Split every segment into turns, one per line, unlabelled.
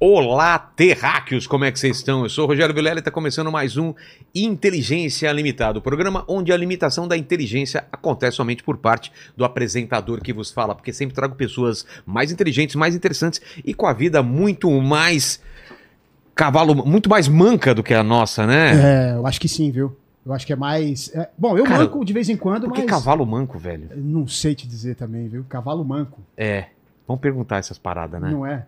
Olá, terráqueos, como é que vocês estão? Eu sou o Rogério Vilela e está começando mais um Inteligência Limitada, o programa onde a limitação da inteligência acontece somente por parte do apresentador que vos fala, porque sempre trago pessoas mais inteligentes, mais interessantes e com a vida muito mais cavalo, muito mais manca do que a nossa, né?
É, eu acho que sim, viu? Eu acho que é mais. é- bom, eu
Cara,
manco de vez em quando,
Por que
mas.
cavalo manco, velho?
Não sei te dizer também, viu? Cavalo manco,
É, vamos perguntar essas paradas, né?
não é?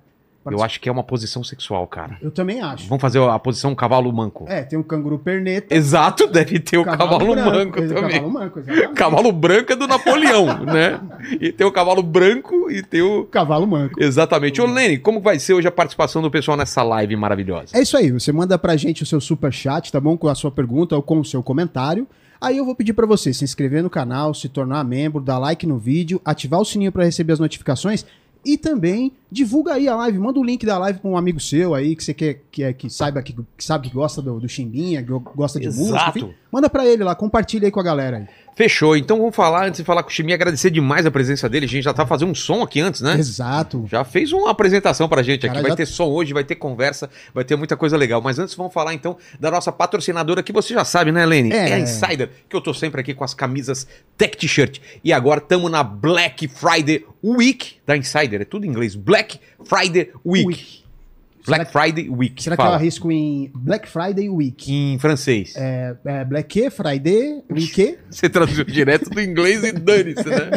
Eu acho que é uma posição sexual, cara.
Eu também acho.
Vamos fazer a posição cavalo manco.
É, tem o canguru perneta.
Exato, deve ter o cavalo,
branco,
manco
é,
também.
Cavalo manco, exatamente.
Cavalo branco é do Napoleão, né? E tem o cavalo branco e tem o.
Cavalo manco.
Exatamente. Ô, Lene, como vai ser hoje a participação do pessoal nessa live maravilhosa?
É isso aí, você manda pra gente o seu super chat, tá bom? Com a sua pergunta ou com o seu comentário. Aí eu vou pedir pra você se inscrever no canal, se tornar membro, dar like no vídeo, ativar o sininho pra receber as notificações e também divulga aí a live, manda o link da live pra um amigo seu aí que você quer que, é- que saiba que, que sabe que gosta do, do Chimbinha, que gosta de música, enfim. Manda pra ele lá, compartilha aí com a galera aí.
Fechou. Então vamos falar, antes de falar com o Chimi, agradecer demais a presença dele. A gente já tá fazendo um som aqui antes, né?
Exato.
Já fez uma apresentação pra gente aqui.
Cara,
Vai
já-
ter som hoje, vai ter conversa, vai ter muita coisa legal. Mas antes vamos falar então da nossa patrocinadora, que você já sabe, né, Lene? É,
É.
a Insider, que eu tô sempre aqui com as camisas Tech T-shirt. E agora tamo na Black Friday Week da Insider. É tudo em inglês. Black Friday Week.
Week.
Black Friday Week.
Será que eu
fala.
arrisco em Black Friday Week?
Em francês.
É, Black Friday Week?
Você traduziu direto do inglês e dane-se, né?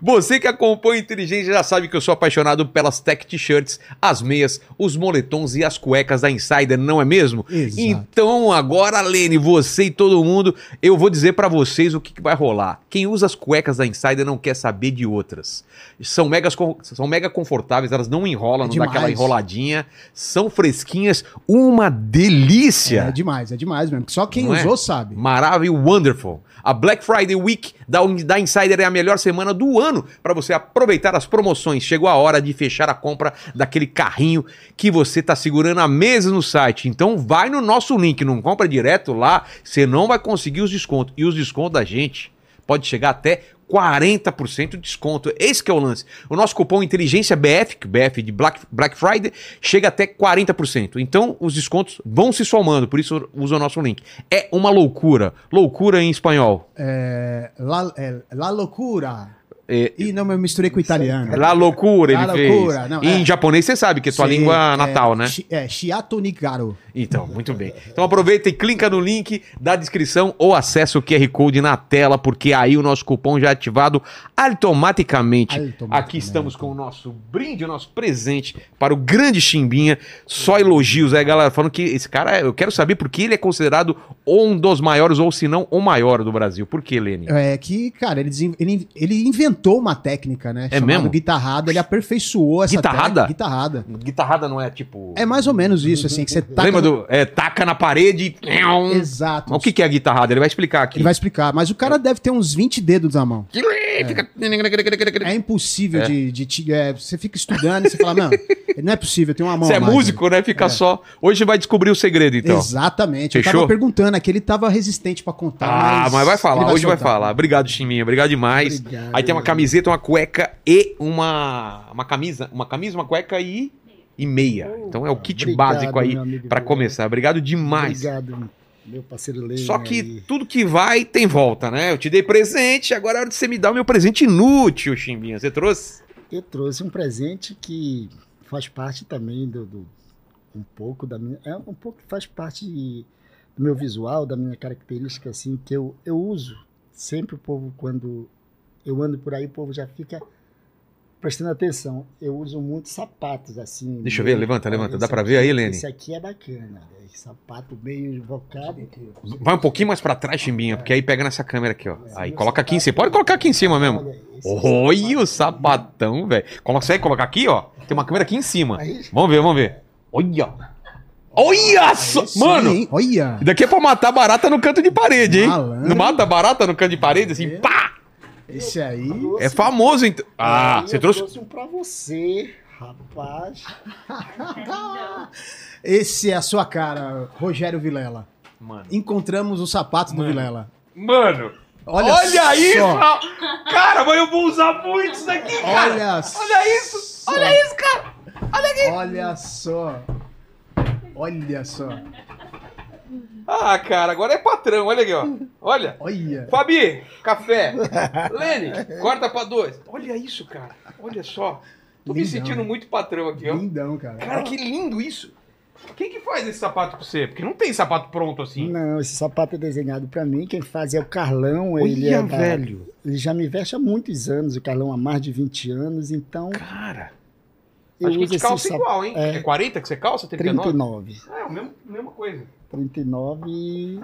Você que acompanha o Inteligência já sabe que eu sou apaixonado pelas tech t-shirts, as meias, os moletons e as cuecas da Insider, não é mesmo?
Exato.
Então agora, Lene, você e todo mundo, eu vou dizer pra vocês o que, que vai rolar. Quem usa as cuecas da Insider não quer saber de outras. São, megas, con- são mega confortáveis, elas não enrolam,
É
não dá aquela
demais.
enroladinha. São fresquinhas, uma delícia.
É demais, é demais mesmo. Só quem
Não é?
usou sabe.
Maravilhoso, wonderful. A Black Friday Week da, da Insider é a melhor semana do ano para você aproveitar as promoções. Chegou a hora de fechar a compra daquele carrinho que você tá segurando há meses no site. Então vai no nosso link, não compra direto lá, você não vai conseguir os descontos. E os descontos da gente pode chegar até 40% de desconto. Esse que é o lance. O nosso cupom Inteligência BF, que BF de Black, Black Friday, chega até 40%. Então, os descontos vão se somando, por isso usa o nosso link. É uma loucura. Loucura em espanhol.
É, la, é, la loucura.
É,
Ih, não, eu misturei com o italiano.
La loucura, ele
La
fez.
loucura, não,
E
é.
Em japonês você sabe que é sua
Sim,
língua
é,
natal, né?
chi- É, Shiato Nigaro.
Então, muito bem. Então aproveita e clica no link da descrição ou acessa o QR Code na tela, porque aí o nosso cupom já é ativado automaticamente.
Automaticamente.
Aqui estamos com o nosso brinde, o nosso presente para o grande Chimbinha. Só elogios aí, galera, falando que esse cara, é- eu quero saber por que ele é considerado um dos maiores, ou se não, o maior do Brasil. Por que, Lene?
É que, cara, ele, desen- ele, ele inventou uma técnica, né?
É mesmo?
guitarrada. Ele aperfeiçoou essa
Guitarrada?
técnica- Guitarrada.
Guitarrada não é tipo.
É mais ou menos isso, assim, que você taca...
Lembra do. É, taca na parede e.
Exato.
O que, que é a guitarrada? Ele vai explicar aqui.
Ele vai explicar. Mas o cara deve ter uns 20 dedos na mão.
Fica-
É impossível
É.
de... de te- é, você fica estudando e você fala, não, não é possível, tem uma mão
Você
a
é
mais, né?
músico, né? Fica só. Hoje vai descobrir o segredo, então.
Exatamente. Eu
Fechou?
tava perguntando aqui, ele tava resistente pra contar.
Ah, mas vai falar,
ele
hoje vai
soltar.
falar. Obrigado, Chiminha, obrigado demais.
Obrigado.
Aí tem uma camiseta, uma cueca e uma, uma camisa, uma camisa, uma cueca e, e meia. Então é o kit
Obrigado,
básico aí
meu amigo
pra
Vilela.
começar. Obrigado demais.
Obrigado, meu parceiro Lênin.
Só que
aí.
tudo que vai tem volta, né? Eu te dei presente, agora é hora de você me dar o meu presente inútil, Chimbinha. Você trouxe?
Eu trouxe um presente que faz parte também do. do- um pouco da minha. É um pouco que faz parte de- do meu visual, da minha característica, assim, que eu, eu uso. Sempre o povo, quando eu ando por aí, o povo já fica prestando atenção. Eu uso muito sapatos, assim.
Deixa eu ver, levanta, levanta. Dá pra ver aí, Lene?
Esse aqui é bacana. né? Esse sapato meio invocado.
Vai um pouquinho mais pra trás, Chimbinha, porque aí pega nessa câmera aqui, ó. Aí coloca aqui em cima. Pode colocar aqui em cima mesmo. Olha o sapatão, velho. Consegue colocar aqui, ó? Tem uma câmera aqui em cima.
Aí.
Vamos ver, vamos ver. Olha! Olha só!
Sim,
Mano!
hein? Olha!
Daqui é pra matar barata no canto de parede, hein?
Malandro.
Não mata barata no canto de parede, assim, pá!
Esse aí.
É famoso, então. Ah, você
um- eu
trouxe.
trouxe um pra você, rapaz.
Esse é a sua cara, Rogério Vilela.
Mano.
Encontramos o sapato do Vilela.
Mano!
Olha,
Olha, aí,
só.
Ra- Cara, mas eu vou usar muito isso daqui, cara!
Olha,
Olha isso!
Olha isso, cara! Olha Olha só. Olha só.
Ah, cara, agora é patrão, olha aqui, ó. Olha.
Olha.
Fabi, café. Lene, corta pra dois. Olha isso, cara. Olha só. Tô me
Lindão.
né?
sentindo muito patrão aqui, ó.
Lindão, cara.
é? Cara, que lindo isso. Quem que faz esse sapato pra você? Porque não tem sapato pronto assim.
Não, esse sapato é desenhado pra mim. Quem faz é o Carlão. ele, é da- ele já me veste há muitos anos, o Carlão há mais de 20 anos, então
Cara. Acho que a
eu uso
gente
esse
calça
sapato
igual, hein? É. 40 que você calça? 39?
39.
Ah, é o mesmo, mesma coisa.
39 e...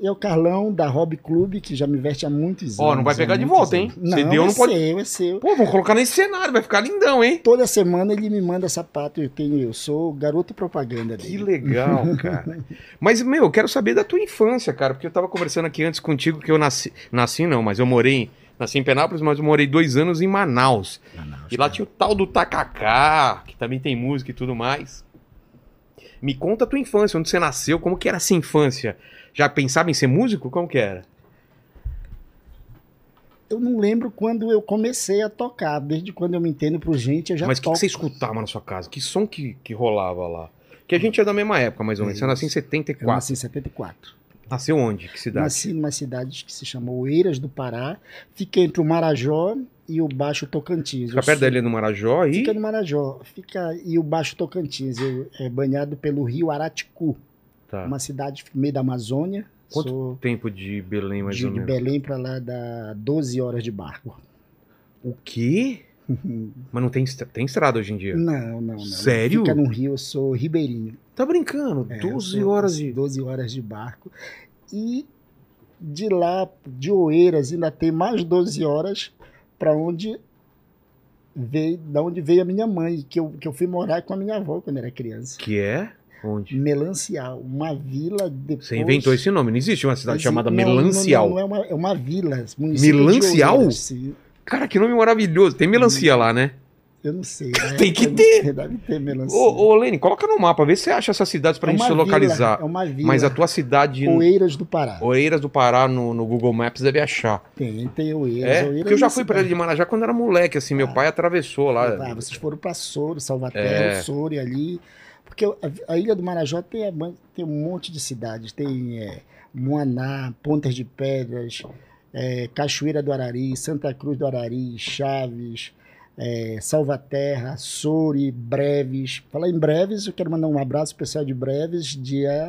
e é o Carlão da Hobby Club, que já me veste há muitos anos.
Ó, não vai
há
pegar de
muitos
volta, hein?
anos.
Você
Não,
deu,
é
não pode-
seu, é seu.
Pô, vamos colocar nesse cenário, vai ficar lindão, hein?
Toda semana ele me manda sapato, eu tenho, eu sou o garoto propaganda
Que
dele.
legal, cara. Mas, meu, eu quero saber da tua infância, cara, porque eu tava conversando aqui antes contigo que eu nasci. Nasci não, mas eu morei. Nasci em Penápolis, mas eu morei dois anos em Manaus. E lá tinha o tal do Tacacá, que também tem música e tudo mais. Me conta a tua infância, onde você nasceu, como que era essa infância? Já pensava em ser músico? Como que era?
Eu não lembro quando eu comecei a tocar, desde quando eu me entendo por gente, eu já
mas o que, que
toco.
você escutava na sua casa? Que som que, que rolava lá? Que a gente é da mesma época, mais ou menos. Você nasceu em
Eu
74.
nasci em 74.
Nasceu onde? Que cidade?
Nasci numa cidade que se chamou Eiras do Pará, fica entre o Marajó e o Baixo Tocantins.
Fica
Eu
perto da
sou-
Ilha do Marajó e...
Fica no Marajó, fica e o Baixo Tocantins, eu- é banhado pelo rio Araticu,
Tá.
uma cidade no meio da Amazônia.
Quanto
Sou
tempo de Belém, mais
de,
ou
de
menos.
Belém para lá dá 12 horas de barco.
O quê? Mas não tem, estra- tem estrada hoje em dia.
Não, não, não.
É. Sério?
Fica no Rio, eu sou ribeirinho.
Tá brincando?
É, eu
12
sou-
horas de.
12 horas de barco. E de lá, de Oeiras, ainda tem mais 12 horas para onde veio, da onde veio a minha mãe, que eu, que eu fui morar com a minha avó quando era criança.
Que é? Onde?
Melancial, uma vila depois...
Você inventou esse nome. Não existe uma cidade
Exi-
chamada
não,
Melancial.
Não, não, é, uma, é uma vila. município de
Melancial?
Oeiras, sim.
Cara, que nome maravilhoso. Tem melancia lá, né?
Eu não sei. né?
Tem que
Eu não
ter.
sei, Deve ter melancia.
Ô, ô, Lene, coloca no mapa, vê se você acha essas cidades pra
É
gente
uma
se
vila,
localizar.
É uma vila.
Mas a tua cidade.
Oeiras do Pará.
Oeiras do Pará no, no Google Maps deve achar.
Tem, tem Oeiras.
É,
Oeiras
porque eu já
uma
fui
cidade.
pra ele de Marajá quando era moleque, assim. Meu
Ah.
pai atravessou lá.
Ah, vocês foram para Soro, Salvaterra,
É.
Soro e ali. Porque a, a Ilha do Marajó tem, a ban- tem um monte de cidades. Tem é, Moaná, Pontas de Pedras, é, Cachoeira do Arari, Santa Cruz do Arari, Chaves, é, Salvaterra, Soro e Breves. Falar em Breves, eu quero mandar um abraço pro pessoal de Breves. Dia...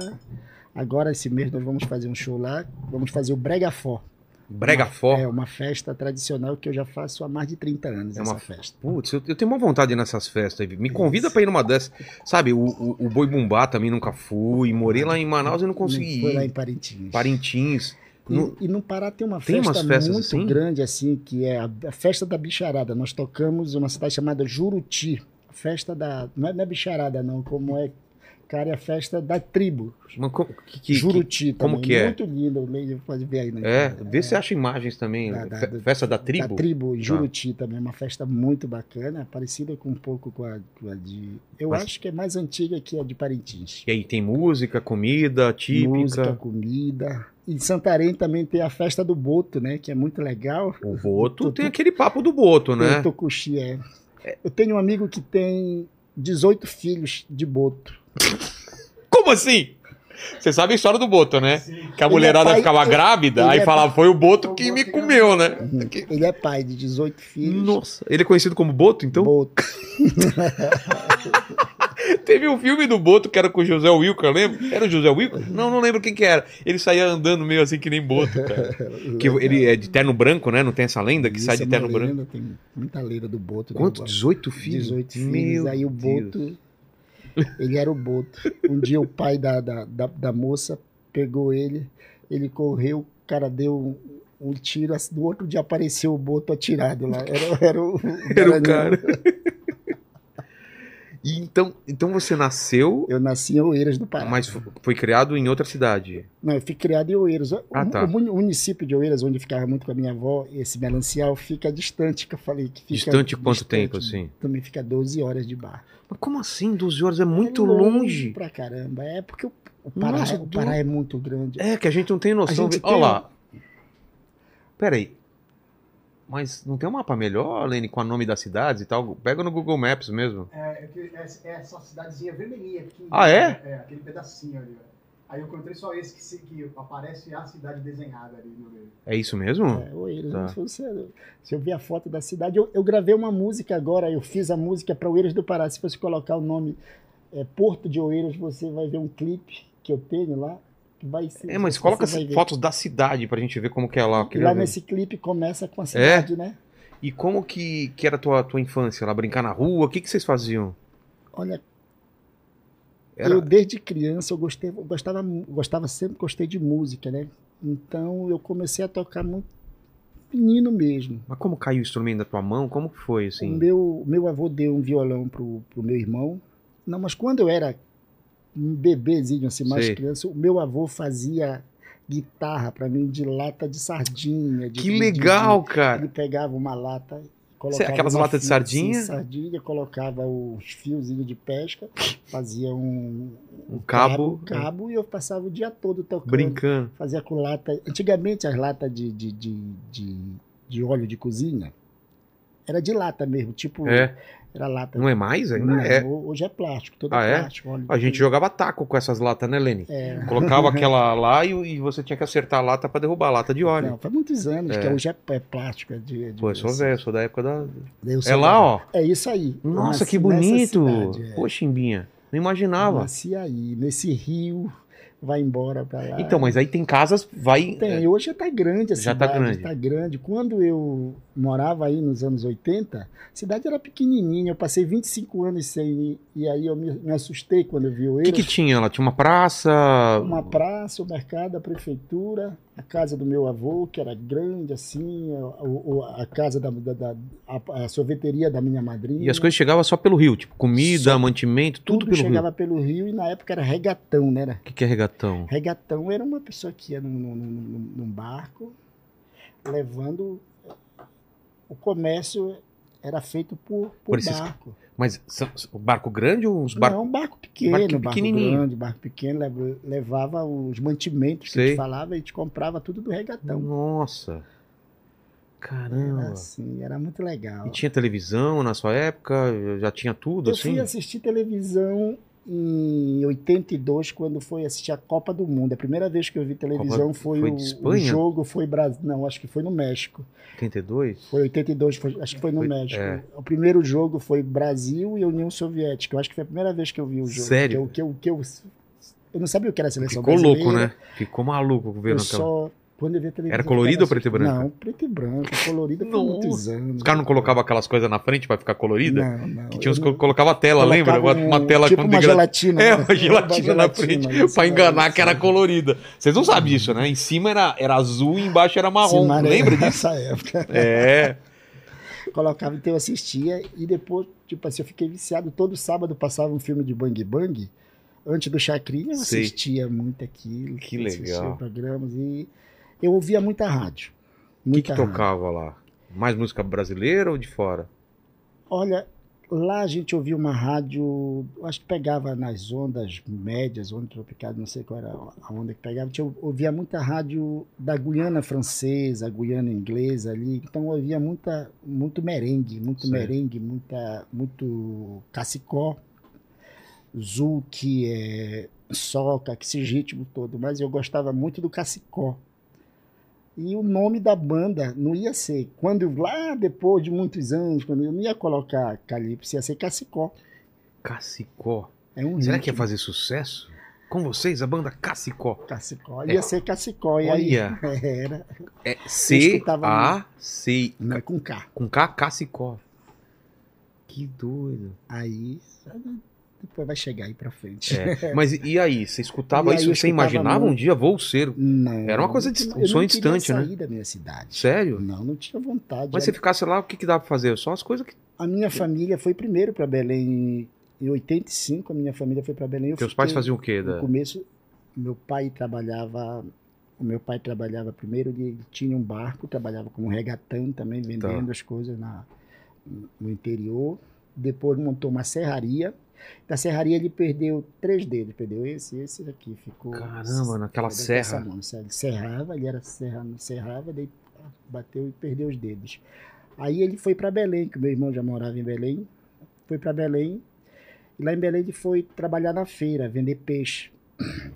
Agora, esse mês, nós vamos fazer um show lá. Vamos fazer o Brega Fó.
Brega Forte.
É uma festa tradicional que eu já faço há mais de 30 anos,
É
essa
uma-
festa.
Putz, eu, eu tenho uma vontade de ir nessas festas. aí. Me convida pra ir numa dessas. Sabe, o, o, o Boi Bumbá também nunca fui. Morei lá em Manaus e não consegui
Foi lá em
ir.
Parintins.
Parintins.
E,
No-
e no Pará tem uma
Tem umas
festa
festas
muito
assim?
grande, assim, que é a, a festa da bicharada. Nós tocamos uma cidade chamada Juruti. A Festa da. Não é, não é bicharada, não, como é. Cara, é a festa da tribo.
Mas co- que- que-
Juruti
como
também.
que é?
Muito lindo, meio pode ver aí, né?
que- é, vê se acha imagens também. né?
Da- da-
Fe-
do-
Festa da tribo? Ah.
Da tribo, em Juruti também, uma festa muito bacana, parecida com um pouco com a, com a de. Eu
Mas-
acho que é mais antiga que a de Parintins.
E aí tem música, comida típica.
Música, comida. Em Santarém também tem a festa do Boto, né? Que é muito legal.
O Boto tem aquele papo do Boto,
Tem
né?
Tokushi, é. Eu tenho um amigo que tem 18 filhos de boto.
Como assim? Você sabe a história do Boto, né? Que a
Ele é
mulherada
pai-
ficava grávida,
ele
aí
é
falava, foi o Boto
O
que
Boto
me
que
comeu, né?
Ele é pai de 18 filhos.
Nossa, ele é conhecido como Boto, então?
Boto.
Teve um filme do Boto que era com o José Wilker, lembra? Era o José Wilker? Não, não lembro quem que era. Ele saía andando meio assim que nem Boto, cara. Que ele é de terno branco, né? Não tem essa lenda que
Isso
sai de
é
terno
uma
branco.
lenda, Tem muita lenda do boto. né?
Quanto?
Eu-
18 filhos?
18 filhos.
Meu
aí o
Deus.
boto. Ele era o boto. Um dia o pai da, da, da, da moça pegou ele, ele correu, o cara deu um. Um tiro, assim, do outro dia apareceu o boto atirado lá. Era, era o,
Era o cara. E então, então você nasceu,
Eu nasci em Oeiras do Pará.
mas fo- foi criado em outra cidade.
Não, eu fui criado em Oeiras. O-
Ah, tá.
O muni- município de Oeiras, onde eu ficava muito com a minha avó, esse melancial, fica distante, que eu falei que fica.
Distante quanto tempo, assim?
Também fica 12 horas de barco.
Mas como assim? 12 horas é muito
É
longe.
Pra caramba. É porque o, o Pará,
Nossa,
o Pará é muito grande.
É que a gente não tem noção.
gente
Olha
tem-
lá. Peraí. Mas não tem um mapa melhor, Lene, com o nome das cidades e tal? Pega no Google Maps mesmo.
É, é que- é- é essa cidadezinha vermelhinha. pequenininha,
Ah, é?
É, aquele pedacinho ali. ó. Aí eu encontrei só esse que, se- que aparece a cidade desenhada ali no meio.
É isso mesmo?
É, ou Eiras,
Tá.
mas se, você- se eu ver a foto da cidade, eu, eu gravei uma música agora, eu fiz a música para Oeiras do Pará. Se você colocar o nome é, Porto de Oeiras, você vai ver um clipe que eu tenho lá. Que vai ser,
É, mas
você
coloca
vai ver.
fotos da cidade pra gente ver como que é lá. eu
E
queria
lá
ver. É?
nesse clipe começa com a cidade, né?
E como que, que era a tua, tua infância lá? Brincar na rua? O que, que vocês faziam?
Olha,
Era...
Eu, desde criança, eu, gostei, eu gostava, mu- gostava, sempre gostei de música, né? Então, eu comecei a tocar muito menino mesmo.
Mas como caiu o instrumento da tua mão? Como que foi,
O
assim?
meu, meu avô deu um violão pro, pro meu irmão. Não, mas quando eu era um bebezinho, assim, mais
Sei.
criança, o meu avô fazia guitarra para mim de lata de sardinha. de-
Que
de-
legal,
de- Ele
cara!
pegava uma lata... colocava
aquelas
uma
latas de
fita, assim,
sardinha?
sardinha, colocava os fiozinhos de pesca, fazia um,
Um cabo,
cabo, cabo, e eu passava o dia todo tocando.
brincando.
Fazia com lata. Antigamente as latas de, de, de, de, de óleo de cozinha era de lata mesmo, tipo,
É.
era lata.
Não é mais ainda?
Não,
é.
ho- Hoje é plástico, todo
Ah, é?
plástico. óleo de
A gente
cozinha.
jogava taco com essas latas, né, Lene?
É.
Colocava aquela lá e, e você tinha que acertar a lata pra derrubar a lata de óleo.
Não, faz muitos anos que
É.
hoje é, é plástico. É de, de-
Pô, eu sou velho, sou da época da.
Daí eu sou
É lá,
velho.
ó.
É isso aí. Eu
Nossa,
nasci
que
nessa
bonito!
cidade, é.
Pô, Chimbinha, não
Eu
imaginava.
Nasci aí, nesse rio, vai embora pra lá.
Então, mas aí tem casas, vai. é,
Tem, hoje já está grande a
Já tá
cidade.
grande.
tá grande. Quando eu morava aí nos anos 80, a cidade era pequenininha. Eu passei 25 anos sem ir. E aí eu me, me assustei quando eu vi o
O que, que tinha lá? Tinha uma praça.
Uma praça, o mercado, a prefeitura, a casa do meu avô, que era grande assim, o- o- a, casa da, da- da- a, a sorveteria da minha madrinha.
E as coisas chegavam só pelo rio, tipo comida,
Só-
mantimento, tudo, pelo
chegava pelo rio e na época era regatão, né? Era
rio. O que, que é regatão?
Regatão era uma pessoa que ia num, num- num- num- num barco levando. O comércio era feito por, por
Por esses
barco.
Mas são- são- barco grande ou uns barcos?
Não, um barco pequeno,
barquinho
barco,
pequenininho.
grande, barco pequeno, lev- levava os mantimentos que
Sei.
a gente falava e a gente comprava tudo do regatão.
Nossa!
Era
Caramba!
assim, era muito legal.
E tinha televisão na sua época? Já tinha tudo,
Eu
assim?
fui assistir televisão em 82, quando foi assistir a Copa do Mundo. A primeira vez que eu vi televisão foi,
foi
o,
de
o
Espanha?
jogo, foi Brasil. Não, acho que foi no México.
82?
Foi 82, foi- acho que foi no
Foi-
México.
é.
O primeiro jogo foi Brasil e União Soviética. Eu acho que foi a primeira vez que eu vi o jogo.
Sério?
Que eu, que eu, que eu, eu não sabia o que era a seleção
Ficou
brasileira.
louco, né? Ficou maluco
Eu
vendo aquela.
só, quando eu vi a televisão...
Era colorido
eu
ou preto e
assim,
branco?
Não, preto e branco. Colorido por
Nossa.
muitos anos.
Os caras não colocavam aquelas coisas na frente pra ficar colorida?
Não, não.
que tinha
eu
uns
não-
que colocava tela, lembra? Uma,
colocava
uma
um-
tela
tipo
com
uma
degra-
gelatina.
É,
né?
uma gelatina na frente,
gelatina, isso,
pra
né?
enganar que era
Isso.
colorida. Vocês não sabem disso, né? Em cima era, era azul e embaixo era marrom.
Simara era
Lembra disso?
Nessa época.
É.
colocava, então eu assistia e depois, tipo assim, eu fiquei viciado. Todo sábado passava um filme de Bang Bang. Antes do Chacrinha, eu
Sei.
assistia muito aquilo.
Que
assistia
legal.
programas e eu ouvia muita rádio.
O que,
Muita
que
rádio.
tocava lá? Mais música brasileira ou de fora?
Olha, lá a gente ouvia uma rádio, eu acho que pegava nas ondas médias, onda tropical, não sei qual era a onda que pegava. A gente ouvia muita rádio da Guiana francesa, Guiana inglesa ali, então eu ouvia muita, muito merengue, muito
Sim.
merengue, muita, muito cacicó, zouk, é, soca, que esse ritmo todo, mas eu gostava muito do cacicó. E o nome da banda não ia ser. Quando lá depois de muitos anos, quando eu não ia colocar Calypso, ia ser Cacicó.
Cacicó.
É um
Será que ia
ritmo,
fazer sucesso? Com vocês, a banda Cacicó.
Cacicó. Ia ser Cacicó. E aí
é Olha.
era
É
escutava
C-A-C.
né, com K.
Com K, Cacicó. Que doido.
Aí depois vai chegar aí pra frente.
É. Mas e aí? Você escutava
E aí
isso?
eu
Você
escutava
imaginava um
muito.
dia vou ser?
Não,
Era uma coisa de-
eu
um
não
sonho
queria
distante, né?
sair da minha cidade.
Sério?
Não, não tinha vontade.
Mas se
Era-
ficasse lá, o que, que dava pra fazer? Só as coisas que.
A minha família foi primeiro pra Belém. Em 85, a minha família foi pra Belém. Eu
Teus pais
fiquei-
faziam o quê?
No
Da...
começo, meu pai trabalhava. O meu pai trabalhava primeiro, ele tinha um barco, trabalhava como regatão
Tá.
também, vendendo as coisas na, no interior. Depois montou uma serraria. Da serraria ele perdeu três dedos, perdeu esse, esse aqui. Ficou.
Caramba, naquela
Ficou dessa
serra.
mão, sabe? Ele serrava, ele era serra, serrava, daí bateu e perdeu os dedos. Aí ele foi para Belém, que meu irmão já morava em Belém, foi para Belém, e lá em Belém ele foi trabalhar na feira, vender peixe.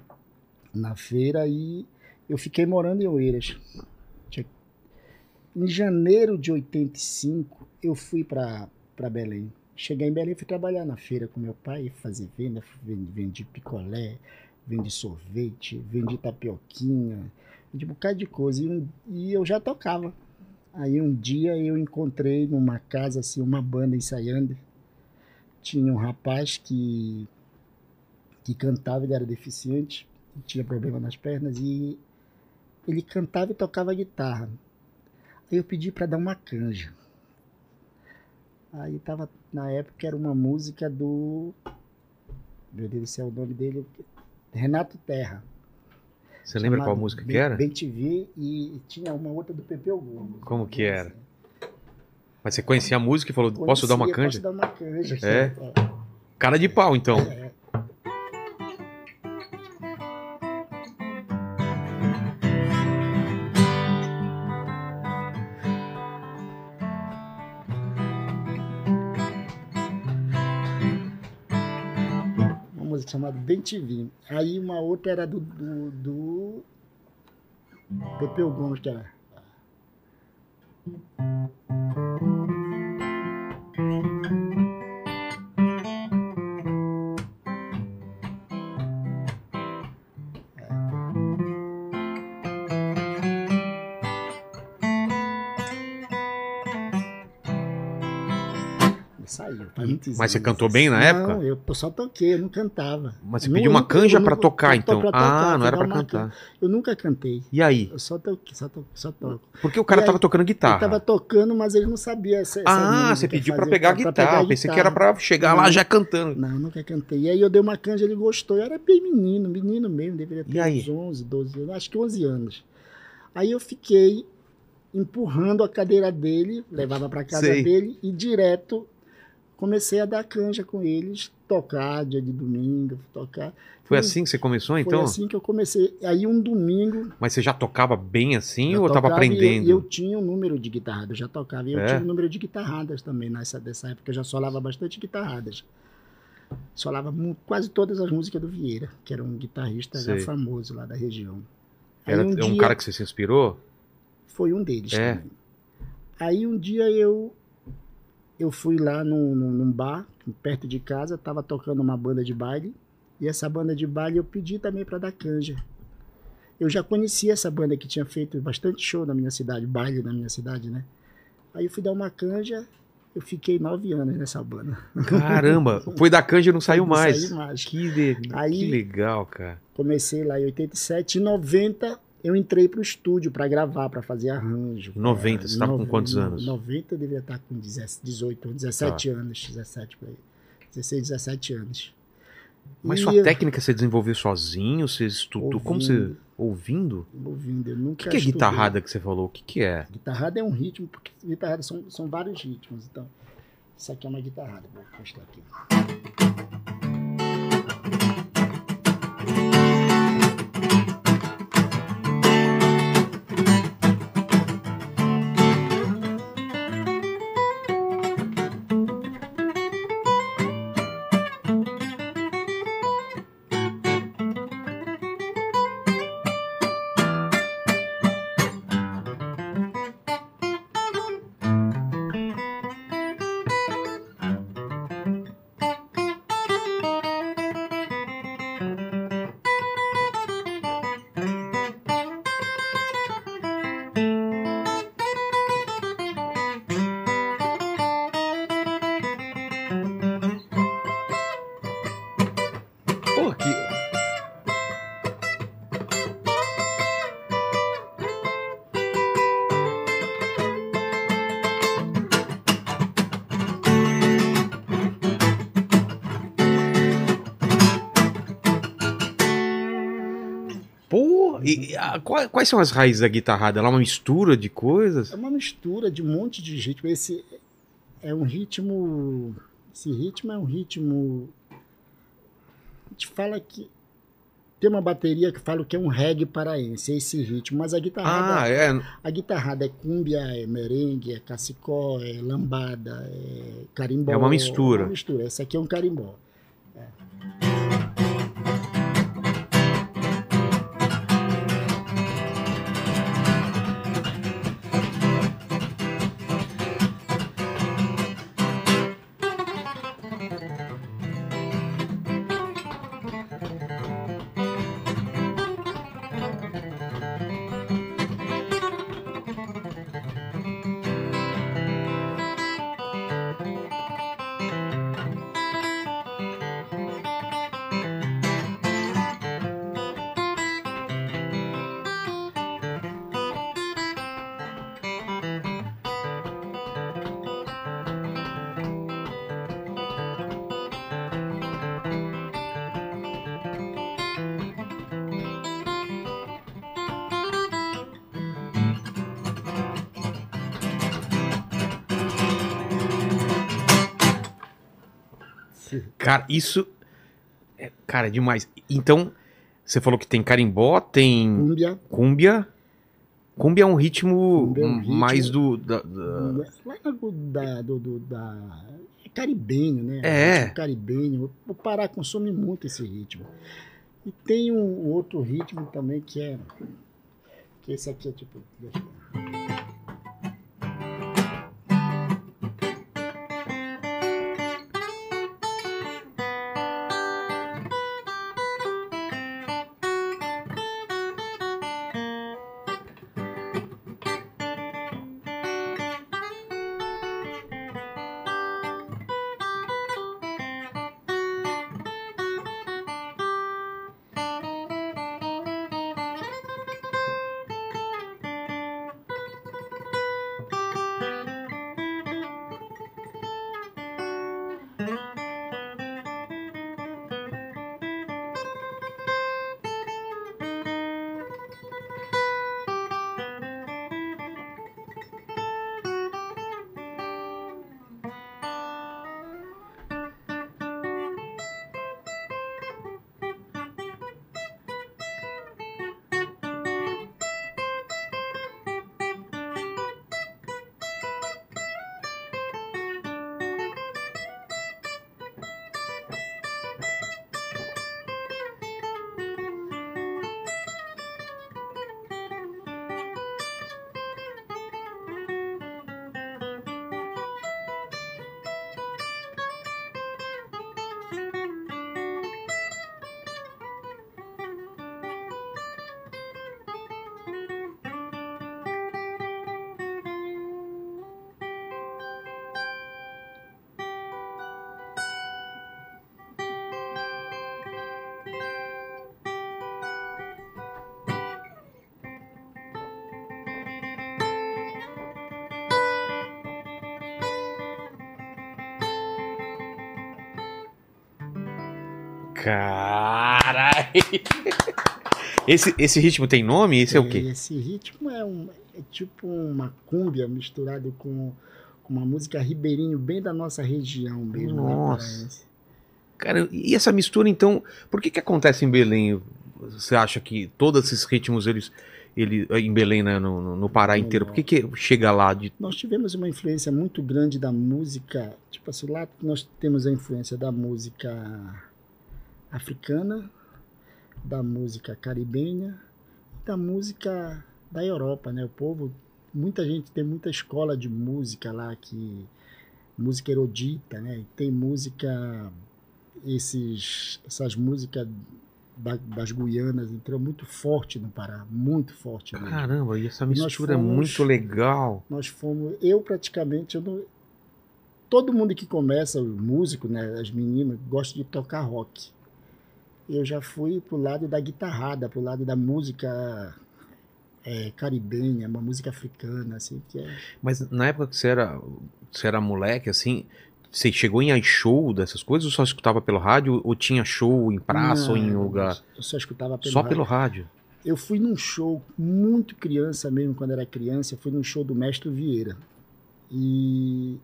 Na feira e eu fiquei morando em Oeiras. Tinha- Em janeiro de 85, eu fui para Belém. Cheguei em Belém, fui trabalhar na feira com meu pai, fazer venda, vendi, vendi picolé, vendi sorvete, vendi tapioquinha, vendi um bocado de coisa. E, um- e eu já tocava. Aí um dia eu encontrei numa casa, assim, uma banda ensaiando. Tinha um rapaz que, que cantava, ele era deficiente, tinha problema nas pernas, e ele cantava e tocava guitarra. Aí eu pedi para dar uma canja. Aí tava, na época era uma música do. Meu Deus do céu, o nome dele. Renato Terra.
Você lembra
chamado
qual música que
Bem-
era?
Bem TV e tinha uma outra do Pepeu Gomes.
Como que era? Mas você conhecia a música e falou, posso
assim. Conhecia,
dar uma canja?
Posso dar É. uma canja.
É? Cara de pau, então.
Uma música chamada Bem TV. Aí uma outra era do. do, do... Pepeu Gomes, que era. Isso aí, faz muitos
Mas você
anos.
cantou bem na
Não,
época?
eu eu só toquei, eu não cantava.
Mas você
Eu
pediu
nu-
uma
nunca- eu
canja
nunca-
pra tocar,
pra-
então.
pra
Ah,
tocar,
não
pra
era pra
dar uma
cantar.
Eu nunca cantei.
E aí?
Eu só toquei, só toquei, só toco.
Porque o cara
E aí,
tava tocando
Ele
guitarra.
tava tocando, mas ele não sabia essa, essa
Tá. Ah,
música,
você pediu pra
fazer-
pegar a guitarra.
pegar
Pensei que era
guitarra.
pra chegar lá
Não.
já cantando.
Não, eu nunca cantei. E aí eu dei uma canja, ele gostou. Eu era bem menino, menino mesmo, deveria
E
ter
aí?
uns 11, 12 anos, acho que 11 anos. Aí eu fiquei empurrando a cadeira dele, levava para casa
Sei.
dele e direto comecei a dar canja com eles, tocar dia de domingo, tocar.
Foi
Hum,
assim que você começou,
Foi
então?
assim que eu comecei. Aí um domingo.
Mas você já tocava bem assim
eu
ou tava
tocava e eu-
aprendendo?
E eu, tinha um número de guitarradas, eu já tocava. E eu
É?
tinha um número de guitarradas também nessa dessa época. Eu já solava bastante guitarradas. Solava mu- quase todas as músicas do Vieira, que era um guitarrista já
Sei.
famoso lá da região. Aí
Era
um,
um
dia-
cara que você se inspirou?
Foi um deles
É.
também. Aí um dia eu eu fui lá num, num- num bar, perto de casa, tava tocando uma banda de baile. E essa banda de baile eu pedi também para dar canja. Eu já conhecia essa banda que tinha feito bastante show na minha cidade, baile na minha cidade, né? Aí eu fui dar uma canja, eu fiquei nove anos nessa banda.
Caramba, foi da canja e não saiu
Não
mais.
saí mais.
Que, de-
Aí-
que legal, cara.
Comecei lá em 87, em 90 eu entrei pro estúdio para gravar, para fazer arranjo.
Em 90, você tava com
Noven-
quantos anos? Tá.
90 eu devia estar com 10 18, 17 anos, 17 por aí. 16, 17 anos.
Mas
E
sua
eu-
técnica você desenvolveu sozinho? Você estudou? Como você.
Ouvindo.
Ouvindo?
Ouvindo, eu
O
nunca
que, que é
estudei.
guitarrada que você falou? O que, que é?
Guitarrada é um ritmo, porque guitarrada são, são vários ritmos. Então, isso aqui é uma guitarrada, vou mostrar aqui.
Pô, que. Pô, e, e a- qua- quais são as raízes da guitarrada? Ela é uma mistura de coisas?
É uma mistura de um monte de ritmo. Esse é um ritmo. Esse ritmo é um ritmo. A gente fala que Tem uma bateria que fala que é um reggae paraense, é esse ritmo, mas a guitarrada,
Ah, é.
a guitarrada é cúmbia, é merengue, é cacicó, é lambada, é carimbó.
É uma mistura.
É uma mistura, esse aqui é um carimbó.
Cara, isso. é, Cara, é demais. Então, você falou que tem carimbó, tem
Cúmbia,
cúmbia. Cúmbia é um ritmo,
Cúmbia é um ritmo.
mais do. da- da-
lá é do, da, do, do- da- é caribenho, né?
É.
Ritmo Caribenho. O Pará consome muito esse ritmo. E tem um outro ritmo também que é. Que esse aqui é tipo. deixa eu ver.
Caralho! Esse, esse ritmo tem nome? Esse é o quê?
Esse ritmo é, um, é tipo uma cúmbia misturado com, com uma música ribeirinho, bem da nossa região mesmo. né,
Nossa.
paraense.
Cara, e essa mistura, então, por que que acontece em Belém? Você acha que todos esses ritmos, eles, ele, em Belém, né, no, no- no Pará inteiro, por que que chega lá de...
Nós tivemos uma influência muito grande da música, tipo assim, lá nós temos a influência da música africana, da música caribenha, da música da Europa, né? O povo, muita gente tem muita escola de música lá que música erudita, né? E tem música esses essas músicas da- das Guianas entrou muito forte no Pará, muito forte. mesmo.
Caramba, e essa
Nós
mistura é
fomos-
muito legal.
Nós fomos, eu praticamente, eu não- todo mundo que começa, o músico, né, as meninas, gosta de tocar rock. Eu já fui pro lado da guitarrada, pro lado da música eh, caribenha, uma música africana, assim, que é
Mas na época que você era, você era moleque, assim, você chegou em show dessas coisas ou só escutava pelo rádio? Ou tinha show em praça ou em
Não,
lugar?
Eu só escutava pelo
só
rádio.
pelo rádio.
Eu fui num show, muito criança mesmo, quando era criança, eu fui num show do Mestre Vieira. E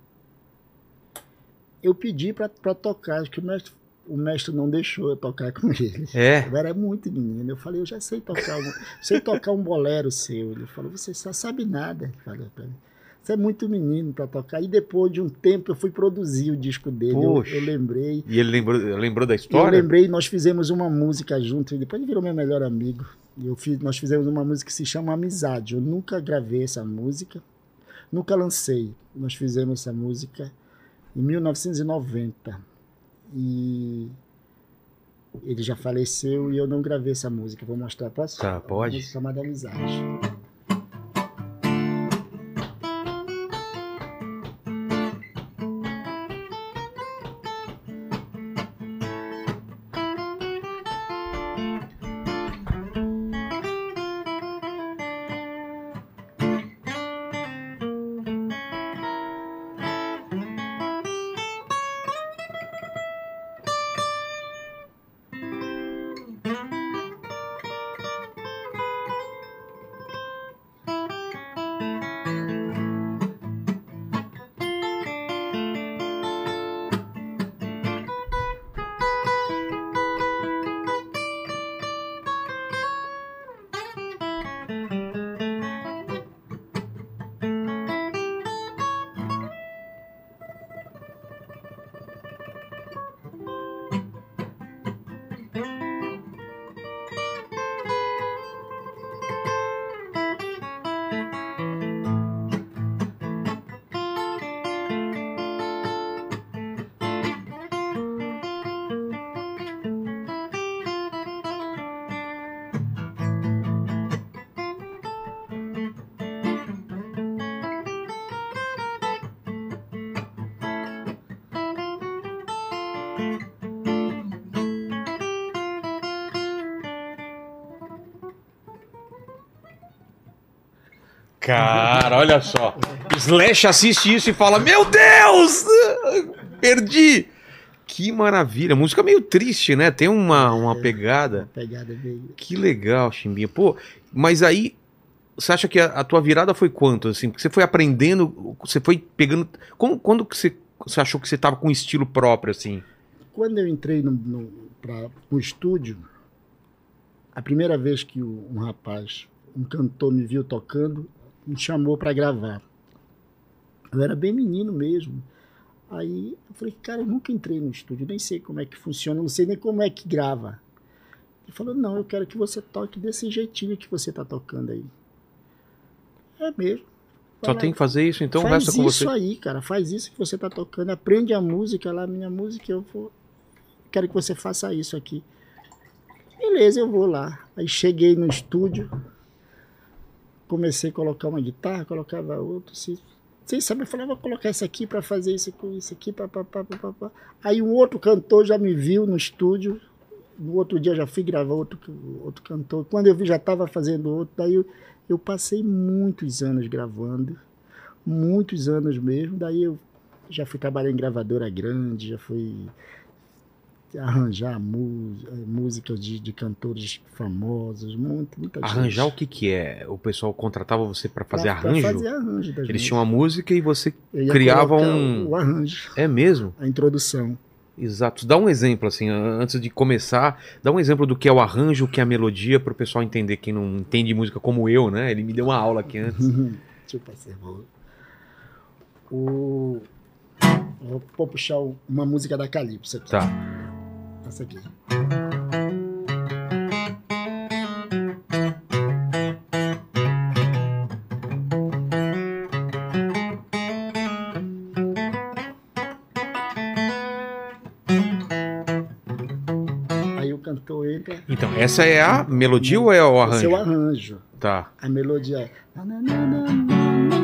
eu pedi para tocar, acho que o mestre, o o mestre não deixou eu tocar com ele.
É.
Eu era muito menino. Eu falei, eu já sei tocar um, sei tocar um bolero seu. Ele falou, você só sabe nada. Ele falou pra mim. Você é muito menino para tocar. E depois de um tempo eu fui produzir o disco dele. Eu,
Poxa.
eu lembrei.
E ele lembrou, lembrou da
Eu
história?
lembrei, nós fizemos uma música junto, e depois ele virou meu melhor amigo. E Eu fiz, nós fizemos uma música que se chama Amizade. Eu nunca gravei essa música, nunca lancei. Nós fizemos essa música em 1990. E ele já faleceu e eu não gravei essa música. Vou mostrar, posso?
Tá, pode.
Uma música chamada Amizade.
Cara, olha só. Slash assiste isso e fala: Meu Deus! Perdi! Que maravilha. Música meio triste, né? Tem uma, uma pegada.
Pegada dele.
Que legal, Chimbinha. Pô, mas aí. Você acha que a, a tua virada foi quanto, assim? Porque você foi aprendendo, você foi pegando. Como, quando que você, você achou que você tava com um estilo próprio, assim?
Quando eu entrei no, no, pra, no estúdio, a primeira vez que o- um rapaz, um cantor, me viu tocando, me chamou para gravar. Eu era bem menino mesmo. Aí eu falei, cara, eu nunca entrei no estúdio, nem sei como é que funciona, não sei nem como é que grava. Ele falou, não, eu quero que você toque desse jeitinho que você tá tocando aí. É mesmo.
Só
Vai lá,
tem que fazer isso, então
faz
resta com
isso
você.
aí, cara. Faz isso que você tá tocando. Aprende a música lá, minha música. Eu vou. Quero que você faça isso aqui. Beleza, eu vou lá. Aí cheguei no estúdio. Comecei a colocar uma guitarra, colocava outro. Se... Sem saber, eu falei, "Ah, vou colocar isso aqui para fazer isso com isso aqui. Pá, pá, pá, pá, pá, pá. Aí um outro cantor já me viu no estúdio. No outro dia eu já fui gravar outro, outro cantor. Quando eu vi, já estava fazendo outro. Daí eu, eu passei muitos anos gravando muitos anos mesmo. Daí eu já fui trabalhar em gravadora grande, já fui arranjar mus- eh, músicas de, de cantores famosos, muito, muita gente.
Arranjar o que que é? O pessoal contratava você pra fazer
Pra- pra
arranjo?
fazer arranjo
Eles
das músicas.
tinham a música e você.
Eu ia
criavam
colocar
um-
o arranjo,
É mesmo?
a introdução.
Exato. Dá um exemplo, assim, an- antes de começar, dá um exemplo do que é o arranjo, o que é a melodia, pro pessoal entender quem não entende música como eu, né? Ele me deu uma aula aqui antes.
Uhum. Deixa eu passar. vou- O... Vou vou puxar o- uma música da Calypso aqui.
Tá.
Essa aqui. Aí o cantor entra.
Então, essa é a melodia ou é o
Esse é
arranjo?
o arranjo.
Tá.
A melodia é.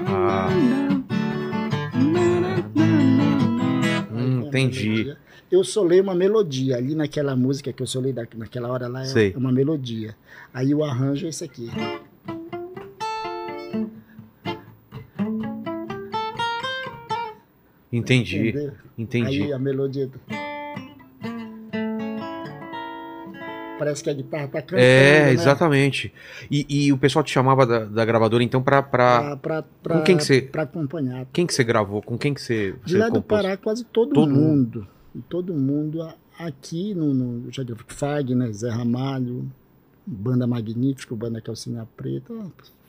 Ah. Hum, entendi.
Eu solei uma melodia ali naquela música que eu solei da- naquela hora lá,
Sei.
é uma melodia. Aí o arranjo é esse aqui.
Entendi.
Entendeu?
Entendi.
Aí a melodia. Parece que a guitarra tá cantando.
É,
né?
exatamente. E, e o pessoal te chamava da, da gravadora, então, pra. pra...
Pra, pra, pra,
Com quem que você-
pra acompanhar.
Quem que você gravou? Com quem que você,
De
você
lá do
compôs?
Pará, quase todo,
Todo
mundo. Todo mundo. A, aqui no, no eu já gravei com Fagner, Zé Ramalho, Banda Magnífico, Banda Calcinha Preta,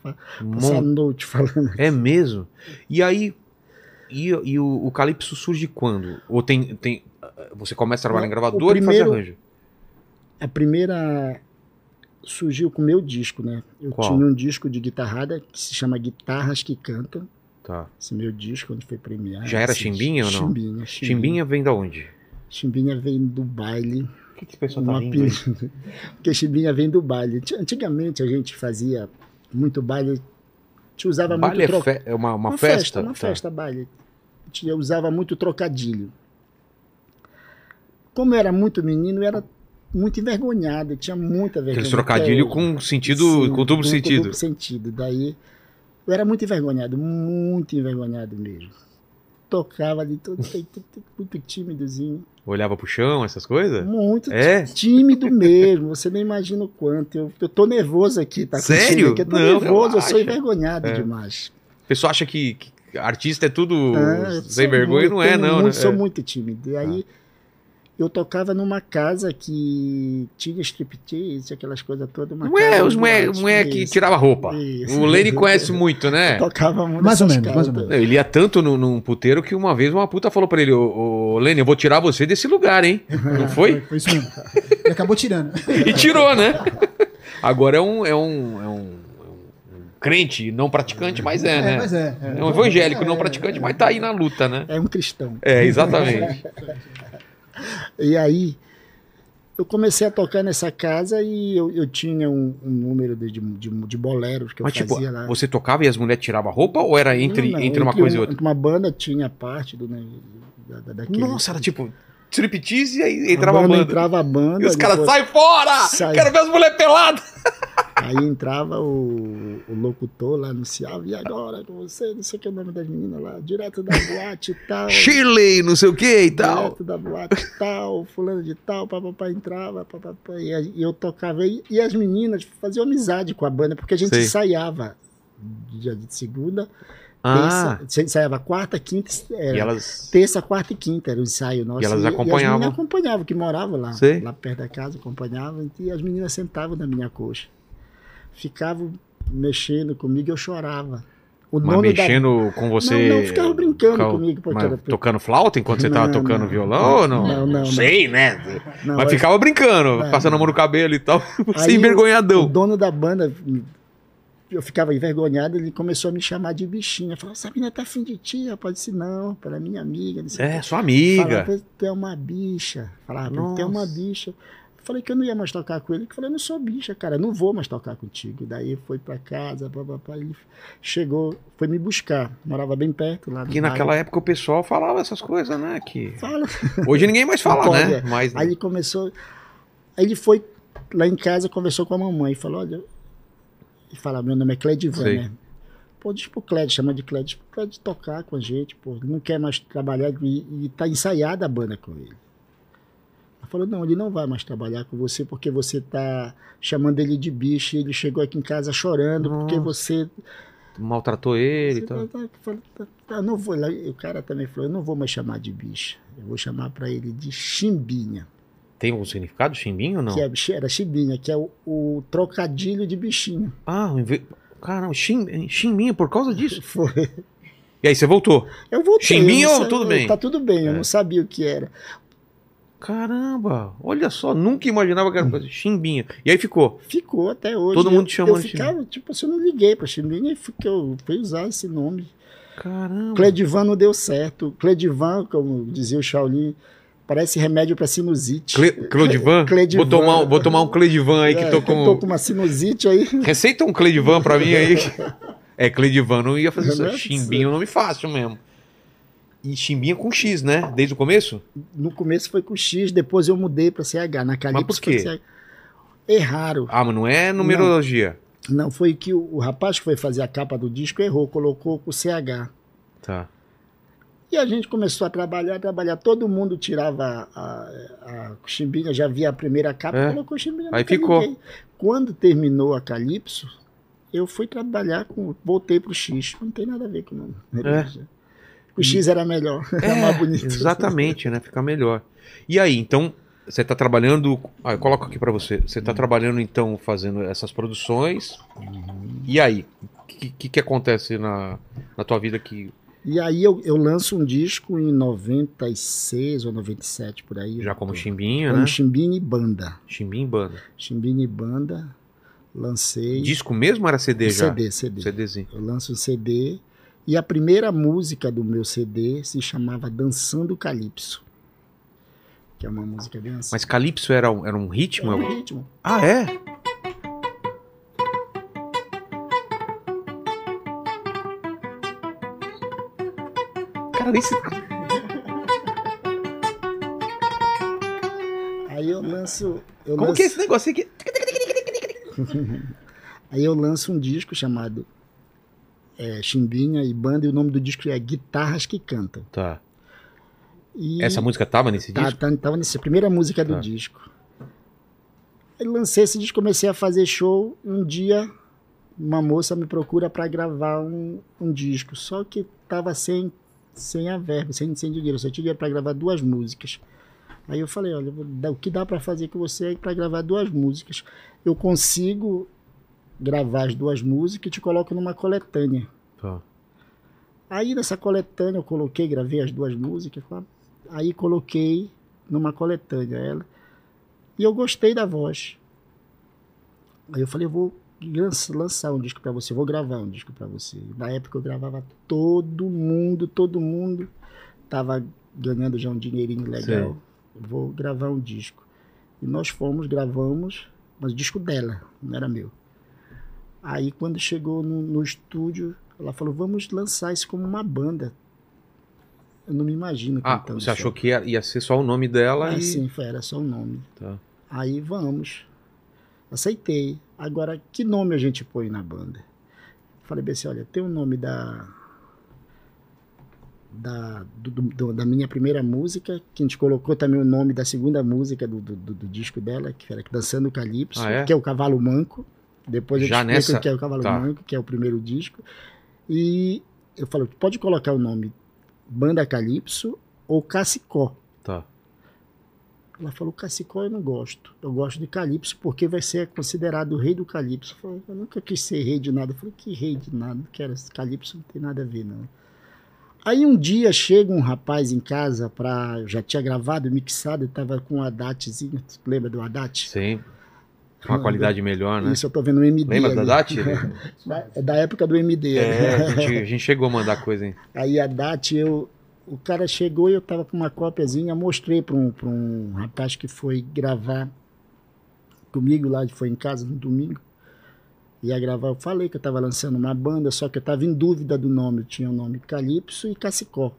fa- passar
Mon-
a noite falando.
É mesmo? E aí. E, e o, o Calypso surge quando? Ou tem. tem você começa a trabalhar em
O-
gravador
o
e faz
primeiro-
arranjo?
A primeira surgiu com o meu disco, né? Eu
Qual?
tinha um disco de guitarrada que se chama Guitarras que Cantam,
Tá.
esse meu disco onde foi premiado.
Já era
Esse-
Chimbinha ou não?
Chimbinha, Chimbinha.
Chimbinha vem da onde?
Chimbinha vem do baile.
O que, que esse pessoal
Um
tá rindo? aí?
apelido. Porque chibinha vem do baile. Ti- Antigamente a gente fazia muito baile, te usava
Baile é,
muito troca-
fe- é uma, uma, festa?
Uma
Tá.
festa, baile. A gente usava muito trocadilho. Como eu era muito menino, eu era muito envergonhado, eu tinha muita vergonha.
Aqueles trocadilho
Até-
com sentido.
É, Sim,
com duplo
Com
sentido.
duplo sentido. Daí eu era muito envergonhado, muito envergonhado mesmo. Tocava ali, todo, muito tímidozinho.
Olhava pro chão, essas coisas?
Muito
É?
tímido mesmo. Você não imagina o quanto. Eu, eu tô nervoso aqui, tá? contigo
Sério?
aqui, Eu tô
Não,
nervoso, eu
relaxa. É.
sou envergonhado demais.
O pessoal acha que, que artista é tudo
Ah, eu
sem
sou
vergonha,
muito-
não é,
tenho
não.
muito-
né?
Sou
É.
muito tímido. E aí eu tocava numa casa que tinha striptease, aquelas coisas todas. Uma
Não é
casa
os
de
moleque
boate,
moleque que
isso,
tirava roupa.
isso. Tá.
O Lenny conhece muito, né?
Tocava muito
Mais ou
essas
menos, mais ou
casas.
Não, Ele ia tanto num, num puteiro que uma vez uma puta falou pra ele: Ô, ô Lenny, eu vou tirar você desse lugar, hein? Não foi?
Foi isso mesmo. Ele acabou tirando.
E tirou, né? Agora é um, é um, é um, é um crente não praticante, mas é,
É,
né?
mas é.
É um evangélico não praticante, mas tá aí na luta, né?
É um cristão.
É, exatamente.
E aí eu comecei a tocar nessa casa e eu, eu tinha um, um número de, de, de- de boleros que eu
Mas tipo,
fazia lá.
você tocava e as mulheres tiravam a roupa ou era entre,
Não, não,
entre uma coisa e outra?
Uma banda tinha parte do, né, da, da- daquele.
Nossa, era tipo striptease e aí entrava a
banda
banda.
entrava a banda.
E os caras,
depois-
sai fora!
Sai.
Quero ver as mulheres peladas!
Aí entrava o, o locutor lá, anunciava, e agora com você, não sei o que é o nome das meninas lá, direto da boate e tal.
Shirley, não sei o que
É,
e tal.
Direto da boate e tal, fulano de tal, papapá, entrava, papapá, e, a- e eu tocava. E, e as meninas faziam amizade com a banda, porque a gente
Sei.
ensaiava dia de segunda,
Ah,
terça, a gente ensaiava quarta, quinta, é,
e elas.
terça, quarta e quinta era o ensaio nosso.
E elas
as
acompanhavam.
meninas acompanhavam, que moravam lá,
Sei.
lá perto da casa, acompanhavam, e as meninas sentavam na minha coxa. Ficavam mexendo comigo, eu chorava. O
Mas
dono da-
mexendo com você.
Não, não, ficava brincando
cal-
comigo, porque
mas
era-
Tocando flauta enquanto você tava
Não,
tocando
não.
violão ou não?
Não, não, não.
Sei, né?
Não,
mas
aí-
ficava brincando,
É.
passando a mão no cabelo e tal.
Aí
Sem
o- O
envergonhadão.
dono da banda, eu ficava envergonhado, ele começou a me chamar de bichinha. Falou, essa menina tá afim de ti, rapaz. Eu disse, não, para minha amiga. não sei o quê."
É, sua
Falava,
amiga.
pra ele, tu é uma bicha. Falava, pra ele, tu é uma
Nossa.
bicha. Eu Falei que eu não ia mais tocar com ele. que Eu falei, eu não sou bicha, cara, eu não vou mais tocar contigo. Daí foi pra casa, papapá, ele chegou, foi me buscar. Morava bem perto lá. do
Que
bairro.
naquela época o pessoal falava essas coisas, né? Que...
Fala.
Hoje ninguém mais fala,
Não
né?
pode,
Mas
Aí ele começou. Aí ele foi lá em casa, conversou com a mamãe, falou: olha. E fala: meu nome é Cledivan,
Sei.
né? Pô, diz pro Cled, chama de Cled, diz pro Cled tocar com a gente, pô. Ele não quer mais trabalhar e, e tá ensaiada a banda com ele. Ela falou: não, ele não vai mais trabalhar com você porque você tá chamando ele de bicho e ele chegou aqui em casa chorando porque
Nossa.
você.
maltratou ele e
Você
tal.
vai- vai- fala, tá, tá, eu não vou lá. E O cara também falou: eu não vou mais chamar de bicho, eu vou chamar pra ele de chimbinha
Tem algum significado, chimbinho ou não?
que é, chi- era chibinha, que é o, o trocadilho de bichinho.
Ah, um inve- caramba, chim... chimbinho por causa disso.
Foi.
E aí você voltou.
Eu voltei.
Chimbinha
eu não
ou
sa-
tudo
eu-
bem?
Tá tudo bem, eu
É.
não sabia o que era.
Caramba, olha só, nunca imaginava que era coisa. Chimbinha. E aí ficou.
Ficou até hoje.
Todo
Eu-
mundo chamando
Eu
de
ficava, tipo assim, eu não liguei pra chimbinha e fui, que eu fui usar esse nome.
Caramba.
Cledivan não deu certo. Cledivan, como dizia o Shaolin, parece remédio pra sinusite.
Cle... Clodivan?
Cledivan.
Vou tomar, um- vou tomar um Cledivan aí que
É,
tô
eu tô
com.
com uma sinusite aí.
Receita um Cledivan pra mim aí. É, Cledivan não ia fazer
Não
isso.
é
Chimbinho é um nome fácil mesmo. E chimbinha com X, né? Desde o começo?
No começo foi com X, depois eu mudei pra CH. Na Calypso
por
foi
quê?
CH. Erraram.
Ah, mas não é numerologia.
Não, foi que o, o rapaz que foi fazer a capa do disco errou, colocou com CH.
Tá.
E a gente começou a trabalhar, trabalhar. Todo mundo tirava a, a, a chimbinha, já via a primeira capa,
É.
colocou chimbinha.
Aí
nunca
ficou.
liguei. Quando terminou a Calypso, eu fui trabalhar com. Voltei pro X. Não tem nada a ver com o nome.
É.
O X era melhor, era mais bonito.
Exatamente, né? Fica melhor. E aí, então, Você tá trabalhando. Ah, eu coloco aqui pra você. Você
Uhum.
tá trabalhando, então, fazendo essas produções.
Uhum.
E aí? O que, que, que acontece na, na tua vida que
E aí eu, eu lanço um disco em 96 ou 97 por aí.
já como
Tô-
chimbinha,
Como
né?
Chimbinha e Banda.
Chimbinha e banda.
Chimbinha e Banda, lancei.
Disco mesmo ou era CD já?
CD, CD.
CDzinho.
Eu lanço um CD e a primeira música do meu CD se chamava Dançando Calypso. Que é uma música bem assim.
Mas Calypso era um, era um ritmo?
é
É um-
um ritmo.
Ah, é? Cara, nem se...
Aí eu lanço. Eu
Como
lanço
que é esse negócio aqui?
Aí eu lanço um disco chamado é, Chimbinha e Banda, e o nome do disco é Guitarras que Cantam.
Tá.
E
Essa música tava nesse
tá,
disco?
tá, tava nessa primeira música do
Tá.
disco. Aí lancei esse disco, comecei a fazer show. Um dia, uma moça me procura para gravar um, um disco, só que tava sem, sem a verba, sem, sem dinheiro, só tinha dinheiro para gravar duas músicas. Aí eu falei, olha, vou dar- o que dá para fazer com você é para gravar duas músicas. Eu consigo gravar as duas músicas e te coloco numa coletânea.
Tá.
Aí nessa coletânea eu coloquei, gravei as duas músicas, tá? aí coloquei numa coletânea ela. E eu gostei da voz. Aí eu falei, eu vou lanç- lançar um disco pra você, vou gravar um disco pra você. Na época eu gravava todo mundo, todo mundo tava ganhando já um dinheirinho legal. Vou gravar um disco. E nós fomos, gravamos, mas o disco dela, não era meu. Aí quando chegou no, no estúdio, ela falou, vamos lançar isso como uma banda. Eu não me imagino
Ah,
cantando
você
isso.
achou que ia, ia ser só o nome dela
Então, Ah,
e...
sim, foi, era só o nome.
Tá.
Aí vamos. Aceitei. Agora, que nome a gente põe na banda? Falei bem assim, olha, tem o nome da. Da, do- do- do- da minha primeira música, que a gente colocou também o nome da segunda música do, do, do- do disco dela, que era Dançando Calypso,
Ah, é?
que é o Cavalo Manco. Depois eu
Já
te explico
nessa-
o que é o Cavalo
tá.
Manco, que é o primeiro disco. E eu falei, pode colocar o nome Banda Calypso ou Cacicó.
Tá.
Ela falou, Cacicó eu não gosto. Eu gosto de Calypso porque vai ser considerado o rei do Calypso. Eu, falei, eu nunca quis ser rei de nada. Eu falei, que rei de nada? Não quero. esse Calypso não tem nada a ver, não. Aí um dia chega um rapaz em casa pra... Eu já tinha gravado, mixado, eu tava com o Haddadzinho. Tu Lembra do Haddad?
Sim. Uma qualidade melhor, né?
Isso, eu tô vendo um o MD
Lembra da
ali.
Dati?
Da- É da época do MD.
É,
né?
a gente, a gente chegou a mandar coisa, hein?
Aí a DAT, eu, o cara chegou e eu tava com uma cópiazinha, mostrei para um, pra um rapaz que foi gravar comigo lá, foi em casa no domingo. Ia gravar, eu falei que eu tava lançando uma banda, só que eu tava em dúvida do nome. Tinha o nome Calypso e Cacicó.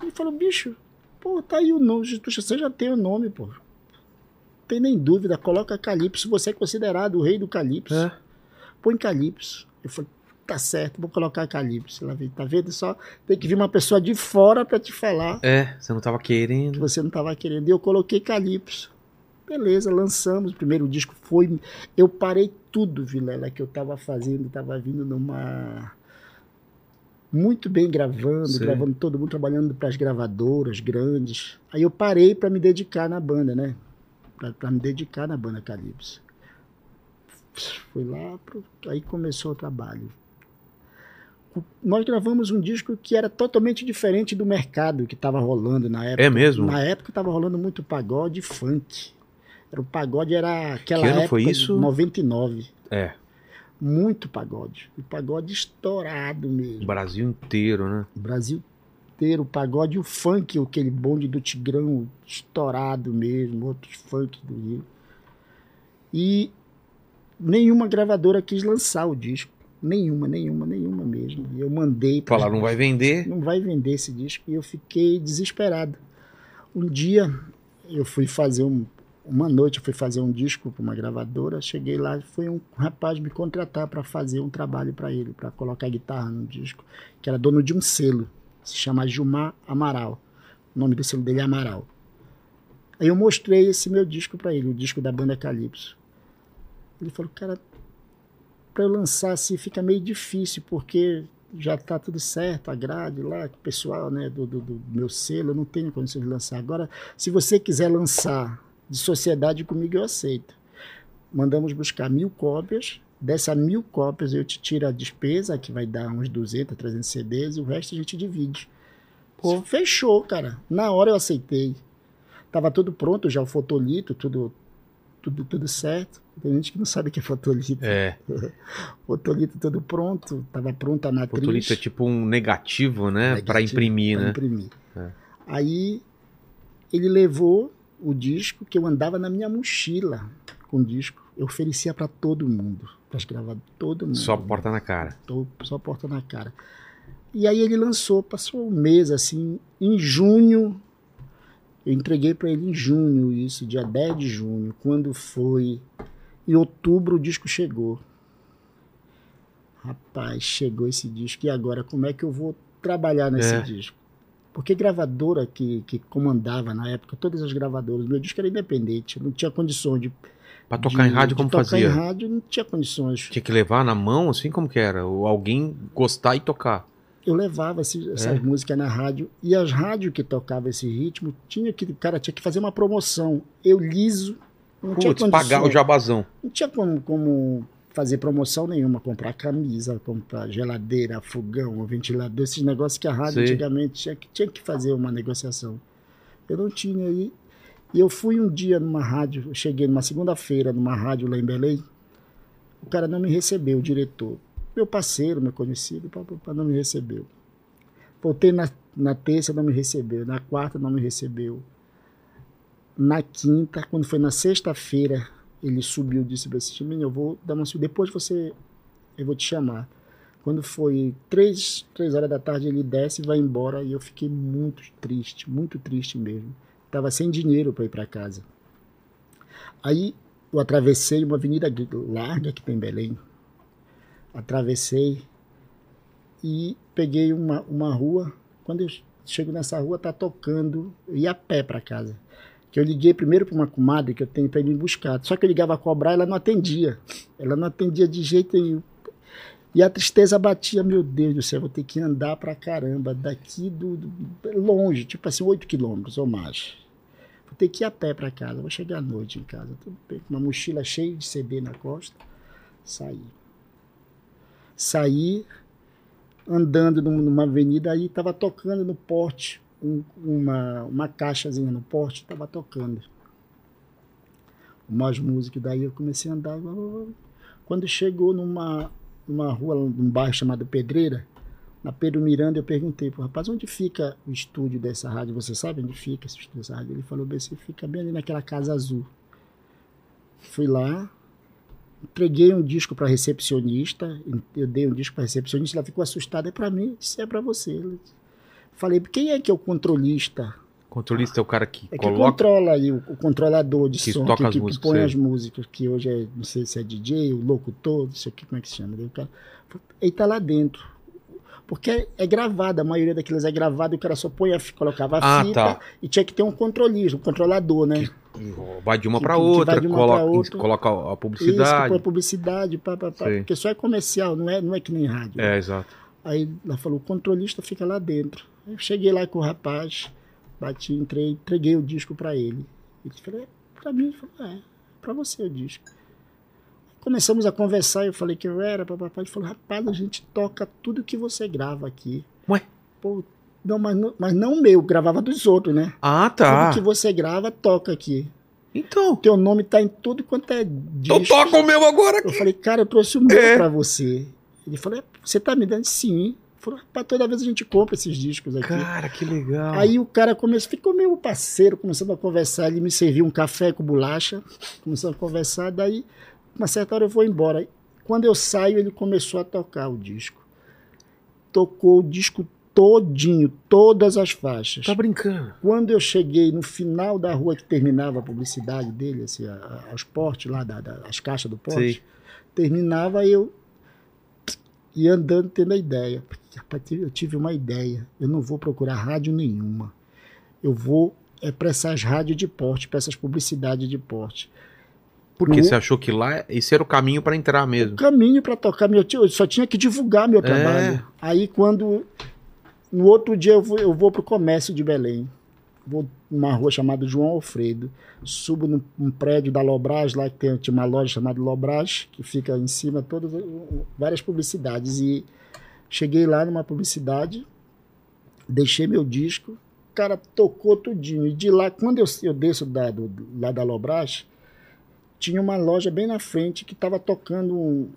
Ele falou, bicho, pô, tá aí o nome, tu- você já tem o nome, pô. Tem nem dúvida, coloca Calypso, você é considerado o rei do
É.
Calypso põe Calypso. Eu falei, tá certo, vou colocar Calypso. Ela veio, tá vendo? Só tem que vir uma pessoa de fora pra te falar
É, você não tava
que
querendo.
você não tava querendo. E eu coloquei Calypso. Beleza, lançamos. O primeiro disco foi. Eu parei tudo, Vilela, que eu tava fazendo, tava vindo numa. Muito bem gravando,
Sei.
gravando todo mundo, trabalhando para as gravadoras grandes. Aí eu parei para me dedicar na banda, né? Para me dedicar na banda Calypso. Fui lá, pro- aí começou o trabalho. O- Nós gravamos um disco que era totalmente diferente do mercado que estava rolando na época.
É mesmo?
Na época estava rolando muito pagode e funk. Era o pagode era aquela
Que ano
época
foi
de
isso?
99.
É,
Muito pagode. O pagode estourado
o
mesmo.
Brasil inteiro, né?
O Brasil inteiro, o pagode, o funk, aquele bonde do Tigrão estourado mesmo, outros funk do Rio. E nenhuma gravadora quis lançar o disco. Nenhuma, nenhuma, nenhuma mesmo. E eu mandei pra-
Falar, não vai vender.
não vai vender esse disco. E eu fiquei desesperado. Um dia eu fui fazer um, uma noite, eu fui fazer um disco para uma gravadora. Cheguei lá, foi um rapaz me contratar para fazer um trabalho para ele, para colocar guitarra no disco, que era dono de um selo, se chama Gilmar Amaral. O nome do selo dele é Amaral. Aí eu mostrei esse meu disco para ele, o disco da banda Calypso. Ele falou, cara, para eu lançar assim fica meio difícil, porque já está tudo certo, a grade lá, o pessoal né, do, do, do meu selo, eu não tenho condições de lançar. Agora, se você quiser lançar de sociedade comigo, eu aceito. Mandamos buscar mil cópias, dessas mil cópias eu te tiro a despesa, que vai dar uns 200, 300 CDs, e o resto a gente divide. Pô, fechou, cara. Na hora eu aceitei. Tava tudo pronto já, o fotolito, tudo, tudo, tudo certo. Tem gente que não sabe o que é fotolito.
É,
Fotolito tudo pronto, tava pronta a matriz.
fotolito é tipo um negativo, né? Pra
Negativo,
imprimir,
pra
né?
imprimir.
É.
Aí ele levou o disco que eu andava na minha mochila com o disco. Eu oferecia para todo mundo, para gravar todo mundo.
Só porta na cara.
Tô- só porta na cara. E aí ele lançou, passou um mês assim, em junho. Eu entreguei para ele em junho isso, dia 10 de junho, quando foi em outubro o disco chegou. Rapaz, chegou esse disco e agora como é que eu vou trabalhar nesse
É.
disco? Porque gravadora que, que comandava na época, todas as gravadoras, meu disco era independente, eu não tinha condições de
Pra tocar em
de-
rádio,
de
como
tocar
fazia?
em rádio, não tinha condições.
Tinha que levar na mão, assim como que era? Ou alguém gostar e tocar.
eu levava esse- essas
É.
músicas na rádio e as rádios que tocavam esse ritmo tinha que o cara tinha que fazer uma promoção eu liso não tinha
Putz,
condição,
pagar o jabazão.
não tinha como, como fazer promoção nenhuma comprar camisa comprar geladeira fogão ventilador esses negócios que a rádio
Sei.
antigamente tinha que, tinha que fazer uma negociação eu não tinha aí e eu fui um dia numa rádio eu cheguei numa segunda-feira numa rádio lá em Belém o cara não me recebeu o diretor meu parceiro, meu conhecido, pá, pá, pá, não me recebeu. Voltei na, na terça, não me recebeu. Na quarta, não me recebeu. Na quinta, quando foi na sexta-feira, ele subiu e disse para esse menino, eu vou dar uma subida, depois você, eu vou te chamar. Quando foi três, três horas da tarde, ele desce e vai embora, e eu fiquei muito triste, muito triste mesmo. Tava sem dinheiro para ir para casa. Aí eu atravessei uma avenida gr- larga que tem em Belém, atravessei e peguei uma, uma rua. Quando eu chego nessa rua, tá tocando, eu ia a pé para casa. Que eu liguei primeiro para uma comadre que eu tenho para ir me buscar. Só que eu ligava a cobrar, ela não atendia. Ela não atendia de jeito nenhum. E a tristeza batia, meu Deus do céu, vou ter que andar pra caramba daqui do, do- longe, tipo assim, 8 quilômetros ou mais. Vou ter que ir a pé pra casa, vou chegar à noite em casa. Tudo bem, com uma mochila cheia de CD na costa, saí saí andando num- numa avenida aí estava tocando no porte um- uma uma caixazinha no porte estava tocando umas músicas daí eu comecei a andar quando chegou numa numa rua num bairro chamado Pedreira na Pedro Miranda eu perguntei pro rapaz onde fica o estúdio dessa rádio você sabe onde fica esse estúdio dessa rádio ele falou bem você fica bem ali naquela casa azul fui lá entreguei um disco para recepcionista, eu dei um disco para recepcionista, ela ficou assustada, é para mim, isso é para você. Ela disse- Falei, quem é que é o controlista?
Controlista é o cara que
É que
coloca.
controla aí, o, o controlador de
Que
som,
toca
que,
as
que- que
músicas,
põe
sei.
as músicas, que hoje é, não sei se é DJ, o locutor, não sei o que, como é que se chama. Daí o cara, ele tá lá dentro. Porque é, é gravado, a maioria daqueles é gravado, o cara só põe a, fi- colocava a
Ah,
fita
tá.
e tinha que ter um controlista, um controlador, né?
Vai de uma
que-
pra
que vai
outra,
de uma pra
coloca,
outra.
coloca a
Isso, que
publicidade.
põe publicidade, pá, pá, pá,
Sei.
porque só é comercial, não é, não é que nem rádio.
É, exato.
Aí ela falou, o controlista fica lá dentro. Aí eu cheguei lá com o rapaz, bati, entrei, entreguei o disco para ele. Ele falou, é pra mim? Ele falou, é, pra você o disco. Começamos a conversar, eu falei que eu era, papai. Ele falou, rapaz, a gente toca tudo que você grava aqui.
Ué?
Pô, não, mas não, mas não o meu, gravava dos outros, né?
Ah, tá.
Tudo que você grava, toca aqui.
Então.
Teu nome tá em tudo quanto é disco.
Então toca o meu agora.
Eu falei, cara, eu trouxe o meu
É.
pra você. Ele falou, é, você tá me dando? Sim. Ele Falou, rapaz, toda vez a gente compra esses discos aqui.
Cara, que legal.
Aí o cara começou, ficou meio parceiro, começando a conversar. Ele me serviu um café com bolacha, começando a conversar. Daí, uma certa hora eu vou embora. Quando eu saio, ele começou a tocar o disco. Tocou o disco todinho, todas as faixas.
Tá brincando.
Quando eu cheguei no final da rua que terminava a publicidade dele, assim, a, a- aos portes lá, da, da- as caixas do porte,
Sei.
terminava eu ia andando tendo a ideia. Porque, rapaz, tive- eu tive uma ideia. Eu não vou procurar rádio nenhuma. Eu vou é para essas rádios de porte, para essas publicidades de porte.
Porque
Não-
você achou que lá esse era o caminho pra entrar mesmo.
caminho para tocar meu tio, eu só tinha que divulgar meu trabalho. Aí quando no outro dia eu vou, eu vou pro comércio de Belém. Vou numa rua chamada João Alfredo, subo num, num prédio da Lobras, lá que tem tinha uma loja chamada Lobras, que fica em cima todas várias publicidades e cheguei lá numa publicidade, deixei meu disco, o cara tocou tudinho. E de lá quando eu, eu desço da, do, lá da Lobras, tinha uma loja bem na frente que estava tocando um,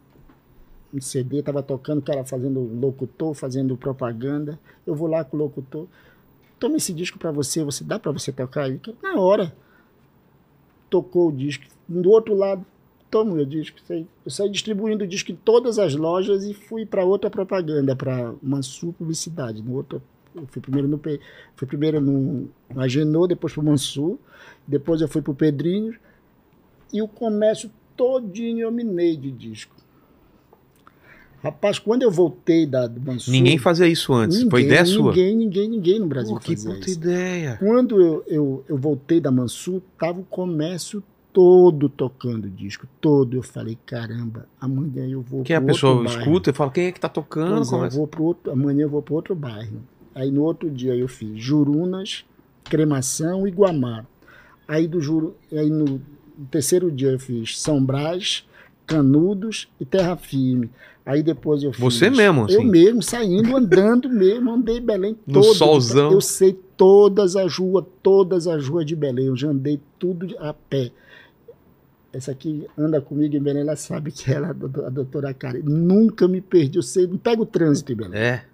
um CD, estava tocando, o cara fazendo locutor, fazendo propaganda. Eu vou lá com o locutor, toma esse disco para você, você dá para você tocar aí? Na hora, tocou o disco. Do outro lado, toma o meu disco. Saí- Eu saí distribuindo o disco em todas as lojas e fui para outra propaganda, para uma Mansur Publicidade. No outro, eu fui primeiro no, Pe- fui primeiro no Agenor, depois para o Mansur, depois eu fui para o Pedrinho e o comércio todinho eu minei de disco. Rapaz, quando eu voltei da do Mansur...
Ninguém fazia isso antes. Foi ideia
ninguém,
sua?
Ninguém, ninguém, ninguém no Brasil
Pô, que
fazia
puta
isso.
ideia.
Quando eu, eu, eu voltei da Mansu, tava o comércio todo tocando disco, todo. Eu falei, caramba, amanhã eu vou
Que é a
pro
pessoa
outro bairro.
escuta e fala, quem é que tá tocando?
Pois é, eu
Começa-
vou pro outro, amanhã eu vou para outro bairro. Aí no outro dia eu fiz Jurunas, Cremação e Guamá. Aí do Juru, aí no terceiro dia eu fiz São Brás, Canudos e Terra Firme. Aí depois eu fiz
Você mesmo,
Eu
assim?
mesmo saindo andando mesmo, andei em Belém
No
todo.
solzão.
Eu sei todas as ruas, todas as ruas de Belém, eu já andei tudo a pé essa aqui anda comigo em Belém, ela sabe que ela é a doutora- a doutora Karen. Nunca me perdi, eu sei, não pego o trânsito em Belém.
É.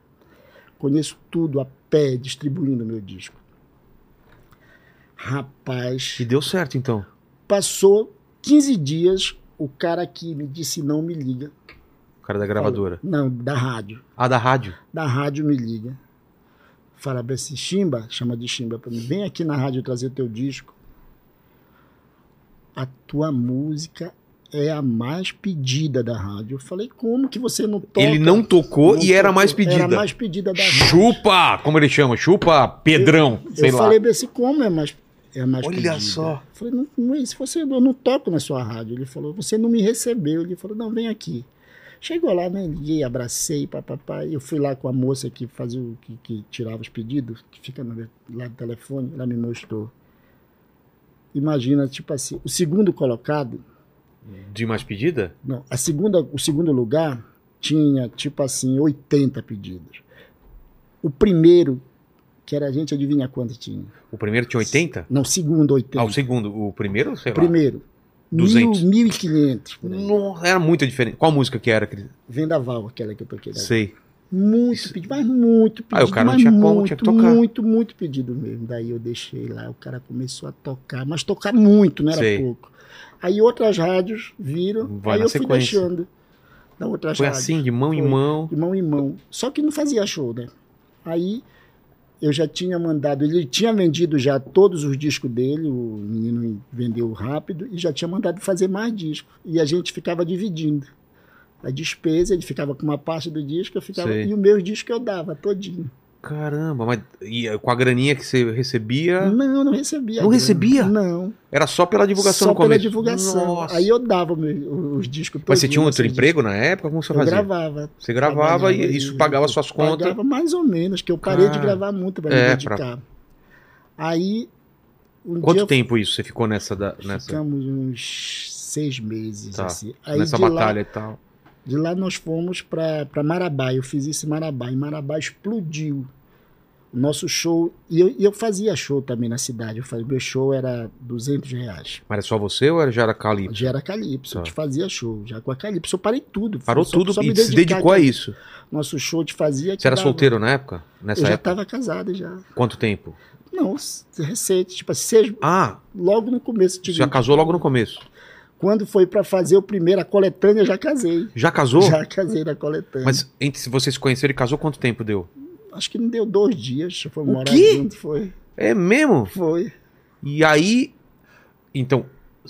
Conheço tudo a pé, distribuindo meu disco. Rapaz,
E deu certo, então.
passou 15 dias, o cara que me disse não me liga.
O cara da gravadora.
Não, da rádio.
Ah, da rádio.
Da rádio me liga. Fala pra esse Chimba, chama de Chimba pra mim, vem aqui na rádio trazer teu disco. A tua música é a mais pedida da rádio. Eu falei, como que você não toca?
Ele não tocou
Não
e era
tocou.
mais pedida.
Era mais pedida da rádio.
Chupa! Como ele chama? Chupa Pedrão. sei
eu
lá.
falei pra esse como é mais, é mais
Olha
pedida.
só.
Eu falei, não, não é isso. Você, eu não toco na sua rádio. Ele falou, você não me recebeu. Ele falou, não, vem aqui. Chegou lá, né? Liguei, abracei, papapá. Eu fui lá com a moça que fazia o que, que tirava os pedidos, que fica no- lá do telefone, ela me mostrou. Imagina, tipo assim, o segundo colocado
De mais pedida?
Não, a segunda, o segundo lugar tinha, tipo assim, 80 pedidos. O primeiro, que era a gente adivinha quanto tinha.
O primeiro tinha 80?
Não, segundo, 80.
Ah, o segundo. O primeiro, sei lá.
primeiro,
200.
1.500. por aí.
Nossa, era muito diferente. Qual música que era, Cris?
Vendaval, aquela que eu toquei. Lá.
Sei.
Muito pedido, mas muito
Ah,
pedido.
o cara não
mas
tinha
muito,
como, tinha que tocar.
Muito, muito pedido mesmo. Daí eu deixei lá, o cara começou a tocar, mas tocar muito, não era
Sei.
pouco. Aí outras rádios viram,
Vai
aí
na
eu fui
sequência.
deixando. Da outras
Foi
rádios.
assim, de mão em
Foi.
mão.
de mão em mão. Só que não fazia show, né? Aí eu já tinha mandado, ele tinha vendido já todos os discos dele, o menino vendeu rápido, e já tinha mandado fazer mais discos. E a gente ficava dividindo. A despesa, ele ficava com uma parte do disco, eu ficava.
Sei.
E o meu disco eu dava todinho.
Caramba, mas e, eh, com a graninha que você recebia,
Não, não recebia.
É. Não
grana.
recebia?
Não.
era só pela divulgação
Hum? só
no começo?
pela divulgação.
Nossa.
Aí eu dava meu- os discos
Mas você tinha
todinho,
um
assim,
outro
disco.
emprego na época? Como você
Eu
fazia?
gravava.
Você gravava
Trabalhava
e isso
e
pagava suas contas.
Pagava um mais ou menos, que eu parei de
Cara,
gravar muito para
é,
me dedicar. Aí, um
Quanto
dia
tempo isso você ficou nessa... da- nessa,
ficamos uns seis meses,
Tá.
assim. Aí
nessa
de,
batalha
Lá,
e tal?
de lá nós fomos para Marabá, eu fiz isso em Marabá, e Marabá explodiu. O Nosso show, e eu, e eu fazia show também na cidade, eu fazia, meu show era 200 reais.
Mas era só você ou era já era Cali?
Já era Calypso,
Tá.
eu te fazia show, já com a Calypso, eu parei tudo.
Parou
só-
tudo
só me
e se
dedicar
dedicou a
que
isso.
Nosso show te fazia... que
Você era
dava-
solteiro na época? Nessa
Eu já
época?
estava casado já.
Quanto tempo?
Não, s- recente, tipo assim, seis,
Ah,
logo no começo.
você
Tipo,
já casou logo no começo.
Quando foi pra fazer o primeiro, a coletânea, eu já casei.
Já casou?
Já casei na coletânea.
Mas entre se vocês se conheceram e casou, quanto tempo deu?
Acho que não deu dois dias, foi morar
quê?
junto, foi.
É mesmo?
Foi.
E aí. Então,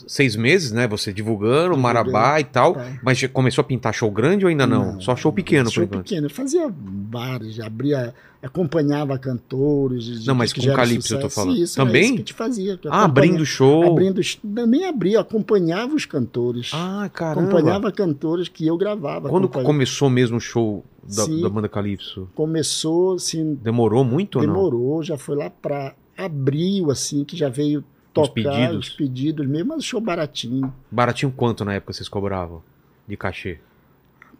seis meses, né? Você divulgando, Marabá e tal.
Tá.
Mas já começou a pintar show grande ou ainda não? Só show pequeno,
Show
por enquanto.
pequeno. Eu fazia bares, abria, acompanhava cantores. de-
Não, mas
que
com
já era
Calypso eu tô
sucesso.
falando.
Isso,
Também?
Era isso que a gente fazia. que eu
Ah, abrindo show.
Abrindo, os- nem abria, acompanhava os cantores.
Ah, caramba.
acompanhava cantores que eu gravava.
Quando
acompanha-
começou mesmo o show da,
Sim.
da banda Calypso?
começou, assim,
Demorou muito ou não?
demorou, já foi lá para abril, assim, que já veio tocar
pedidos.
os pedidos mesmo, mas show baratinho.
Baratinho quanto na época vocês cobravam de cachê?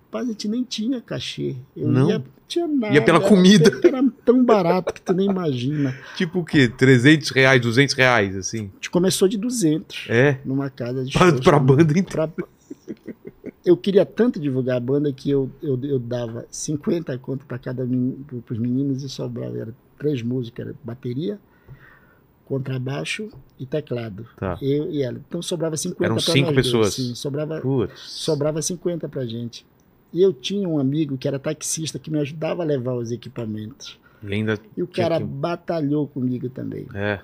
Rapaz, a gente nem tinha cachê. Eu
Não?
ia, tinha nada.
Ia pela
era-
comida.
Era tão barato que tu nem imagina.
Tipo o quê? 300 reais, 200 reais, assim?
A gente começou de 200
É?
numa casa de
Pra,
shows.
pra banda inteira.
Pra- Eu queria tanto divulgar a banda que eu, eu, eu dava 50 conto para cada menino, pros meninos e sobrava. Era três músicas, era bateria, contrabaixo e teclado.
Tá.
Eu e ela. Então sobrava 50
Eram
pra
cinco
nós dois,
pessoas.
sim, sobrava,
Putz.
sobrava 50 pra gente. E eu tinha um amigo que era taxista que me ajudava a levar os equipamentos.
E ainda.
E o
Tinha
cara
que-
batalhou comigo também.
É.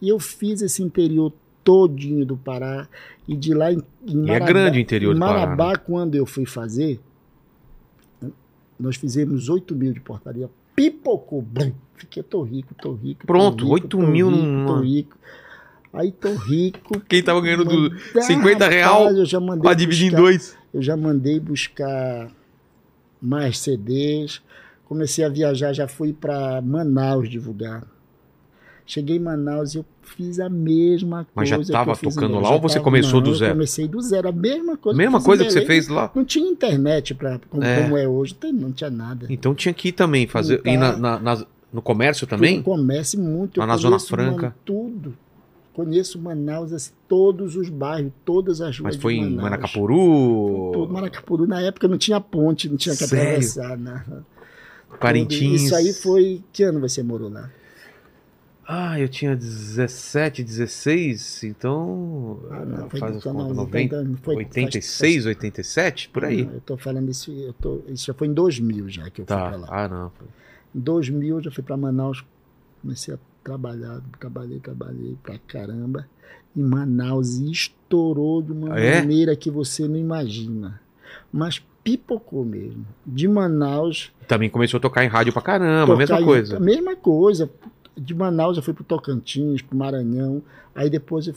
E eu fiz esse interior todinho do Pará e de lá em, em
E é grande o interior
em
do Pará, né?
Marabá, quando eu fui fazer, nós fizemos 8 mil de portaria. Pipocou, blum, fiquei tô rico, tô rico. tô
Pronto,
rico,
8
tô
mil
rico,
numa-
Tô rico. Aí tô rico.
Quem tava ganhando do
Mandar,
50 real
rapaz, eu já mandei
pra dividir em
buscar-
dois.
eu já mandei buscar mais CDs. Comecei a viajar, já fui para Manaus divulgar. Cheguei em Manaus e eu fiz a mesma coisa.
Mas já
que eu
tava
fiz em
tocando
Belém.
lá
Já
ou você começou do
eu
zero?
Comecei do zero, a mesma coisa. eu
Mesma
fiz em
coisa que você
Belém.
fez lá?
Não tinha internet pra, como,
É.
como é hoje, tem- não tinha nada.
Então tinha que ir também, fazer.
Então-
Ir na- na- nas- no comércio também?
Tudo comece muito.
Lá
eu
na Zona
conheço, mano,
Franca.
Tudo. Conheço Manaus, assim, todos os bairros, todas as ruas
Mas
de
foi em
Manaus. Tudo,
Manacapuru,
Maracapuru, Tipo, na época não tinha ponte, não tinha que
Sério?
atravessar. Né?
Parintins.
Isso aí foi. Que ano você morou lá?
Ah, eu tinha 17, 16, então.
Ah, não, foi
faz as
então, não,
contas,
então,
90,
então, foi- faz-
86, 87, por aí.
Não, eu tô falando isso, eu tô, isso já foi em 2000 já que eu fui
Tá.
pra lá.
Ah, não.
Em 2000 eu já fui pra Manaus, comecei a trabalhar, trabalhei, trabalhei pra caramba. Em Manaus e estourou de uma
Ah, é?
maneira que você não imagina. Mas pipocou mesmo. De Manaus
Também começou a tocar em rádio pra caramba, a
Tocar
mesma
em-
coisa.
mesma coisa. De Manaus eu fui pro Tocantins, pro Maranhão. Aí depois eu.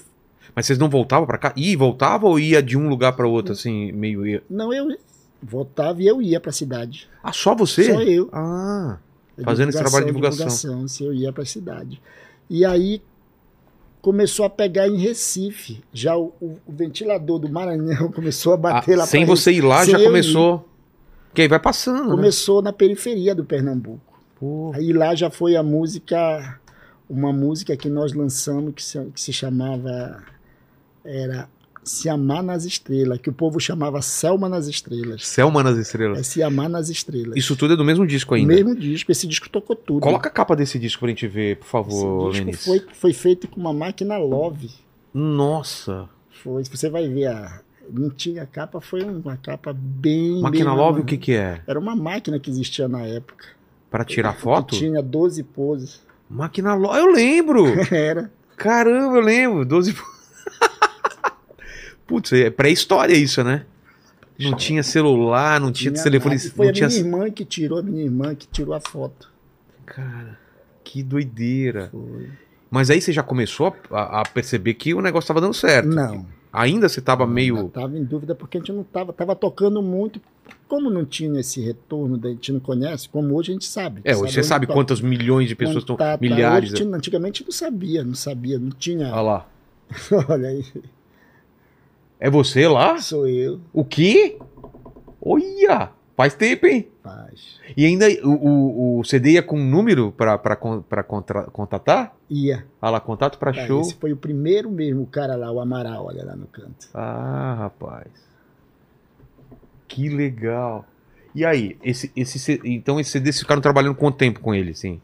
Mas vocês não voltavam pra cá? Ih, voltava ou ia de um lugar pra outro, assim, meio.
Não, eu voltava e eu ia pra cidade.
Ah, só você?
Só eu.
Ah, Fazendo esse trabalho de divulgação.
se eu ia pra cidade. E aí começou a pegar em Recife. Já o, o- o ventilador do Maranhão começou a
ah,
bater lá
sem
pra
você ir lá
Sem
já
eu ir.
começou. Porque aí vai passando.
Recife.
né?
Começou na periferia do Pernambuco.
Pô,
Aí lá já foi a música, uma música que nós lançamos que se, que se chamava era Se Amar nas Estrelas, que o povo chamava Selma nas Estrelas.
Selma nas
É
estrelas.
Se Amar nas Estrelas.
Isso tudo é do mesmo disco
o
ainda.
mesmo disco, esse disco tocou tudo.
Coloca a capa desse disco pra gente ver, por favor,
esse disco
Vinícius.
foi, foi feito com uma máquina Love.
Nossa.
Foi, você vai ver a não tinha capa, foi uma capa bem
Máquina
bem-
Love, o que que é?
Era uma máquina que existia na época.
Pra tirar
Que
foto?
tinha 12 poses.
Máquina Love, eu lembro.
Era.
Caramba, eu lembro. 12... Putz, é pré-história isso, né? Não tinha celular, não tinha, telefone,
nada. E Foi
não
a
tinha...
minha irmã que tirou, a minha irmã que tirou a foto.
Cara, que doideira.
Foi.
Mas aí você já começou a, a perceber que o negócio tava dando certo.
Não.
Ainda você tava
Eu
meio.
tava em dúvida porque a gente não tava, tava tocando muito. Como não tinha esse retorno, da- a gente não conhece, como hoje a gente sabe.
É, hoje você
onde
sabe
tá-
quantas milhões de pessoas
onde
estão.
tá, tá.
milhares. né? Ah.
Hoje, antigamente não sabia, não sabia, não tinha.
Olha lá.
Olha aí,
É você lá?
sou eu,
O quê? Olha! Faz tempo, hein?
paz.
E ainda o, o, o CD ia com um número pra, pra, con- pra contra- contatar?
Ia.
Olha lá, contato pra
Tá,
show.
Esse foi o primeiro mesmo, o cara lá, o Amaral, olha lá no canto.
Ah, rapaz. Que legal. E aí, esse, esse, C- então esse CD vocês ficaram trabalhando quanto tempo com ele, assim? sim?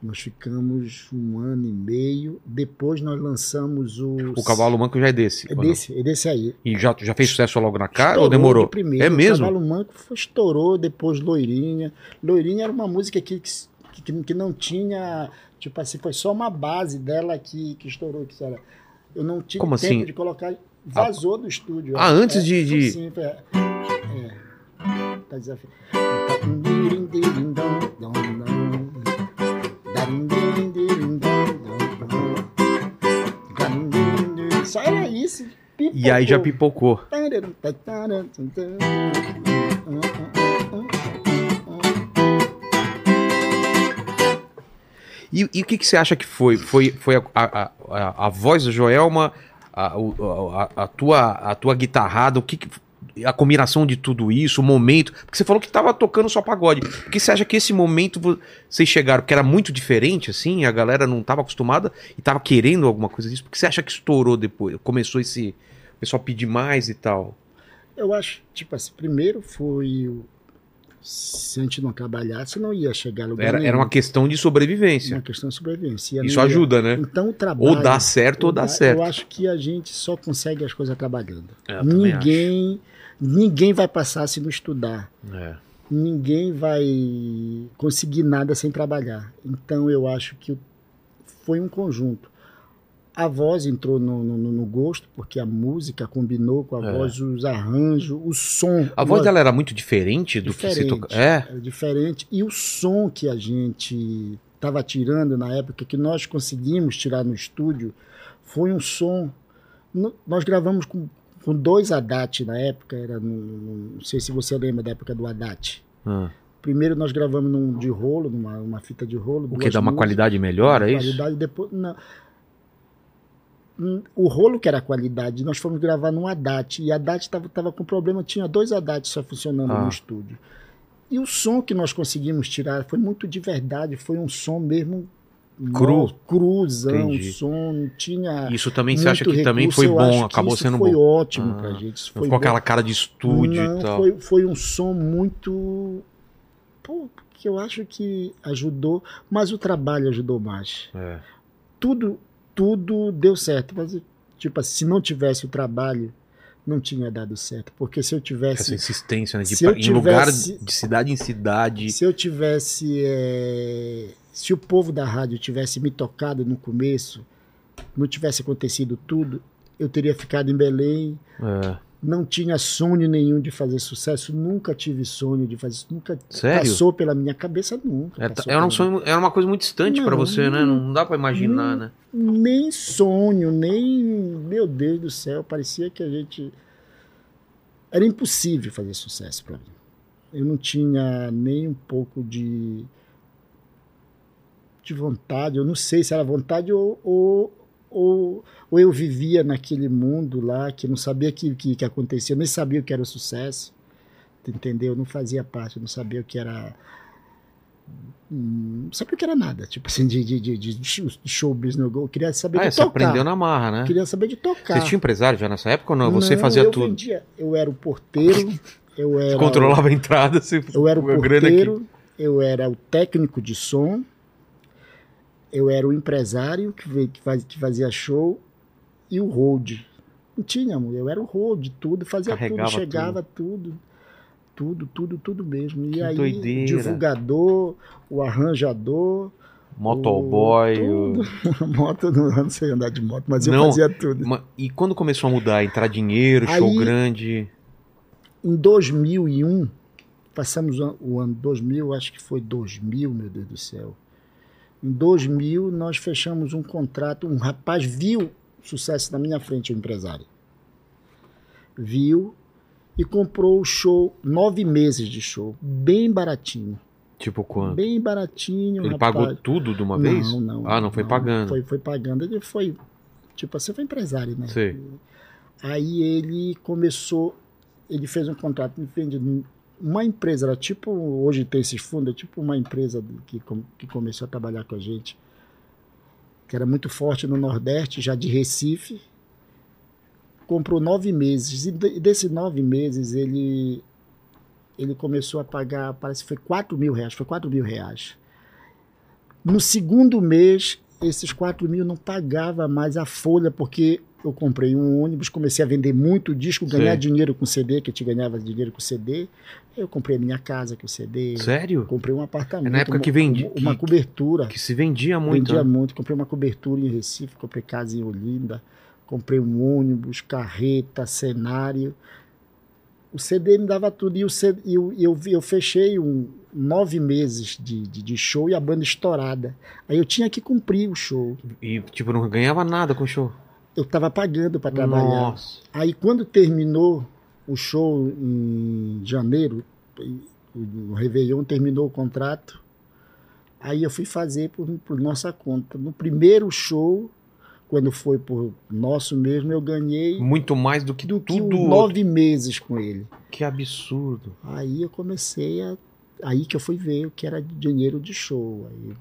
Nós ficamos um ano e meio. Depois nós lançamos o.
O Cavalo Manco já é desse.
É
ou não?
desse, é desse aí.
E já, já fez sucesso logo na cara
Estourou
ou
de
demorou?
primeira.
É mesmo?
O Cavalo Manco foi- estourou, depois Loirinha. Loirinha era uma música que, que, que- que não tinha. Tipo assim, foi só uma base dela que, que estourou. Que era, Eu não tive
Como
tempo
assim?
de colocar. Vazou do estúdio.
Ah, antes de- de-
Sim, foi- é. é. Tá desafiado. Só era isso.
E aí já pipocou.
pipocou.
E, e o que, que você acha que foi? Foi, foi a, a, a, a voz do Joelma, a, o- a, a tua, a tua guitarrada, o que, que- a combinação de tudo isso, o momento. Porque você falou que tava tocando só pagode. O que você acha que esse momento vo- vocês chegaram? Porque era muito diferente, assim, a galera não tava acostumada e tava querendo alguma coisa disso. Por que você acha que estourou depois? Começou esse. O pessoal pedir mais e tal.
Eu acho, tipo assim, primeiro foi o. Se a gente não trabalhasse, não ia chegar a lugar
Era,
nenhum.
era uma questão de sobrevivência.
uma questão de sobrevivência. E a
Isso
minha-
ajuda, né?
Então o trabalho.
Ou dá certo ou dá certo.
Eu acho que a gente só consegue as coisas trabalhando.
É, eu também acho.
ninguém, ninguém vai passar se não estudar.
É.
Ninguém vai conseguir nada sem trabalhar. Então eu acho que foi um conjunto. A voz entrou no, no- no- no gosto, porque a música combinou com a
É.
voz, os arranjos, o som.
A voz
Nós-
dela era muito diferente do que você
Diferente.
tocava. É.
era diferente. E o som que a gente estava tirando na época, que nós conseguimos tirar no estúdio, foi um som. no- Nós gravamos com, com dois Haddad na época, era no- no- não sei se você lembra da época do Haddad.
Ah.
Primeiro nós gravamos num de rolo, numa uma fita de rolo.
O que
duas
dá uma
músicas,
qualidade melhor, é isso?
qualidade, depois. Não. Hum, O rolo que era a qualidade, nós fomos gravar num Haddad. E a Haddad estava com problema, tinha dois Haddad só funcionando
Ah.
no estúdio. E o som que nós conseguimos tirar foi muito de verdade, foi um som mesmo.
Cru.
nó- cruzão,
Entendi.
o som, não tinha.
Isso também você acha que
muito
também
recurso,
foi
eu
bom,
acho que
acabou
isso
sendo
foi
bom.
ótimo
Ah,
pra gente. Isso
Não
foi
ficou
bom.
aquela cara de estúdio
Não,
e tal.
Foi, foi um som muito. Pô, que eu acho que ajudou, mas o trabalho ajudou mais.
É.
Tudo, tudo deu certo, mas, tipo, assim, se não tivesse o trabalho, não tinha dado certo. Porque se eu
Essa
tivesse.
insistência, né? De
assim. se
pa-
eu
Em lugar,
tivesse-
de cidade em cidade.
Se eu tivesse. eh, se o povo da rádio tivesse me tocado no começo, não tivesse acontecido tudo, eu teria ficado em Belém,
É.
não tinha sonho nenhum de fazer sucesso, nunca tive sonho de fazer isso, nunca
Sério?
passou pela minha cabeça, nunca.
É, tá-
passou
era, um
pela-
sonho- era uma coisa muito distante pra
Não,
você, né? Não dá pra imaginar, né?
Nem sonho, nem. Meu Deus do céu, parecia que a gente. Era impossível fazer sucesso pra mim. Eu não tinha nem um pouco de. de vontade, eu não sei se era vontade ou. ou ou, ou eu vivia naquele mundo lá que não sabia o que, que, que acontecia, eu nem sabia o que era o sucesso, entendeu? Eu não fazia parte, eu não sabia o que era Hum, não sabia o que era nada, tipo assim, de, de, de, de show business. Eu queria saber
Ah, é,
de
você
tocar.
aprendeu na marra, né?
Eu queria saber de tocar.
Você tinha empresário já nessa época ou não? Você fazia
eu
tudo.
vendia. Eu era o porteiro, eu
Você
era.
controlava a entrada, você
Eu era o
a grana
porteiro, eu era o técnico de som, eu era o empresário que, ve- que faz- que fazia show e o hold. Não tinha, amor, eu era o hold, tudo, fazia
Carregava
tudo, chegava tudo. Tudo, tudo, tudo mesmo. E
Que
aí,
doideira.
divulgador, o arranjador,
motoboy. o-
tudo. moto, não, eu não sei andar de moto, mas
Não.
eu fazia tudo.
Ma- E quando começou a mudar, entrar dinheiro, show
Aí-
grande.
Em 2001, passamos o an- o ano 2000, acho que foi 2000, meu Deus do céu. Em 2000, nós fechamos um contrato. Um rapaz viu sucesso na minha frente, o empresário. Viu e comprou o show, nove meses de show, bem baratinho.
Tipo quanto?
Bem baratinho.
Ele
rapaz.
pagou tudo de uma vez?
Não, não.
Ah, não foi pagando.
Foi, foi pagando. Ele foi. Tipo, você foi empresário, né?
Sei.
Aí ele começou. Ele fez um contrato, entende? Uma empresa, era tipo. Hoje tem esses fundos, é tipo uma empresa do- que, com- que começou a trabalhar com a gente, que era muito forte no Nordeste, já de Recife. Comprou nove meses. E de- desses nove meses, ele. Ele começou a pagar, parece que foi 4 mil reais, foi 4 mil reais. No segundo mês, esses 4 mil não pagava mais a folha, porque eu comprei um ônibus, comecei a vender muito disco, ganhar
Sei.
dinheiro com CD, que a gente ganhava dinheiro com CD. Eu comprei a minha casa com CD, eu
Sério?
comprei um apartamento.
É na época
uma-
que vendi-
Uma
que-
cobertura.
Que se vendia muito.
vendia
né?
muito. Comprei uma cobertura em Recife, comprei casa em Olinda, Comprei um ônibus, carreta, cenário. O CD me dava tudo. E, o C- e o- e eu, vi- eu fechei um, nove meses de, de, de show e a banda estourada. Aí eu tinha que cumprir o show.
E, tipo, não ganhava nada com o show.
Eu estava pagando para trabalhar.
Nossa.
Aí quando terminou o show em janeiro, o Réveillon terminou o contrato, aí eu fui fazer por, por nossa conta. No primeiro show, quando foi por nosso mesmo, eu ganhei
Muito mais do que
do que
tudo.
o nove meses com ele.
Que absurdo.
Aí eu comecei a. Aí que eu fui ver o que era dinheiro de show. Aí,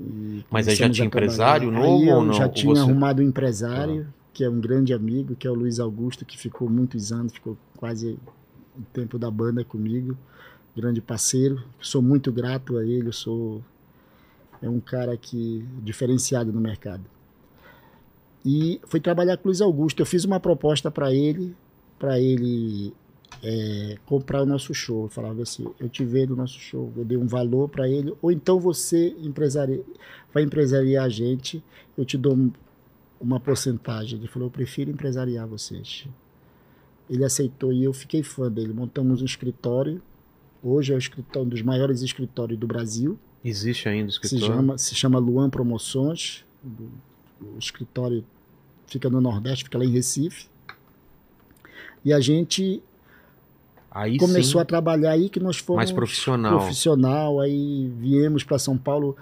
e
Mas aí já
começamos
tinha
a trabalhar.
empresário novo
aí eu
ou não?
já
Ou
tinha
você-
arrumado um empresário, que é um grande amigo, que é o Luiz Augusto, que ficou muitos anos, ficou quase o tempo da banda comigo. Grande parceiro. Sou muito grato a ele, eu sou. É um cara que diferenciado no mercado. E fui trabalhar com o Luiz Augusto. Eu fiz uma proposta para ele, para ele é, comprar o nosso show. Eu falava assim, eu te vendo o nosso show, eu dei um valor para ele, ou então você empresari vai empresariar a gente, eu te dou um- uma porcentagem. Ele falou, eu prefiro empresariar vocês. Ele aceitou e eu fiquei fã dele. Montamos um escritório, hoje é o escritório, um dos maiores escritórios do Brasil,
Existe ainda o
se
escritório?
chama, se chama Luan Promoções, o escritório fica no Nordeste, fica lá em Recife. E a gente
Aí
começou
sim,
a um trabalhar aí que nós fomos
mais profissional.
profissional, aí viemos para São Paulo.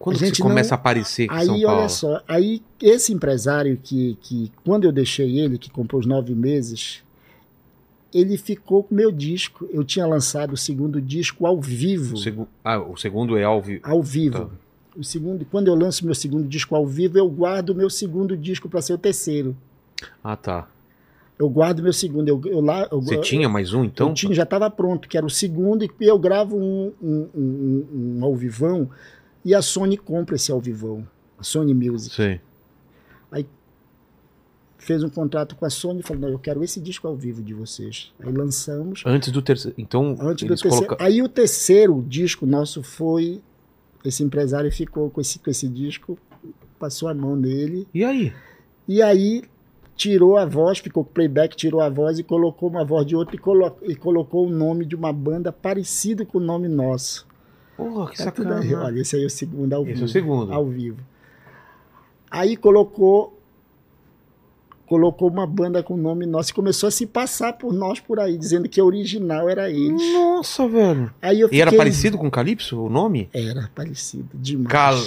Quando
A
que
gente
você
não-
começa a aparecer aqui em
Aí
São Paulo?
olha só, aí esse empresário que, que quando eu deixei ele, que comprou os nove meses, ele ficou com meu disco. Eu tinha lançado o segundo disco ao vivo,
O, segu- ah, o segundo é Alvi.
ao vivo. O segundo, quando eu lanço meu segundo disco ao vivo, eu guardo o meu segundo disco para ser o terceiro.
Ah, tá.
Eu guardo meu segundo. Eu, eu lá, eu,
Você tinha mais um, então?
Eu tinha, já estava pronto, que era o segundo, e eu gravo um, um, um, um- um alvivão e a Sony compra esse alvivão, a Sony Music.
Sei.
Fez um contrato com a Sony e falou: não, eu quero esse disco ao vivo de vocês. Aí lançamos.
Antes do terceiro. Então,
Antes do
eles
terceiro.
colocaram.
Aí o terceiro disco nosso foi. Esse empresário ficou com esse, com esse disco, passou a mão nele.
E aí?
E aí tirou a voz, ficou com playback, tirou a voz e colocou uma voz de outra e, colo- e colocou o nome de uma banda parecido com o nome nosso.
Porra, que
Tá tudo aí.
sacanagem.
Olha, esse aí é o segundo ao
Esse
vivo.
é o segundo.
Ao vivo. Aí colocou colocou uma banda com o nome nosso e começou a se passar por nós por aí, dizendo que a original era eles.
Nossa, velho.
Aí eu
E era
fiquei-
parecido com Calypso, o nome?
Era parecido demais.
Cal,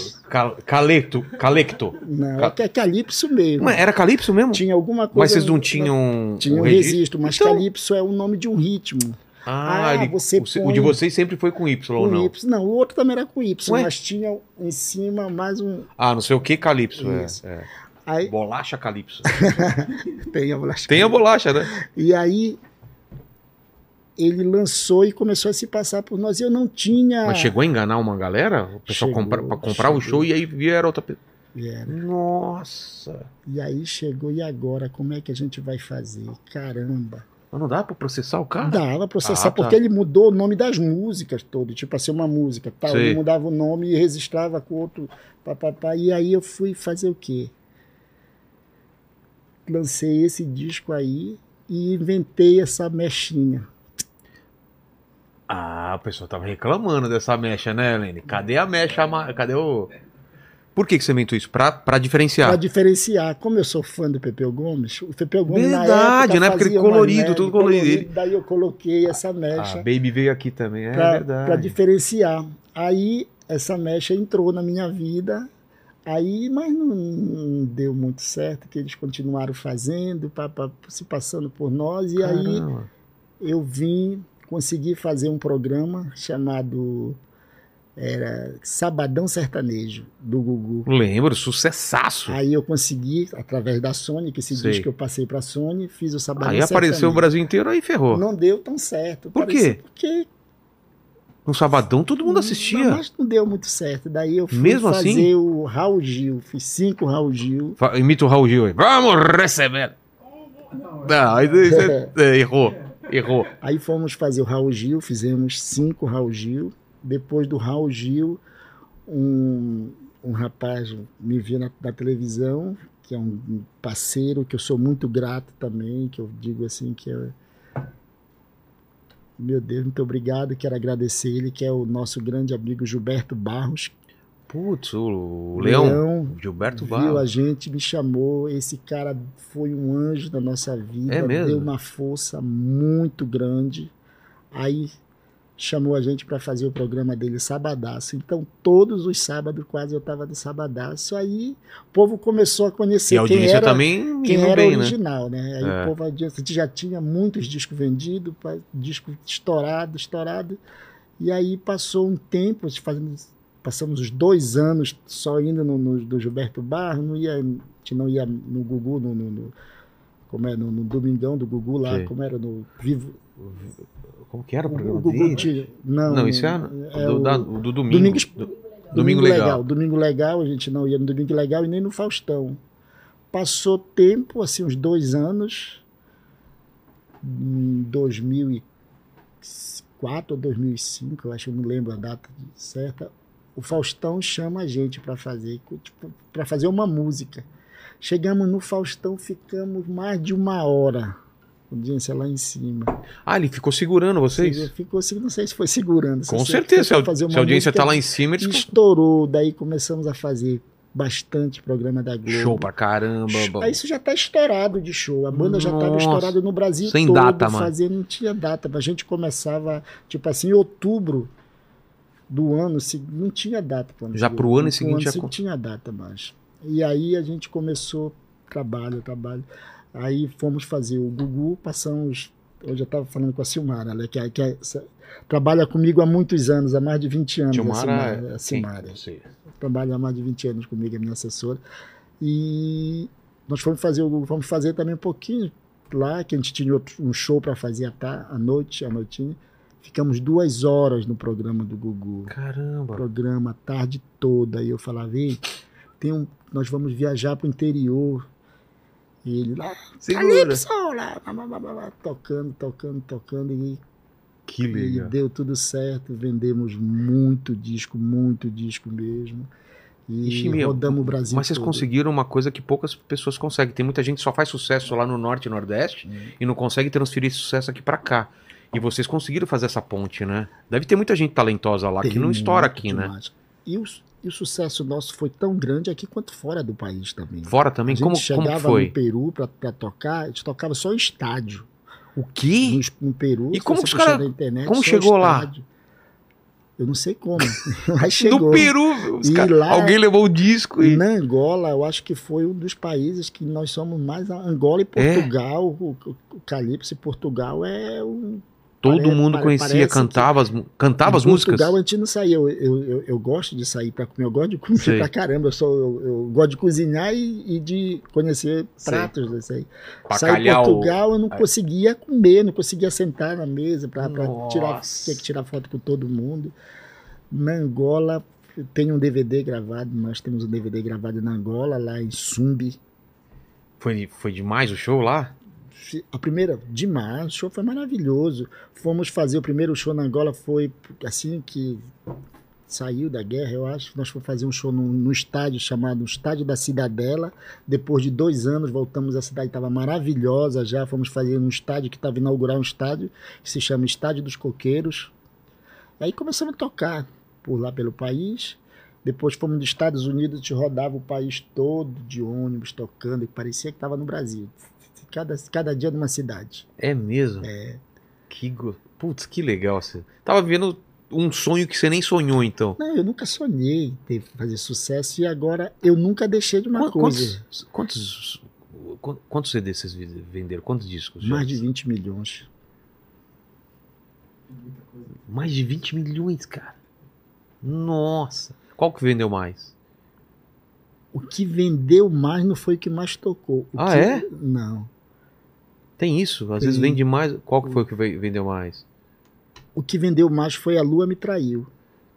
cal, caleto, Calecto.
Não,
Cal-
é que é Calypso mesmo.
Mas era Calypso mesmo?
Tinha alguma coisa.
Mas vocês não tinham.
Tinha um
um
registro, mas
Então-
Calypso é o nome de um ritmo.
Ah,
Ah,
ele-
você
o, se- o
põe-
de vocês sempre foi com Y ou
com
não?
Y. Não, o outro também era com Y,
Ué?
mas tinha em cima mais um.
Ah, não sei o que Calypso. é,
Isso.
é.
Aí
Bolacha Calypso.
tem a bolacha.
Tem a bolacha, né?
E aí ele lançou e começou a se passar por nós. E eu não tinha.
Mas chegou a enganar uma galera? O pessoal
Chegou,
compra, pra comprar o
chegou.
show e aí vieram outra pessoa.
É,
Nossa.
E aí chegou, e agora? Como é que a gente vai fazer? Caramba.
Mas não dá pra processar o cara?
Dava processar,
Ah, tá.
porque ele mudou o nome das músicas todo, tipo assim, uma música. Tal,
Sei.
ele mudava o nome e registrava com outro. Pá, pá, pá. E aí eu fui fazer o quê? Lancei esse disco aí e inventei essa mexinha.
Ah, o pessoal tava reclamando dessa mecha, né, Helene? Cadê a mecha? ama- Cadê o. Por que, que você inventou isso? Pra, pra diferenciar.
Pra diferenciar, como eu sou fã do Pepeu Gomes, o Pepeu Gomes na
Verdade,
época,
na época ele
fazia umas
colorido,
mecha,
tudo colorido.
Daí eu coloquei essa
Ah,
mecha
Baby veio aqui também, é
pra
verdade.
para diferenciar. Aí essa mecha entrou na minha vida. Aí, mas não, não deu muito certo, que eles continuaram fazendo, pá, pá, se passando por nós. E aí
Caramba.
eu vim consegui fazer um programa chamado era Sabadão Sertanejo, do Gugu.
Lembro, sucessaço.
Aí eu consegui, através da Sony, que esse
Sei.
disco eu passei para Sony, fiz o Sabadão
Aí apareceu o
Sertanejo.
Brasil inteiro, aí ferrou.
é Não deu tão certo.
Por
Parecia-
quê?
Porque
No sabadão todo mundo assistia.
Mas não deu muito certo. Daí eu fui
Mesmo
fazer
assim?
o Raul Gil, fiz cinco Raul Gil.
Fa- Imita o Raul Gil aí. Vamos receber!
Não, é
Não, aí você é, errou. Errou.
Aí fomos fazer o Raul Gil, fizemos cinco Raul Gil. Depois do Raul Gil, um, um rapaz me viu na, na televisão, que é um parceiro que eu sou muito grato também, que eu digo assim que é meu Deus, muito obrigado. Quero agradecer ele, que é o nosso grande amigo Gilberto Barros.
Putz, o Leão,
Leão
Gilberto
Viu a
Barros.
gente, me chamou. Esse cara foi um anjo da nossa vida.
É mesmo?
Deu uma força muito grande. Aí chamou a gente para fazer o programa dele Sabadaço. Então, todos os sábados, quase eu estava no Sabadaço. Aí o povo começou a conhecer
E a
quem
audiência
era
também
quem
indo
era
bem, né?
original, né? Aí
É.
o povo adianta- a gente já tinha muitos discos vendidos, pa- disco estourado, estourado. E aí passou um tempo, fazendo, passamos os dois anos só indo no, no- do Gilberto Barro, não ia, a gente não ia no Gugu, no, no- no- como é, no, no Domingão do Gugu lá,
Sim.
como era no Vivo.
Como que era É o
o
programa
Gugu
dele?
tinha- não,
Não, isso é,
é
do,
o-
da- o do domingo.
Domingos-
Do- domingo legal.
Domingo legal, a gente não ia no domingo legal e nem no Faustão. Passou tempo, assim, uns dois anos, em 2004 ou 2005, eu acho, eu não lembro a data certa. O Faustão chama a gente para fazer, tipo, para fazer uma música. Chegamos no Faustão, ficamos mais de uma hora. Audiência lá em cima.
Ah, ele ficou segurando vocês?
Ficou assim, não sei se foi segurando.
Com
se- se-
certeza. Se a,
fazer uma
se a audiência tá
música-
lá em cima,
e
eles.
estourou. Daí começamos a fazer bastante programa da Globo.
Show pra caramba. bom.
Aí isso já tá estourado de show. A banda já
Nossa.
tava estourada no Brasil
Sem
todo.
data, mano.
fazendo, não tinha data. A gente começava, tipo assim, em outubro do ano, se- não tinha data. Plano
Já
Piloto.
pro ano seguinte já
ano
con-
Não tinha data mais. E aí a gente começou trabalho, trabalho. Aí fomos fazer o Gugu, passamos... Hoje eu estava falando com a Silmara, né, que, é- que é- trabalha comigo há muitos anos, há mais de 20 anos. a Silmara-
Tilmara.
a
é quem?
Silmara
Não sei.
trabalha há mais de 20 anos comigo, é minha assessora. E nós fomos fazer, o- fomos fazer também um pouquinho lá, que a gente tinha outro- um show para fazer à, ta- à noite, à noitinha. Ficamos duas horas no programa do Gugu. O
Caramba.
programa a tarde toda. E eu falava, "Ei, tem um, nós vamos viajar para o interior. E ele lá,
Segura.
Calypso, lá, blá, blá, blá, blá, blá, tocando, tocando, tocando. E
Que
e
legal.
deu tudo certo, vendemos muito disco, muito disco mesmo. E
Ixi, meu,
rodamos o Brasil.
Mas vocês
todo.
conseguiram uma coisa que poucas pessoas conseguem. Tem muita gente que só faz sucesso lá no Norte e Nordeste
Hum.
e não consegue transferir esse sucesso aqui pra cá. E vocês conseguiram fazer essa ponte, né? Deve ter muita gente talentosa lá que
Tem
não estoura
muito
aqui, né?
demais. E o, su- e o sucesso nosso foi tão grande aqui quanto fora do país também.
Fora
a
também,
gente
como,
chegava
como que foi?
no Peru para tocar, a gente tocava só em estádio.
O quê?
No, es- no Peru,
E
se
como
você
que os
puxar
cara-
na internet,
como
só
chegou lá?
estádio. Eu não sei como. Mas chegou.
No Peru, os
E
cara-
lá-
alguém levou o disco e.
Na Angola, eu acho que foi um dos países que nós somos mais. a- Angola e
É?
Portugal, o, o- o Calypso e Portugal é um.
Todo
Pare-
mundo
pare-
conhecia,
parece que-
cantava, as, mu- cantava as
em
músicas.
Portugal a gente não saía. Eu, eu, eu, eu gosto de sair para comer, eu gosto de comer
Sei.
pra caramba. Eu, sou, eu, eu gosto de cozinhar e, e de conhecer
Sei.
pratos. desse aí. Sair em
Bacalhau.
Portugal eu não
Aí.
conseguia comer, não conseguia sentar na mesa para tirar,
Nossa.
tinha que tirar foto com todo mundo. Na Angola tem um DVD gravado, nós temos um DVD gravado na Angola, lá em Sumbi.
Foi, foi demais o show lá?
a primeira de março, o show foi maravilhoso. Fomos fazer o primeiro show na Angola, foi assim que saiu da guerra, eu acho. Nós fomos fazer um show num, num estádio chamado Estádio da Cidadela. Depois de dois anos voltamos, a cidade estava maravilhosa já. Fomos fazer um estádio que estava inaugurar um estádio que se chama Estádio dos Coqueiros. Aí começamos a tocar por lá pelo país. Depois fomos dos Estados Unidos, a gente rodava o país todo de ônibus tocando, e parecia que estava no Brasil. Cada, cada dia numa cidade.
É mesmo?
É.
Que go... Putz, que legal. Você... Tava vivendo um sonho que você nem sonhou, então.
Não, eu nunca sonhei em ter, fazer sucesso e agora eu nunca deixei de uma
Qu-
coisa.
Quantos, quantos, qu- quantos CDs vocês vi- venderam? Quantos discos? já?
Mais de 20 milhões.
Muita coisa.
Mais de 20 milhões, cara. Nossa. Qual que vendeu mais?
O que vendeu mais não foi o que mais tocou. O
Ah,
que-
é?
Não.
Tem isso? Às vezes
Tem.
vende mais. Qual que foi que ve- vendeu mais?
O que vendeu mais foi A Lua Me Traiu.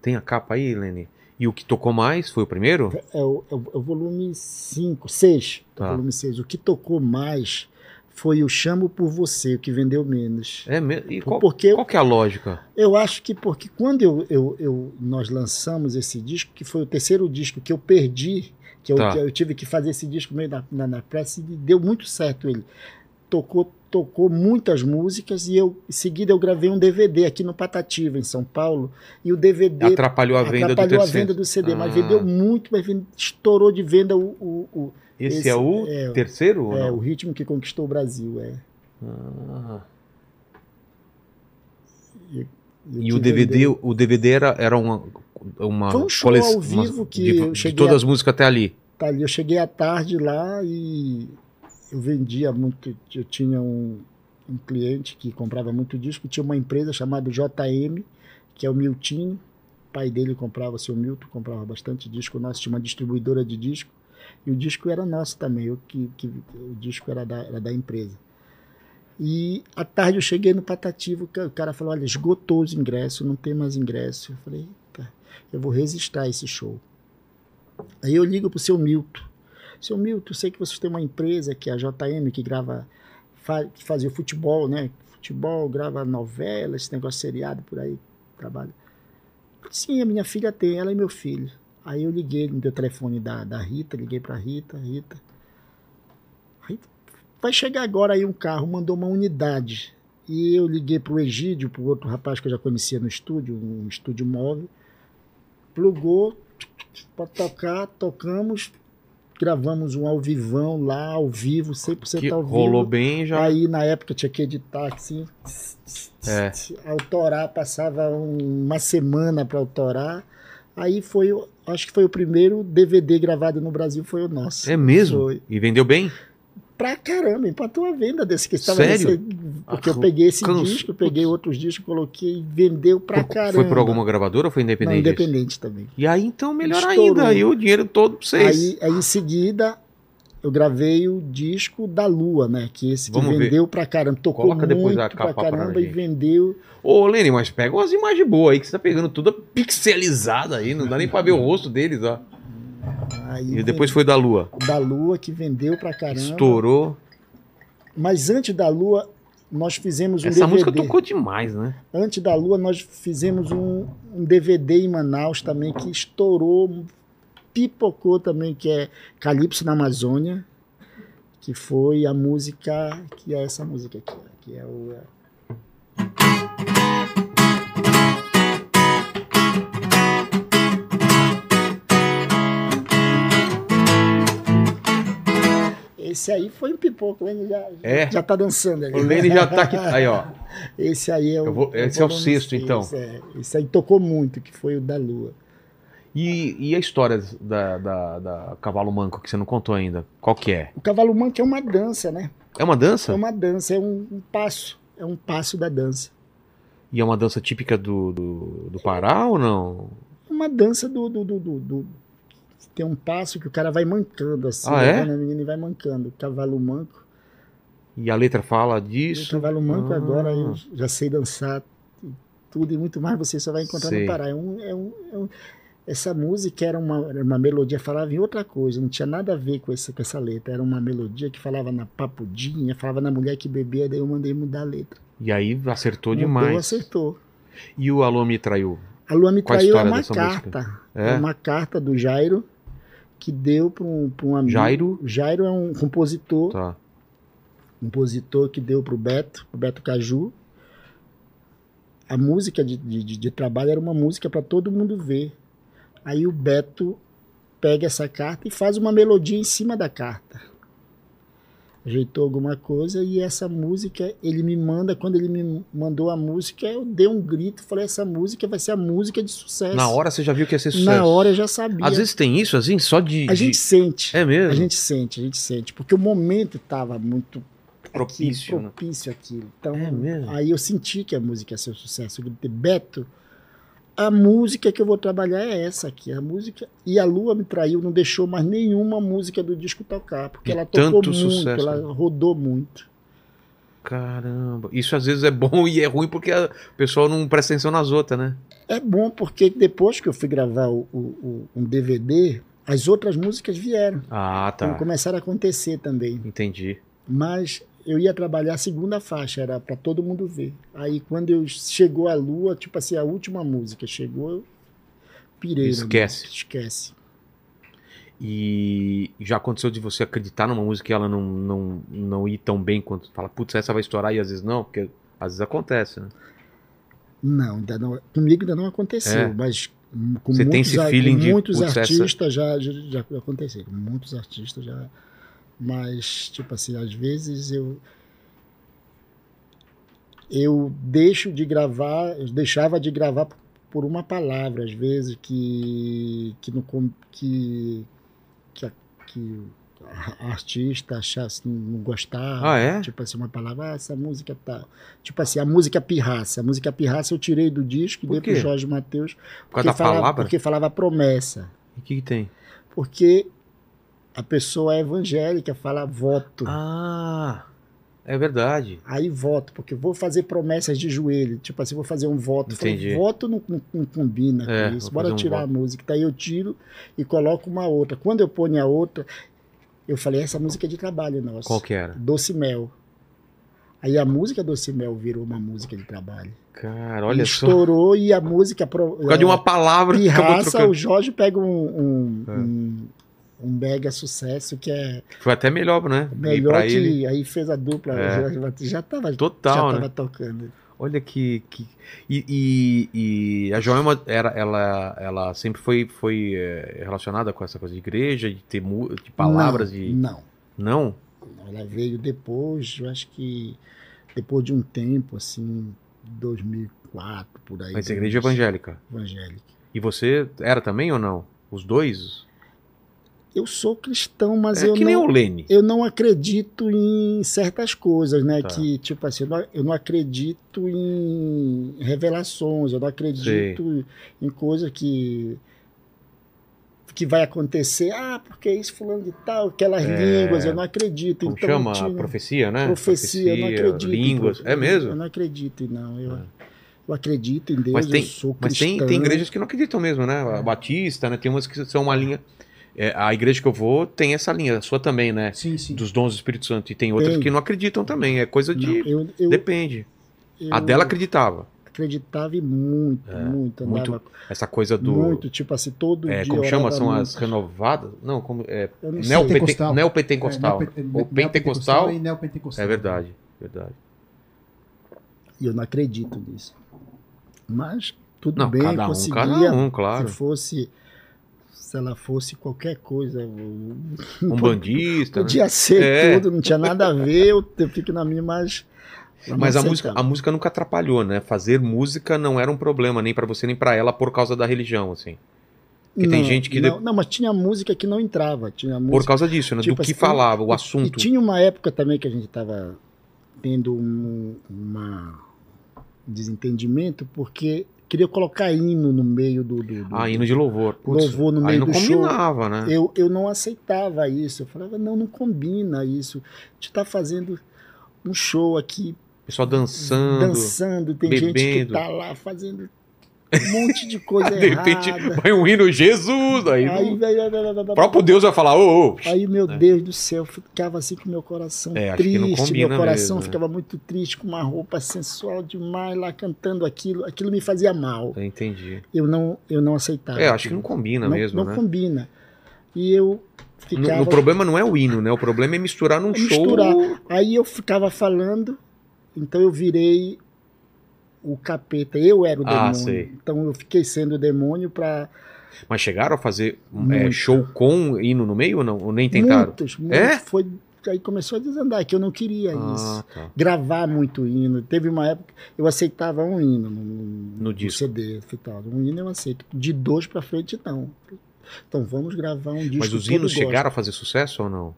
Tem a capa aí, Lenny? E o que tocou mais foi o primeiro?
É o, é o- é o volume 5, 6.
Tá.
Volume 6. O que tocou mais foi o Chamo por Você, o que vendeu menos.
É mesmo? E qual,
Porque eu-
qual que é a lógica?
Eu acho que porque quando eu, eu- eu- nós lançamos esse disco, que foi o terceiro disco que eu perdi, que eu,
Tá.
que eu tive que fazer esse disco meio na, na, na pressa, e deu muito certo ele. Tocou, tocou muitas músicas e eu, em seguida eu gravei um DVD aqui no Patativa, em São Paulo, e o DVD
Atrapalhou a venda
atrapalhou
do
a
terceiro.
venda do CD, mas
Ah.
vendeu muito, mas vende- estourou de venda o, o, o-
Esse,
esse-
é o
é,
terceiro? ou
é,
não?
o ritmo que conquistou o Brasil. É.
Ah.
Eu um
E o
que
DVD,
vendeu.
o DVD era, era uma, uma
Foi um show
cole-
ao vivo
uma-
que
de,
eu
de
cheguei
todas
a-
as músicas até ali.
Tá ali, eu cheguei à tarde lá e eu vendia muito. Eu tinha um, um cliente que comprava muito disco, tinha uma empresa chamada JM, que é o Miltinho. O pai dele comprava, o seu Milton comprava bastante disco nosso, tinha uma distribuidora de disco. E o disco era nosso também, eu que, que, o disco era da, era da empresa. E à tarde eu cheguei no Patativo, o cara falou: olha, esgotou os ingressos, não tem mais ingresso. Eu falei: eita, eu vou registrar esse show. Aí eu ligo para o seu Milton. Seu Milton, eu sei que vocês têm uma empresa que é a JM, que grava, fa- que fazia futebol, né? Futebol, grava novela, esse negócio seriado por aí, trabalho. Sim, a minha filha tem, ela e meu filho. Aí eu liguei no meu telefone da, da Rita, liguei para Rita, Rita. Rita, vai chegar agora aí um carro, mandou uma unidade. E eu liguei para o Egídio, para outro rapaz que eu já conhecia no estúdio, um estúdio móvel. Plugou, para tocar, tocamos, gravamos um ao vivão lá, ao vivo, 100%
Que
tá ao vivo.
rolou bem já.
Aí na época tinha que editar assim,
É.
autorar, passava um- uma semana para autorar. Aí foi, o- acho que foi o primeiro DVD gravado no Brasil, foi o nosso.
É mesmo?
Foi.
E vendeu bem?
Pra caramba, empatou a venda desse que estava
Sério?
recebendo, Porque eu
Ah,
peguei esse
canso.
disco, peguei outros discos, coloquei e vendeu pra
Por-
caramba.
Foi por alguma gravadora ou foi
Não,
independente? disso?
independente também.
E aí então melhor
Estourou.
ainda, aí o dinheiro todo pra vocês.
Aí, aí em seguida eu gravei o disco da Lua, né? Que esse que
Vamos ver.
vendeu pra caramba. Tocou
Coloca
muito
depois a capa
pra
pra
caramba e
gente.
vendeu.
Ô, Lenny, mas pega umas imagens boas aí, que você tá pegando tudo pixelizado aí, não dá nem pra ver o rosto deles, ó.
Aí
E depois foi da Lua.
vendeu da Lua que vendeu pra Uhum. caramba.
Estourou.
Mas antes da Lua, nós fizemos um
Essa
DVD.
música tocou demais, né?
Antes da Lua, nós fizemos um, um DVD em Manaus também que estourou, pipocou também, que é Calypso na Amazônia, que foi a música, que é essa música aqui, ó, que é o... Esse aí foi um pipoco, ele já,
É.
já tá dançando ali.
O Lenny já tá aqui. Aí, ó.
Esse aí é o.
Eu vou- esse é o
volume
sexto,
seis,
então.
é. esse aí tocou muito, que foi o da Lua.
E, e a história da, da, da Cavalo Manco que você não contou ainda? Qual que é?
O cavalo manco é uma dança, né?
É uma dança?
É uma dança, é um, um passo. É um passo da dança.
E é uma dança típica do, do, do Pará ou não?
É Uma dança do, do, do, do- do- Tem um passo que o cara vai mancando, assim.
Ah, é?
levando a menina e vai mancando. O cavalo manco.
E a letra fala
E o
disso.
cavalo manco
Ah.
agora eu já sei dançar tudo e muito mais. Você só vai encontrar
Sei.
no Pará. É um- é um- é um- essa música era uma, era uma melodia, falava em outra coisa, não tinha nada a ver com essa, com essa letra. Era uma melodia que falava na papudinha, falava na mulher que bebia, daí eu mandei mudar a letra.
E aí acertou
Mudou,
demais.
acertou.
E o Alô me traiu.
A Lua me
Qual a
traiu é
história
uma
dessa
carta. É
É?
uma carta do Jairo que deu para um, pra um amigo.
Jairo?
Jairo é um compositor
Tá.
compositor que deu pro Beto, o Beto Caju. A música de, de- de- de trabalho era uma música para todo mundo ver. Aí o Beto pega essa carta e faz uma melodia em cima da carta. Ajeitou alguma coisa e essa música ele me manda. Quando ele me mandou a música, eu dei um grito, falei: essa música vai ser a música de sucesso.
Na hora você já viu que ia ser sucesso.
Na hora eu já sabia.
Às vezes tem isso, assim, só de.
a gente
de-
sente.
É mesmo?
A gente sente, a gente sente. Porque o momento estava muito
Propício,
aquilo,
né?
É propício aquilo. Então,
É mesmo?
aí eu senti que a música ia ser um sucesso. Eu gritei, Beto, a música que eu vou trabalhar é essa aqui. A música. E a Lua me traiu, não deixou mais nenhuma música do disco tocar, porque
E
ela tocou
É tanto
muito,
sucesso, né?
ela rodou muito.
Caramba. Isso às vezes é bom e é ruim porque a- o pessoal não presta atenção nas outras, né?
É bom porque depois que eu fui gravar o, o- o- um DVD, as outras músicas vieram.
Ah,
Então
tá.
começaram a acontecer também.
Entendi.
Mas eu ia trabalhar a segunda faixa, era para todo mundo ver. Aí quando eu chegou a lua, tipo assim, a última música chegou, eu pirei. né,
Esquece.
mano? Esquece.
E já aconteceu de você acreditar numa música e ela não, não, não ir tão bem quanto fala, putz, essa vai estourar e às vezes não, porque às vezes acontece, né?
Não, ainda não, comigo ainda não aconteceu,
É.
mas hum, com
Você tem
muitos,
esse
ar-
feeling
com
de,
muitos
putz, essa-
artistas já, já, já aconteceram, muitos artistas já, mas tipo assim, às vezes eu eu deixo de gravar, eu deixava de gravar por- por uma palavra às vezes que que no com- que que, a- que a artista achasse não gostava,
Ah, é?
tipo assim uma palavra, ah, essa música tá Tipo assim, a música pirraça. A música pirraça eu tirei do disco e
Por
dei
quê?
pro Jorge Matheus.
Por causa da
falava,
palavra?
porque falava promessa.
O que, que tem?
Porque a pessoa é evangélica, fala voto.
Ah, é verdade.
Aí voto, porque eu vou fazer promessas de joelho. Tipo assim, vou fazer um voto. Falei,
Entendi.
voto não, não- não combina
É,
com
vou
isso. Bora
fazer um
tirar
voto.
a música. Daí eu tiro e coloco uma outra. Quando eu ponho a outra, eu falei, essa música é de trabalho nossa.
Qual que era?
Doce Mel. Aí a música Doce Mel virou uma música de trabalho.
Cara, olha só. Por
estourou e a música pro, é,
causa de uma palavra que acabou
pirraça,
trocando.
o Jorge pega um um,
É.
um um mega sucesso que é
Foi até melhor, né? E
melhor
pra
que
ele.
aí fez a dupla
É.
o Jorge Matheus já tava já
Total,
tava
né?
tocando
Olha que. que... E, e- e a Joelma, era, ela, ela sempre foi, foi eh, relacionada com essa coisa de igreja, de ter mu- de palavras
não,
de.
não
Não?
ela veio depois eu acho que depois de um tempo assim 2004 por aí
Mas é igreja evangélica.
evangélica
E você era também ou não? Os dois?
eu sou cristão mas
é
eu
que
não
nem o Lene.
eu não acredito em certas coisas, né?
Tá.
Que, tipo assim, eu não- eu não acredito em revelações, eu não acredito em coisa que que vai acontecer. Ah, porque isso, fulano de tal, aquelas
É.
línguas, eu não acredito.
Como
então,
chama?
tinha-
Profecia, né?
profecia, eu não acredito.
Línguas.
Eu-
É mesmo?
Eu não acredito, não. Eu,
É.
eu acredito em Deus,
Mas tem-
eu sou
Mas
cristão. É.
tem, tem igrejas que não acreditam mesmo, né? A Batista, né? Tem umas que são uma linha. é, a igreja que eu vou tem essa linha, a sua também, né?
Sim, sim.
Dos dons do Espírito Santo. E tem outras
Tem.
que não acreditam também. É coisa de.
Não, eu, eu,
Depende. A
eu
dela acreditava.
acreditava e muito,
É,
muito.
muito
andava
Essa coisa do.
Muito, tipo assim, todo
é,
dia.
como
eu
chama?
orava
São
muito.
as renovadas? Não, como. É,
Eu não sei.
neopente-
Pentecostal.
neopentecostal.
É, neopen-
Ou pentecostal.
e neopentecostal.
É verdade, verdade.
E eu não acredito nisso. Mas tudo
Não,
bem,
cada um,
conseguia.
cada um, claro.
Se fosse, se ela fosse qualquer coisa, um-
Um bandista. né?
podia ser
É.
tudo, não tinha nada a ver, eu, eu fico na minha, mas. ela
Mas
não
a música,
aceitava.
a música nunca atrapalhou, né? Fazer música não era um problema, nem pra você nem pra ela, por causa da religião, assim. porque tem
Não,
gente que de-
Não, não, mas tinha música que não entrava. Tinha
Por
música.
causa disso, né?
Tipo
Do que
assim,
falava, o
E
assunto.
tinha uma época também que a gente estava tendo um uma desentendimento, porque queria colocar hino no meio do. do- do-
Ah, hino de louvor. Putz,
Louvor no
aí
meio
não
do show.
combinava, né?
Eu, eu não aceitava isso. Eu falava, não, não combina isso. A gente tá fazendo um show aqui,
Pessoal dançando.
dançando, tem gente que
bebendo.
tá lá fazendo um monte de coisa
De repente
errada.
vai um hino Jesus. Aí,
Aí,
o
vai- vai- vai- vai- vai-
próprio Deus vai falar, ô, ô.
aí, meu
né?
Deus do céu, eu ficava assim com meu coração
É, acho que não
triste, meu
combina mesmo,
coração
né?
ficava muito triste, com uma roupa sensual demais lá cantando aquilo, aquilo me fazia mal.
Eu Entendi.
Eu não, eu não aceitava.
É, acho que não combina
Ah, não,
mesmo,
não
né?
combina. E eu ficava
No- O problema não é o hino, né? O problema é misturar num
É
show.
misturar. Aí eu ficava falando, então eu virei o capeta. Eu era o
Ah,
demônio.
sei.
Então eu fiquei sendo o demônio para
Mas chegaram a fazer é,
Muito.
show com hino no meio ou não? Ou nem tentaram?
muitos, muitos.
É?
Foi, aí começou a desandar, que eu não queria é isso.
Ah, tá.
Gravar muito hino. Teve uma época eu aceitava um hino no, no-
No disco.
CD. Tal. Um hino eu aceito. De dois para frente, não. Então vamos gravar um disco.
Mas os
todo
hinos
gospel.
chegaram a fazer sucesso ou não?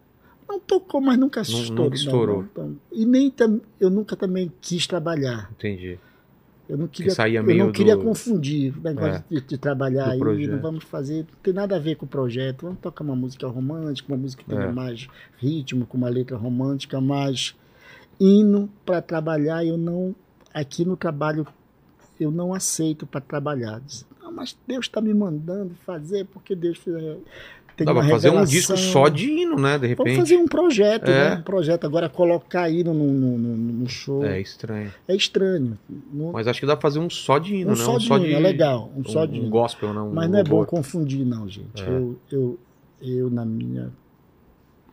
Não tocou, mas nunca estourou.
nunca estourou.
não, não. E nem tam- eu nunca também quis trabalhar.
Entendi.
Eu não
Que
queria
saía
Eu
é meio
não queria
do... É,
confundir o negócio de, de
do
trabalhar aí,
projeto.
não vamos fazer, não tem nada a ver com o projeto. Vamos tocar uma música romântica, uma música que tenha
É.
mais ritmo, com uma letra romântica, mais hino para trabalhar. Eu não, aqui no trabalho, eu não tá aceito para trabalhar. Diz, "Ah, mas Deus está me mandando fazer, porque Deus fez.
Dá pra
uma
fazer um
revelação.
disco só de hino, né? De
Vamos
repente.
fazer um projeto,
É.
né? Um projeto. Agora, colocar hino no, no, no- no show
É
é,
estranho.
estranho. No-
Mas acho que dá pra fazer um só de hino,
um
né?
só de hino é legal. Um só de
um
hino.
gospel, né? Um
Mas não é bom
louvor.
confundir, não, gente.
É.
Eu, eu, eu, na minha.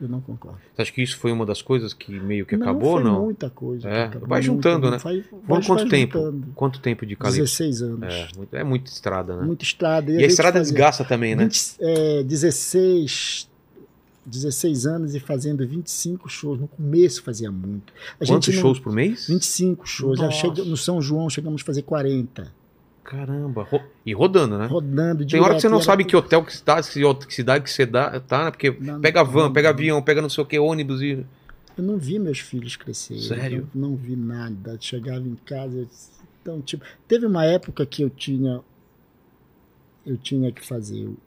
Eu não concordo.
Você acha que isso foi uma das coisas que meio que
não,
acabou ou
foi
não?
muita coisa.
É,
acabou
vai juntando, né?
Vai,
Vamos quanto tempo?
juntando.
Quanto tempo de Calypso?
16 anos.
É, muito- é muita estrada, né?
Muita estrada.
E a
gente
estrada
fazia
desgasta também, né?
20, é, 16. 16 anos e fazendo 25 shows. No começo fazia muito. A
Quantos
gente não-
shows por mês?
25 shows. Já
Nossa.
chega- no São João chegamos a fazer 40.
Caramba. ro- E rodando, né?
Rodando
Tem hora que você não sabe que
eu
hotel que você tá, se- que cidade que você dá, tá, né? Porque
Não,
pega
não,
van,
não.
pega avião, pega não sei o que, ônibus e.
Eu não vi meus filhos crescer.
Sério?
Eu não, não vi nada. Chegava em casa. eu- Então, tipo, teve uma época que eu tinha. Eu tinha que fazer o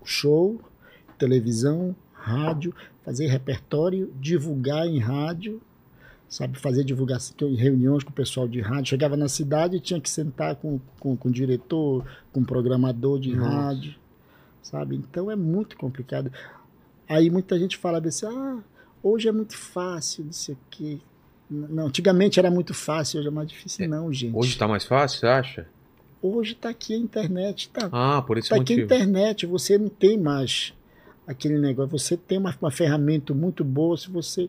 o show, televisão, rádio, fazer repertório, divulgar em rádio, sabe? Fazer divulgação que eu- em reuniões com o pessoal de rádio. Chegava na cidade e tinha que sentar com, com, com o diretor, com o programador de
Nossa.
rádio, sabe? Então é muito complicado. Aí muita gente fala assim, ah, hoje é muito fácil, não sei o quê. N- Não, antigamente era muito fácil, hoje é mais difícil, não, gente.
Hoje tá mais fácil, você acha?
Hoje tá aqui a internet, tá
Ah, por esse
Tá aqui a
motivo.
internet, você não tem mais aquele negócio. Você tem uma, uma ferramenta muito boa, se você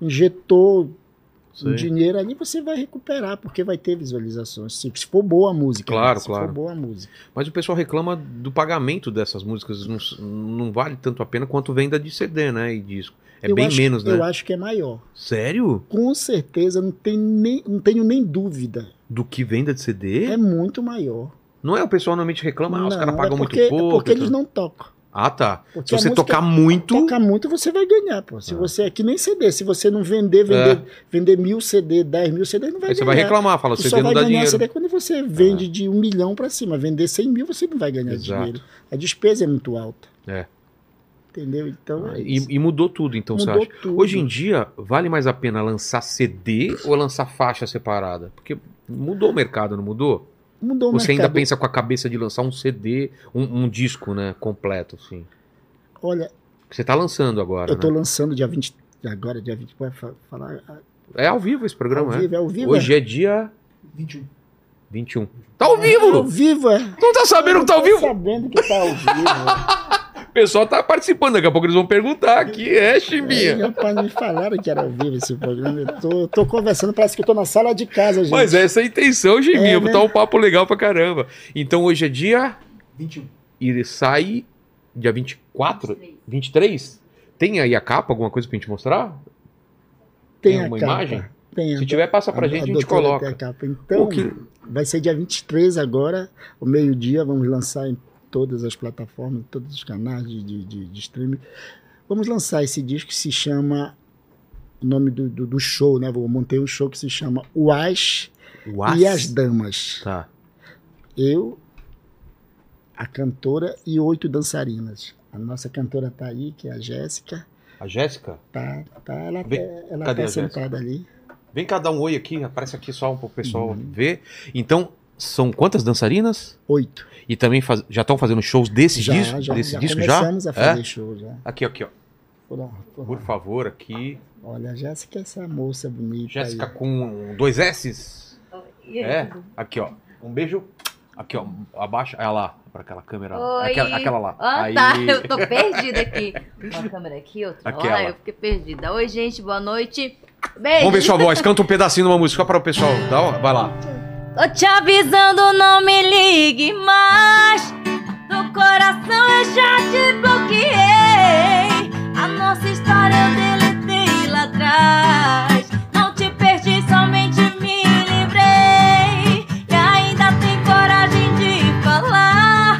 injetou um
Sei.
dinheiro ali, você vai recuperar, porque vai ter visualizações. Se, se for boa a música.
Claro,
né? se
claro.
for boa a música.
Mas o pessoal reclama do pagamento dessas músicas. Não, não vale tanto a pena quanto venda de CD, né? E disco. É
Eu
bem
acho-
menos, né?
Eu acho que é maior.
Sério?
Com certeza, não, tem nem, não tenho nem dúvida.
Do que venda de CD?
É muito maior.
Não é o pessoal normalmente reclama, ah, os
Não,
caras pagam
é porque-
muito pouco.
É porque
então.
eles não tocam.
Ah, tá.
Porque
Se
a
você
música-
tocar muito.
tocar muito, você vai ganhar, pô. Se
Ah.
você é que nem CD, se você não vender, vender, vender mil CD, dez mil CD, não vai
É. Aí
ganhar.
você vai reclamar, fala,
Tu
CD
só
não
vai
dá
ganhar
dinheiro. É.
CD quando você vende de um milhão pra cima. Vender 100 mil, você não vai ganhar
Exato.
dinheiro. A despesa é muito alta.
É.
Entendeu? Então,
Ah,
é isso.
E, e mudou tudo, então, você acha?
mudou tudo.
Hoje em dia, vale mais a pena lançar CD ou lançar faixa separada? Porque mudou o mercado, não mudou?
mudou o
Você ainda
mercado.
pensa com a cabeça de lançar um CD, um, um disco, né, completo, assim.
Olha,
Que Você tá lançando agora,
eu tô
né?
lançando dia 20, agora dia 20, vai fa- falar ah,
É ao vivo esse
ao
programa, né?
vivo, é ao vivo.
Hoje é dia
21.
21. Tá ao
é? Ao
vivo!
vivo, é.
Não tá sabendo que tá ao
Tô
vivo?
Sabendo que tá ao vivo.
O pessoal tá participando, daqui a pouco eles vão perguntar aqui, é,
É,
Chimbinha.
rapaz, me falaram que era ao vivo esse programa. Eu tô, tô conversando, parece que eu tô na sala de casa, gente.
Mas essa é a intenção, Chimbinha,
É, né?
botar um papo legal pra caramba. Então hoje é dia...
21.
e ele sai dia 24, 23? Tem aí a capa, alguma coisa pra gente mostrar?
Tem,
tem
a
uma
capa,
imagem?
Tem a
Se tiver, passa pra
A-
gente, a
a
gente
doutora tem
coloca.
a capa. Então,
Pô, que-
vai ser dia 23 agora, ao meio-dia, vamos lançar em todas as plataformas, em todos os canais de, de, de- de streaming. Vamos lançar esse disco que se chama. O nome do, do, do show, né? Eu montei um show que se chama O As e as Damas.
Tá.
Eu, a cantora e oito dançarinas. A nossa cantora tá aí, que é a Jéssica.
A Jéssica?
Tá, tá, ela
Vem-
ela
cadê a
tá
Jéssica?
sentada ali.
Vem cá dar um oi aqui, aparece aqui só um pro pessoal
Uhum.
ver. Então, são quantas dançarinas?
Oito.
E também faz- já estão fazendo shows desse disco? desse disco já?
começamos a
É?
fazer show já.
Aqui, aqui, ó.
Foram- foram-
Por favor, aqui.
Olha, a Jéssica, é essa moça bonita.
Jéssica
Jéssica.
com dois S's.
E aí,
É?
tudo?
Aqui, ó. Um beijo. Aqui, ó. Abaixa. Ah, lá. Pra aquela câmera. lá.
Oi.
Aquela, aquela lá.
Ah,
Aí.
tá. Eu tô perdida aqui. Uma câmera aqui, outra
Aquela.
lá. Eu fiquei perdida. Oi, gente. Boa noite. Beijo.
Vamos ver sua voz. Canta um pedacinho de uma música para o pessoal. Dá, uma- vai lá.
Tô te avisando, não me ligue mais. Do coração eu já te bloqueei. A nossa história eu deletei lá atrás. Não te perdi, somente me livrei. E ainda tem coragem de falar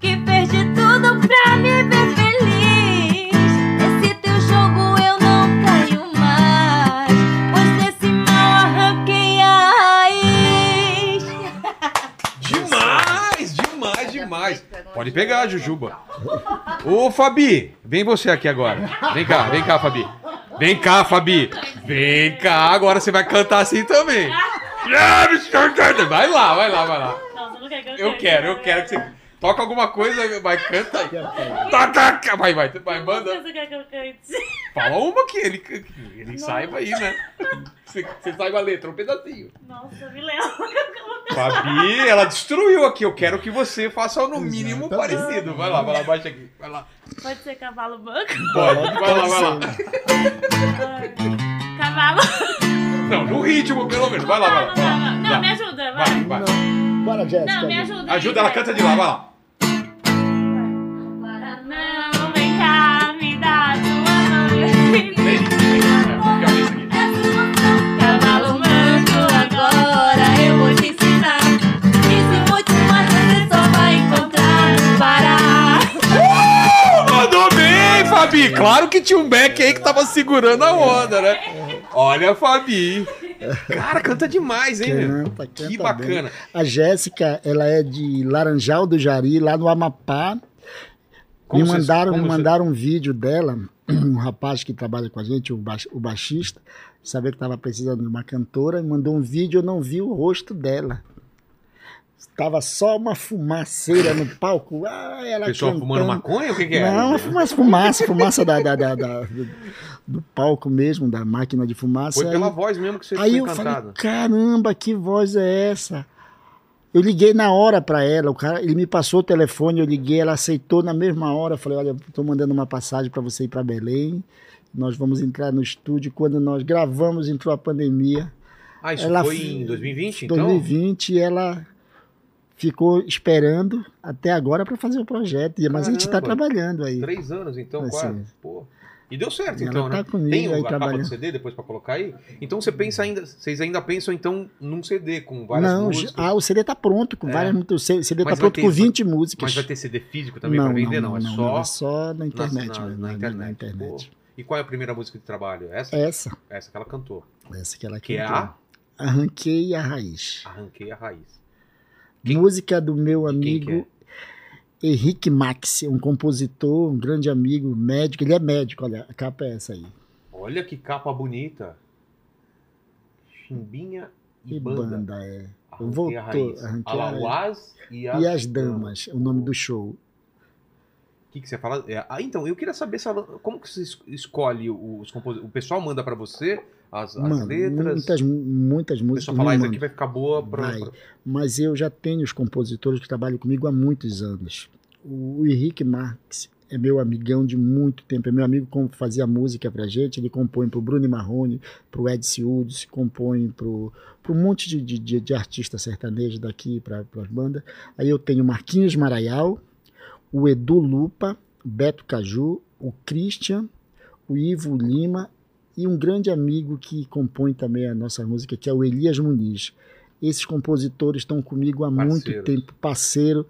que perdi tudo pra me ver feliz. Nesse teu jogo eu não caio mais, pois desse mal arranquei a raiz.
Demais, demais, demais. Pode pegar, Jujuba. Ô, Fabi, vem você aqui agora. Vem cá, vem cá, Fabi. Vem cá, Fabi. Vem cá, agora você vai cantar assim
né?
também. Vai lá, vai lá, vai lá. Eu quero, eu quero que você. Toca alguma coisa, vai, canta aí. Tá, tá, tá, vai, vai, vai, manda.
Você quer que eu cante?
Fala uma que ele, que ele saiba aí, né? Você, você saiba a letra, um pedacinho.
Nossa, me lembro.
Fabi, ela destruiu aqui. Eu quero que você faça no mínimo
Exatamente.
parecido. Vai lá, vai lá, baixa aqui. Vai lá.
Pode ser cavalo banco?
Pode, vai lá, vai lá.
Ai, Cavalo.
Não, no ritmo, pelo menos. Vai lá, vai lá. Vai,
Não,
lá.
não, não, não, me ajuda, vai.
Tá. vai, vai.
Bora, Jéssica.
Não, me ajuda. aí,
Ajuda, ela
vai.
canta de lá, vai lá.
Paraná, vem cá, me dá tua mão.
Vem, vem, vem, cabeça aqui.
Cavalo manco, agora eu vou te ensinar. Isso muito mais você só vai encontrar no Pará.
Mandou bem, Fabi! Claro que tinha um back aí que tava segurando a onda, né? Olha, Fabi! Cara, canta demais, hein, meu?
Canta, canta
Que
bem.
bacana.
A Jéssica, ela é de Laranjal do Jari, lá no Amapá.
Como
me
vocês-
mandaram,
como
me
vocês-
mandaram um vídeo dela, um rapaz que trabalha com a gente, o, baix, o baixista, sabia que estava precisando de uma cantora, me mandou um vídeo, eu não vi o rosto dela. Estava só uma fumaceira no palco. Ah, ela
Pessoal
cantando.
fumando maconha? O que, que é?
Não, fumaça, fumaça, fumaça da, da, da- da- do, do palco mesmo, da máquina de fumaça.
Foi pela
Aí-
voz mesmo que você
Aí
foi
eu falei,
encantado.
caramba, que voz é essa? Eu liguei na hora para ela, o cara, ele me passou o telefone, eu liguei, ela aceitou na mesma hora. Eu Falei, olha, estou mandando uma passagem para você ir para Belém. Nós vamos entrar no estúdio. Quando nós gravamos, entrou a pandemia.
Ah, isso
ela
foi
fi-
em 2020, então?
2020, ela ficou esperando até agora para fazer o projeto. Mas a gente está
Caramba.
trabalhando aí.
Três anos, então,
Assim.
quase. Pô. E deu certo,
Ela
então,
tá
né?
comigo
Tem o,
aí
a capa do
trabalhando.
CD depois pra colocar aí? Então você pensa ainda, vocês ainda pensam, então, num CD com várias
Não,
músicas?
ah, o CD está pronto com
É.
várias músicas. O CD está
Mas vai
pronto
ter-
com 20 músicas.
Mas vai ter CD físico também pra vender? Não, é só...
é só na
na-
internet.
na,
mesmo,
na
na-
internet.
na internet. É
Pô. E qual é a primeira música de trabalho? Essa?
Essa,
Essa que ela cantou.
essa que ela
Que é
cantou.
a
Arranquei a Raiz.
Arranquei a Raiz.
Música do meu
quem que é?
amigo Henrique Max, um compositor, um grande amigo, médico. Ele é médico, olha, a capa é essa aí.
Olha que capa bonita. Chimbinha e,
E
banda.
banda, é.
Arranquei
Voltou,
a Raiz.
Arranquei a Raiz.
Alauás e as,
E as Damas, o nome do show.
O que, que você fala? É, ah, então, eu queria saber se ela- como que você es- escolhe os compositores. O pessoal manda pra você as, as
Mano,
letras.
muitas, muitas
o
músicas.
pessoal fala,
me
isso
mandam.
aqui vai ficar boa pra...
Vai.
pra-
mas eu já tenho os compositores que trabalham comigo há muitos anos. O Henrique Marx é meu amigão de muito tempo, é meu amigo que fazia música pra gente, ele compõe pro Bruno Marrone, pro Ed Sildes, compõe pro, pro um monte de, de, de, de artista sertanejo daqui pra, pras bandas. Aí eu tenho Marquinhos Maraial, o Edu Lupa, Beto Caju, o Christian, o Ivo Lima e um grande amigo que compõe também a nossa música, que é o Elias Muniz. Esses compositores estão comigo há muito
Parceiros.
tempo, parceiro.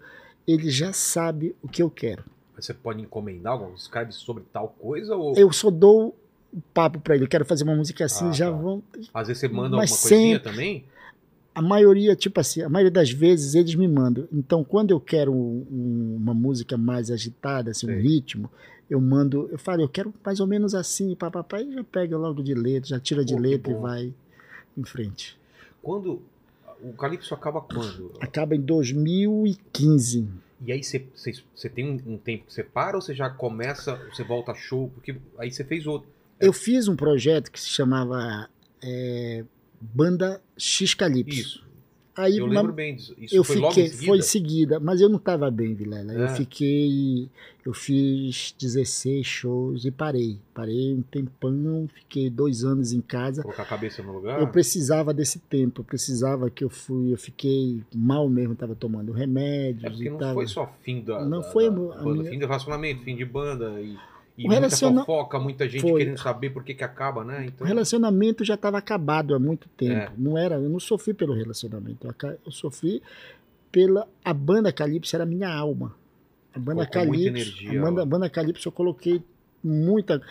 Ele já sabe o que eu quero.
Você pode encomendar alguma? Escreve sobre tal coisa? Ou
Eu só dou o papo para ele. Eu quero fazer uma música assim,
Ah,
já
tá.
vão.
às vezes você manda
Mas
alguma coisinha
sempre.
também?
A maioria, tipo assim, a maioria das vezes eles me mandam. Então, quando eu quero um- um- uma música mais agitada, assim, um
Sei.
ritmo, eu mando, eu falo, eu quero mais ou menos assim, papapá, e já pega logo de letra, já tira de
Pô, que
letra e
bom.
vai em frente.
Quando... O Calypso acaba quando?
Acaba em 2015.
E aí você- você você tem um, um tempo que você para ou você já começa, você volta a show? Porque aí você fez outro.
Eu fiz um projeto que se chamava é, Banda X Calypso.
Isso.
Aí,
eu
na-
lembro bem disso. Isso
eu
foi
fiquei,
logo em seguida?
foi em seguida, mas eu não estava bem, Vilela. Eu
É.
fiquei, eu fiz 16 shows e parei. Parei um tempão, fiquei dois anos em casa.
Colocar a cabeça no lugar?
Eu precisava desse tempo, eu precisava que eu fui, eu fiquei mal mesmo, estava tomando remédios
É porque
e
não
tava-
foi só fim da.
Não
da- da
foi a
banda,
minha-
Fim de relacionamento, fim de banda e. E
O
muita
relaciona-
fofoca, muita gente
Foi.
querendo saber por que, que acaba, né?
O
Então,
relacionamento já estava acabado há muito tempo.
É.
Não era, eu não sofri pelo relacionamento. eu aca- Eu sofri pela a banda Calypso era a minha alma. A banda
Colocou muita
Calypso,
energia,
a banda,
ó.
a banda Calypso eu coloquei muita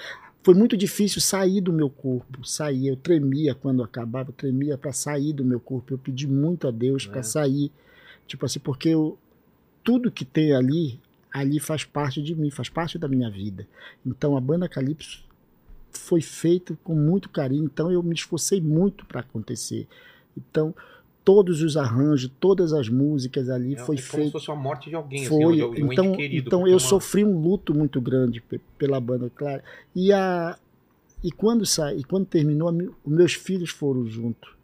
foi muito difícil sair do meu corpo, sair. Eu tremia quando acabava, eu tremia para sair do meu corpo. Eu pedi muito a Deus
É.
para sair. Tipo assim, porque eu, tudo que tem ali, ali faz parte de mim, faz parte da minha vida. Então a banda Calypso foi feita com muito carinho, então eu me esforcei muito para acontecer. Então todos os arranjos, todas as músicas ali foi
é como se
feito.
fosse a morte de alguém,
Foi,
assim, um- de um
então,
ente querido.
então
porque
eu
uma-
sofri um luto muito grande pe- pela banda, claro. E a e quando sa, e quando terminou, a mi- os meus filhos foram junto.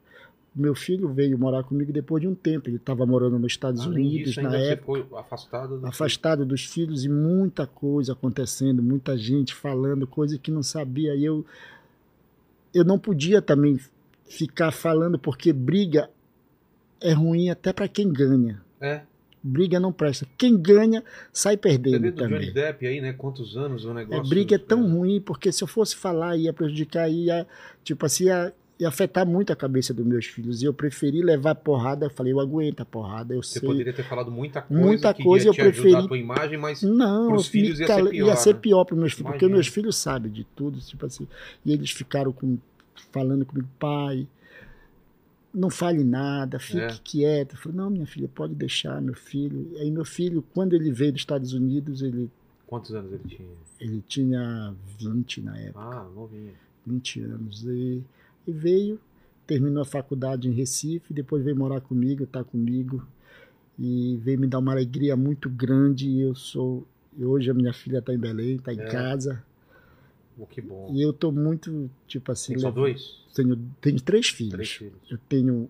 O meu filho veio morar comigo depois de um tempo. Ele estava morando nos Estados
Além
Unidos
disso,
na
ainda
época
você ficou afastado. do-
afastado dos filhos e muita coisa acontecendo, muita gente falando coisa que não sabia. E eu, eu não podia também ficar falando, porque briga é ruim até para quem ganha.
É,
Briga não presta. Quem ganha sai
você
perdendo
vê do Johnny
também.
Depp aí, né? Quantos anos o
A
negócio.
briga é tão
né?
ruim, porque se eu fosse falar ia prejudicar, ia, tipo assim, ia, ia afetar muito a cabeça dos meus filhos. E eu preferi levar porrada, eu falei, eu aguento a porrada, eu
Você
sei.
poderia ter falado muita coisa.
Muita
que
coisa,
ia
eu
te ajudar
preferi-
a tua imagem, mas.
Não,
Pros
me
filhos ia ser
cala-
pior, né?
para meus filhos, porque
Imagino.
meus filhos sabem de tudo, tipo assim. E eles ficaram com- falando comigo, pai, não fale nada, fique
É.
quieto. Eu falei, não, minha filha, pode deixar, meu filho. Aí meu filho, quando ele veio dos Estados Unidos, ele,
Quantos anos ele tinha?
ele tinha 20 na época.
Ah, novinho.
20 anos. E, e veio, terminou a faculdade em Recife, depois veio morar comigo, está comigo. E veio me dar uma alegria muito grande. E eu sou. e Hoje a minha filha está em Belém, está em
É.
casa.
Oh, que bom.
E eu estou muito, tipo assim.
Tem só
lev-
dois?
Tenho, tenho três
Três
filhos.
filhos.
Eu tenho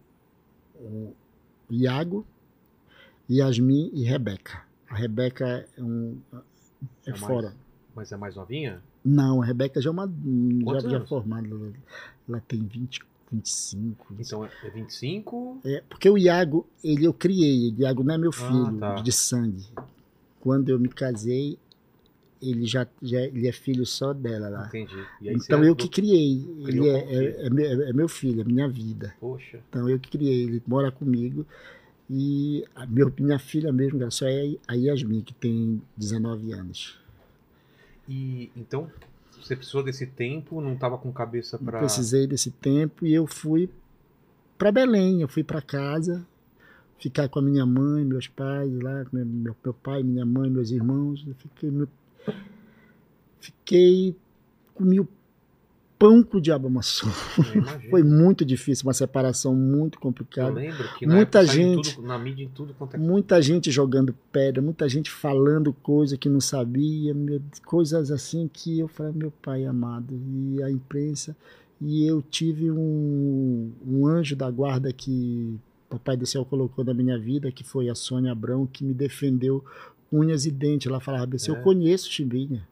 o Iago, Yasmin e Rebeca. A Rebeca é, um, é,
É mais-
fora.
Mas é mais novinha?
Não, a Rebeca já é uma.
Quantos
Já, já
anos?
formada. Ela, ela tem 20, 25.
Então é é 25.
É, porque o Iago, ele eu criei. O Iago não é meu filho
tá.
de sangue. Quando eu me casei, ele já, já ele é filho só dela lá.
Entendi. E aí você é
É. Então eu
adot-
que criei.
Criou
Ele é,
como filho.
é- é meu- é meu filho, é minha vida.
Poxa.
Então eu que criei. Ele mora comigo. E a meu- minha filha mesmo, ela só é a Yasmin, que tem 19 anos.
E então você precisou desse tempo, não tava com cabeça
Eu
pra.
precisei desse tempo e eu fui para Belém, eu fui para casa ficar com a minha mãe, meus pais lá, com meu, meu- meu pai, minha mãe, meus irmãos. Eu fiquei, meu- fiquei comi o pão que o diabo amassou.
Eu imagino.
Foi muito difícil, uma separação muito
Eu
complicada.
lembro que na
Muita
época saiu
gente-
tudo- na mídia em tudo quanto é
Tá. Muita gente jogando pedra, muita gente falando coisa que não sabia, meu- coisas assim que eu falei, meu pai amado, e a imprensa. E eu tive um, um anjo da guarda que Papai do Céu colocou na minha vida, que foi a Sônia Abrão, que me defendeu com unhas e dentes. Ela falava, "Bessê,
É.
eu conheço Chimbinha.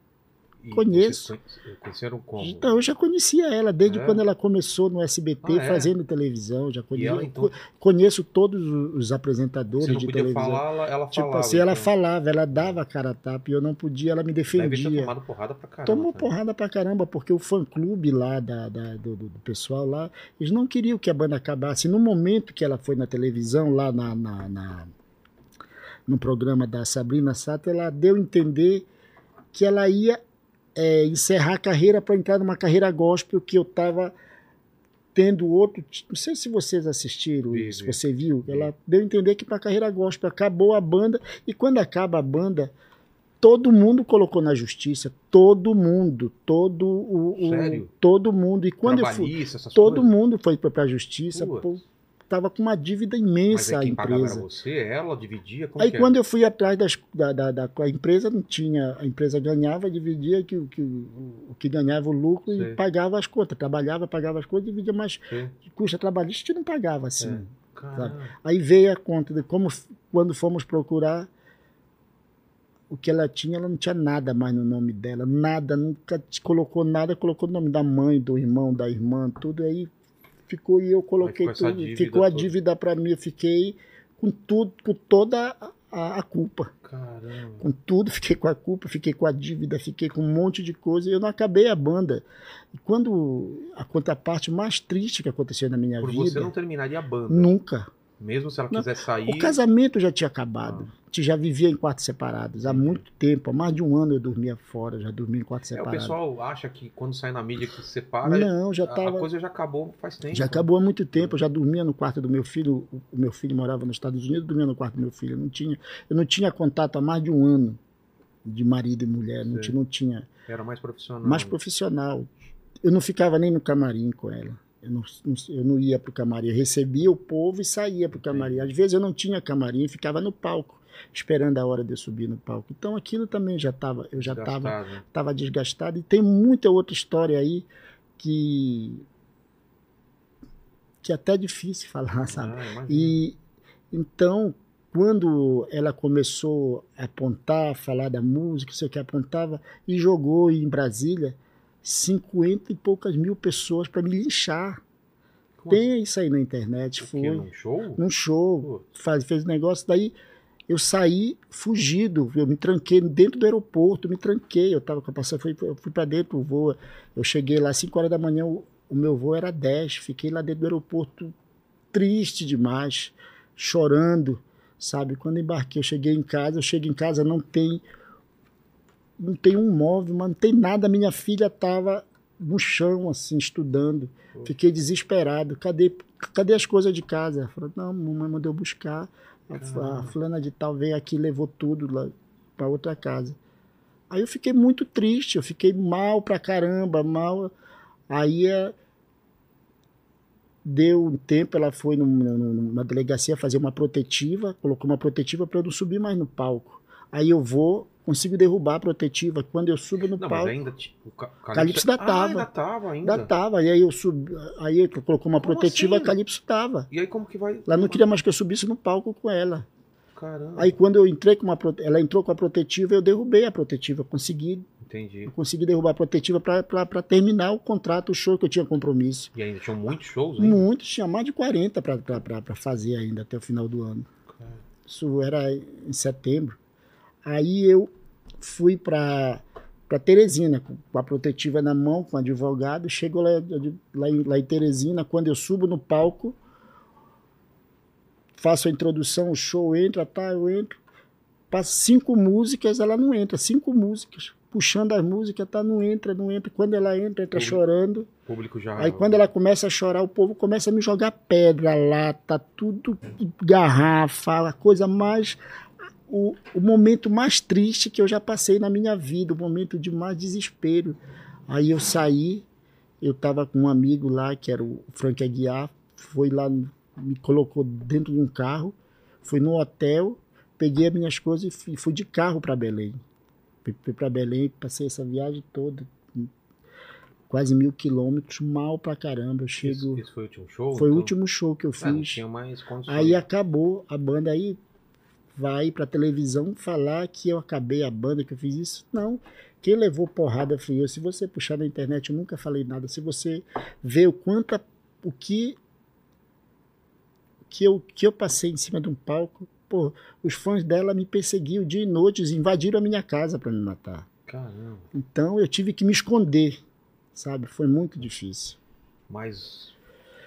E
Conheço.
vocês conhe- Conheceram como?
Então, eu já conhecia ela desde
É.
quando ela começou no SBT,
Ah, é?
fazendo televisão. Já
E
conhe-
ela, então,
conheço todos os
você
apresentadores
não
de
podia
televisão.
falar, ela, ela
Tipo
falava.
assim, ela
então.
falava, ela dava a cara a tapa e eu não podia, ela me
Deve ter
defendia.
tomado porrada pra caramba.
Tomou
também.
porrada pra caramba, porque o fã-clube lá da, da- do, do- do pessoal lá, eles não queriam que a banda acabasse. No momento que ela foi na televisão, lá na, na- na- no programa da Sabrina Sato, ela deu a entender que ela ia eh, encerrar a carreira para entrar numa carreira gospel que eu tava tendo outro. ti- Não sei se vocês assistiram
Vi,
isso,
vi.
você viu?
Vi.
Ela deu a entender que para carreira gospel acabou a banda e quando acaba a banda, todo mundo colocou na justiça, todo mundo, todo o, o-
Sério?
todo mundo. E quando eu fui,
Trabalhista, essas
todo
coisas.
mundo foi para a justiça,
Putz.
pô, tava com uma dívida
Mas
imensa
aí
a
quem pagava era
empresa.
você, ela dividia. Como
Aí
que é?
quando eu fui atrás das, da, da, da a empresa não tinha, a empresa ganhava, dividia que, o- que, o o que ganhava o lucro
Sei.
e pagava as contas, trabalhava, pagava as contas, dividia, mas
Sei.
custa trabalhista não pagava assim.
É. era? Caramba.
Aí veio a conta de como f- quando fomos procurar o que ela tinha, ela não tinha nada mais no nome dela, nada, nunca te colocou nada, colocou o nome da mãe, do irmão, da irmã, tudo aí ficou e eu coloquei
ficou essa
tudo,
dívida
ficou a
toda.
dívida para mim, eu fiquei com tudo, com toda a, a culpa,
Caramba.
com tudo, fiquei com a culpa, fiquei com a dívida, fiquei com um monte de coisa e eu não acabei a banda. E quando a contraparte mais triste que aconteceu na minha
Por você
vida,
não terminaria a banda.
nunca
Mesmo se ela
Não.
quisesse sair. é,
o é casamento já tinha acabado.
Ah.
A gente já vivia em quartos separados há muito tempo. Há mais de um ano eu dormia fora, já dormia em quartos
É, o
separados.
pessoal acha que quando sai na mídia que se separa,
Não, já
a- a
estava.
coisa é né? já acabou faz tempo.
Já acabou há muito tempo. Eu já dormia no quarto do meu filho. O o meu filho morava nos Estados Unidos, eu dormia no quarto do meu filho. Eu não tinha, eu não tinha contato há mais de um ano de marido e mulher. Não,
Sei.
ti- não tinha.
Era mais profissional.
Mais
né?
profissional. Eu não ficava nem no camarim com ela. Eu não, eu não ia para o camarim, eu recebia o povo e saía para o camarim. Às vezes eu não tinha camarim e ficava no palco, esperando a hora de eu subir no palco. Então aquilo também já estava, eu já estava
Gastado.
tava desgastado. E tem muita outra história aí que. que até é difícil falar, sabe?
Ah, imagina.
E então, quando ela começou a apontar, falar da música, sei o que apontava, e jogou em Brasília 50 e poucas mil pessoas para me lixar.
Como assim?
Tem isso aí na internet,
O quê?
foi
Num show?
num show,
Pô,
faz, fez negócio, daí eu saí fugido, eu me tranquei dentro do aeroporto, me tranquei, eu tava com a passagem, fui, eu fui para dentro do voo, eu cheguei lá às 5 horas da manhã, o, o meu voo era 10, fiquei lá dentro do aeroporto triste demais, chorando, sabe? Quando embarquei, eu cheguei em casa, eu chego em casa, não tem não tem um móvel, mas não tem nada, minha filha tava no chão assim, estudando.
Poxa.
Fiquei desesperado. Cadê, cadê as coisas de casa? Ela falou, não, mamãe mandou buscar. A, f- a
Caramba.
fulana de tal veio aqui e levou tudo lá para outra casa. Aí eu fiquei muito triste, eu fiquei mal pra caramba, mal. Aí eh, deu um tempo, ela foi num- num- numa delegacia fazer uma protetiva, colocou uma protetiva para eu não subir mais no palco. Aí eu vou, consigo derrubar a protetiva. Quando eu subo no
Não, mas
palco,
ainda. ti- O Ca- Calypso,
Calypso ainda
Ah,
tava.
ainda tava ainda.
ainda tava. E aí eu subi, aí eu colocou uma
Como
protetiva,
assim?
a Calypso tava.
E aí como Ah. que vai.
Ela não queria mais que eu subisse no palco com ela.
Caramba.
Aí quando eu entrei com uma prote- ela entrou com a protetiva, eu derrubei a protetiva, consegui,
Entendi.
eu consegui derrubar a protetiva para terminar o contrato, o show que eu tinha compromisso.
E ainda tinham muitos shows ainda.
Muitos, tinha mais de 40 para fazer ainda até o final do ano.
Cara,
Isso era em setembro. Aí eu fui para para Teresina, com com a protetiva na mão, com o advogado. Chego lá, eu digo, lá, em, lá em Teresina, quando eu subo no palco, faço a introdução, o show entra, tá, eu entro. Passo cinco músicas, ela não entra, cinco músicas. Puxando as músicas, tá, não entra, não entra. Quando ela entra, entra
Uhum.
chorando.
O público já.
Aí quando ela começa a chorar, o povo começa a me jogar pedra, lata, tudo, garrafa, a coisa mais. O, o momento mais triste que eu já passei na minha vida, o momento de mais desespero. Aí eu saí, eu estava com um amigo lá, que era o Frank Aguiar, foi lá, me colocou dentro de um carro, fui no hotel, peguei as minhas coisas e fui, fui de carro para Belém. Fui- Fui para Belém, passei essa viagem toda, quase mil quilômetros, mal pra caramba. Eu
Isso,
chego.
isso foi o último show?
Foi o
então?
último show que eu
Ah, não
fiz.
tinha mais condições.
Aí acabou a banda aí vai pra televisão falar que eu acabei a banda, que eu fiz isso. Não. Quem levou porrada fui eu. Se você puxar na internet, eu nunca falei nada. Se você vê o quanto a- o que que eu que eu passei em cima de um palco, pô, os fãs dela me perseguiam dia e noite, eles invadiram a minha casa pra me matar.
Caramba.
Então eu tive que me esconder, sabe? Foi muito difícil.
Mas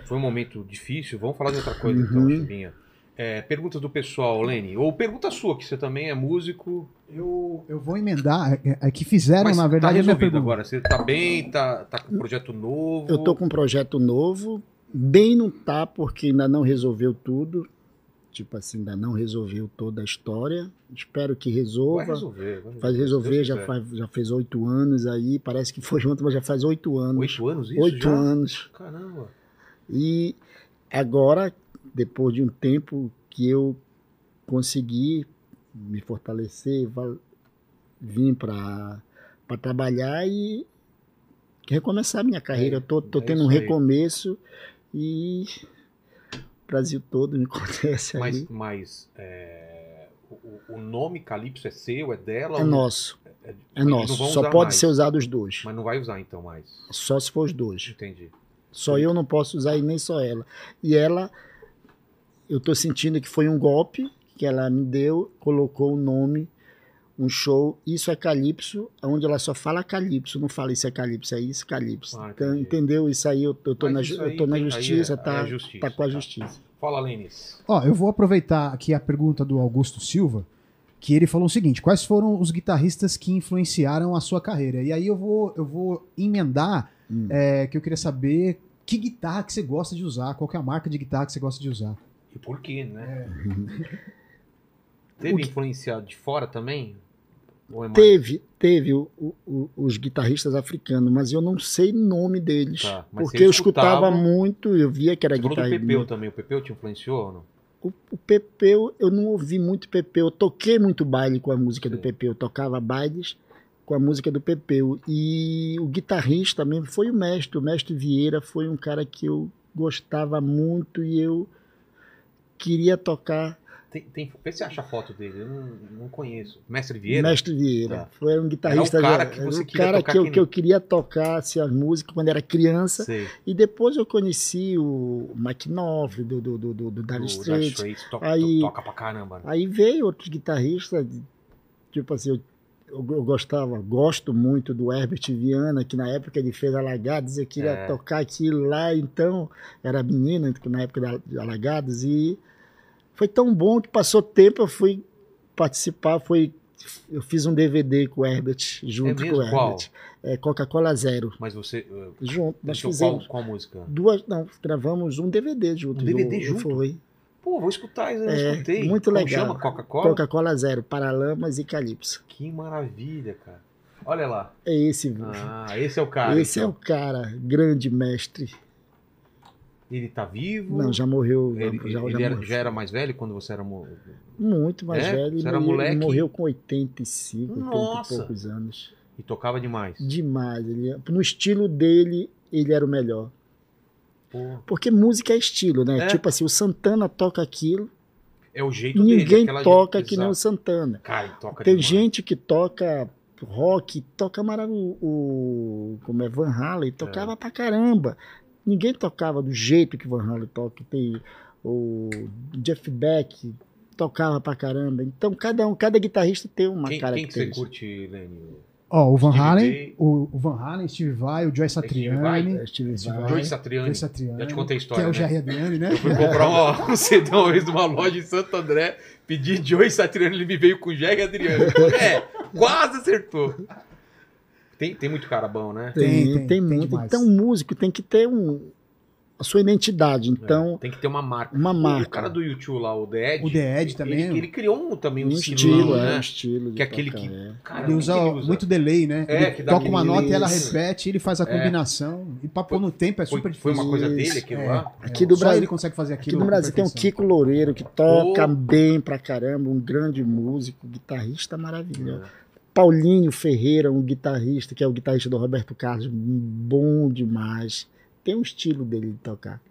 foi um momento difícil. Vamos falar de outra coisa então,
Uhum.
Chimbinha. É, perguntas do pessoal, Lene. Ou pergunta sua, que você também é músico.
Eu, eu vou emendar, é, é que fizeram,
mas
na verdade,
tá
a minha
resolvido
pergunta.
agora. Você tá bem, tá, tá com um projeto novo.
Eu tô com um projeto novo, bem não tá, porque ainda não resolveu tudo. Tipo assim, ainda não resolveu toda a história. Espero que
Vai
resolva.
resolver. Vai
Faz resolver,
Deus
já,
quiser.
faz- já fez oito anos aí, parece que foi ontem, mas já faz oito anos.
Oito anos isso?
Oito
já?
anos.
Caramba.
E agora, depois de um tempo que eu consegui me fortalecer, va- vim para trabalhar e recomeçar minha carreira. Eu tô, tô
é
tendo um
isso aí.
recomeço e o Brasil todo me conhece
Mas,
aí.
mas é, o- o, o nome Calypso é seu, é dela?
É
ou-
nosso, é
Eles não
nosso.
vão
Só
usar
pode
mais,
ser usado os dois.
Mas não vai usar então mais.
Só se for os dois.
Entendi.
Só eu não posso usar e nem só ela. E ela, eu tô sentindo que foi um golpe que ela me deu, colocou o nome, um show, isso é Calypso, onde ela só fala Calypso, não fala isso é Calypso, é isso, Calypso.
Ah,
então,
entendi.
entendeu? Isso aí eu, eu tô,
Mas
na,
isso
ju-
aí
eu tô na
tem- aí
justiça,
é-
tá,
aí é justiça,
tá com a
tá.
justiça.
Fala, Lênis.
Ó, eu vou aproveitar aqui a pergunta do Augusto Silva, que ele falou o seguinte: quais foram os guitarristas que influenciaram a sua carreira? E aí eu vou, eu vou emendar
Hum.
é, que eu queria saber que guitarra que você gosta de usar, qual que é a marca de guitarra que você gosta de usar.
E por quê, né? Teve influenciado de fora também? Ou é mais?
Teve, teve o- o- o- os guitarristas africanos, mas eu não sei o nome deles.
Tá, mas
porque
você
eu escutava
escutava-
muito, eu via que era
Você falou do
guitarra. né?
Pepeu também. O Pepeu te influenciou ou não?
O, o Pepeu, eu não ouvi muito Pepeu. Eu toquei muito baile com a música do
Sim.
Pepeu. Eu tocava bailes com a música do Pepeu. E o guitarrista mesmo foi o mestre. O mestre Vieira foi um cara que eu gostava muito e eu queria tocar
Tem, tem, vê se acha a foto dele. Eu não, não conheço. Mestre Vieira?
Mestre Vieira.
Tá.
Foi um guitarrista.
Era o cara que
era
você
o
queria
cara
tocar
que, eu,
aqui né?
que eu
no-
queria tocar assim, as músicas quando era criança.
Sei.
E depois eu conheci o Mike Knopfler, do, do, do, do, do Dire
Do Dire
Straits.
Straits, to-
Aí-
toca pra caramba. né?
Aí veio outros guitarristas, tipo assim, eu, eu- eu gostava, gosto muito do Herbert Viana, que na época ele fez Alagados, eu queria
É.
tocar aquilo lá, então, era menina na época da- de Alagados, e foi tão bom que passou tempo, eu fui participar, fui, eu fiz um DVD com o Herbert, junto
É mesmo?
com o
Qual?
Herbert. É, Coca-cola Zero,
Mas você. eh,
junto, nós
deixou
fizemos.
Qual, qual música?
Duas, não, gravamos um DVD junto.
Um DVD
eu- eu
junto?
Foi.
Pô, vou escutar, eu não
É,
escutei.
muito
Como
legal.
chama Coca-Cola?
Coca-Cola Zero, Paralamas e Calypso.
Que maravilha, cara. Olha lá.
É esse,
Ah, esse é o cara.
esse é o cara, grande mestre.
Ele tá vivo?
Não, já morreu.
Ele,
já,
ele
já
era,
morreu.
já era mais velho quando você era. mo-
muito mais
É?
velho.
Você era
ele,
moleque?
ele morreu com 85, 80
Nossa!
e poucos anos.
E tocava demais.
Demais. Ele, é, no estilo dele, ele era o melhor.
Pô,
Porque música é estilo, né?
É.
Tipo assim, o Santana toca aquilo,
é o jeito dele.
ninguém
aquela-
toca que nem o
Exato.
Santana.
Cara, ele toca
Tem
demais.
gente que toca rock, toca maravilhoso. O, como é Van Halen, tocava pra caramba. Ninguém tocava do jeito que Van Halen toca. Tem o Jeff Beck tocava pra caramba. Então cada um, cada guitarrista tem uma
Quem, quem que você
característica.
curte, Lenny?
Ó, o Van
Steve
Halen,
Vai.
o, o Van Halen, Steve Vai, o Joyce Satriani,
É, Steve
Steve
Vai.
Vai.
Tipo, Joey Satriani.
Joyce Satriani,
Já te contei a
que
história.
é o
né?
Jerry Adriani, né?
Eu fui comprar uma, um CD uma vez numa loja em Santo André, pedi Joey Satriano, ele me veio com Jack Adriano. É, quase acertou. Tem, tem muito cara bom, né?
Tem,
Tem,
tem,
tem, tem
muito.
demais.
então músico tem que ter um, a sua identidade. Então
É, tem que ter uma marca.
uma
O
marca,
cara do YouTube lá, o The Ed,
O The Ed também.
Ele, ele criou um, também um,
um
estilão,
estilo, é,
né?
um estilo. de
Que é aquele
tocar,
que-
é.
Cara,
Ele
o que
usa,
que ele usa?
muito delay, né?
É,
Ele
que dá
toca uma
delay.
nota e ela
Isso.
repete, ele faz a combinação. E pra pôr no tempo é
É. Foi,
super
foi
difícil.
uma coisa
Isso,
dele aquilo
é.
lá?
Aqui do
Só
Brasil-
ele consegue fazer
Aqui
aquilo.
no
com
Brasil tem um o
perfeição.
Kiko Loureiro, que toca
Pô.
bem pra caramba, um grande músico, guitarrista maravilhoso. Paulinho Ferreira, um guitarrista, que é o guitarrista do Roberto Carlos, bom demais. Tem um estilo dele de tocar.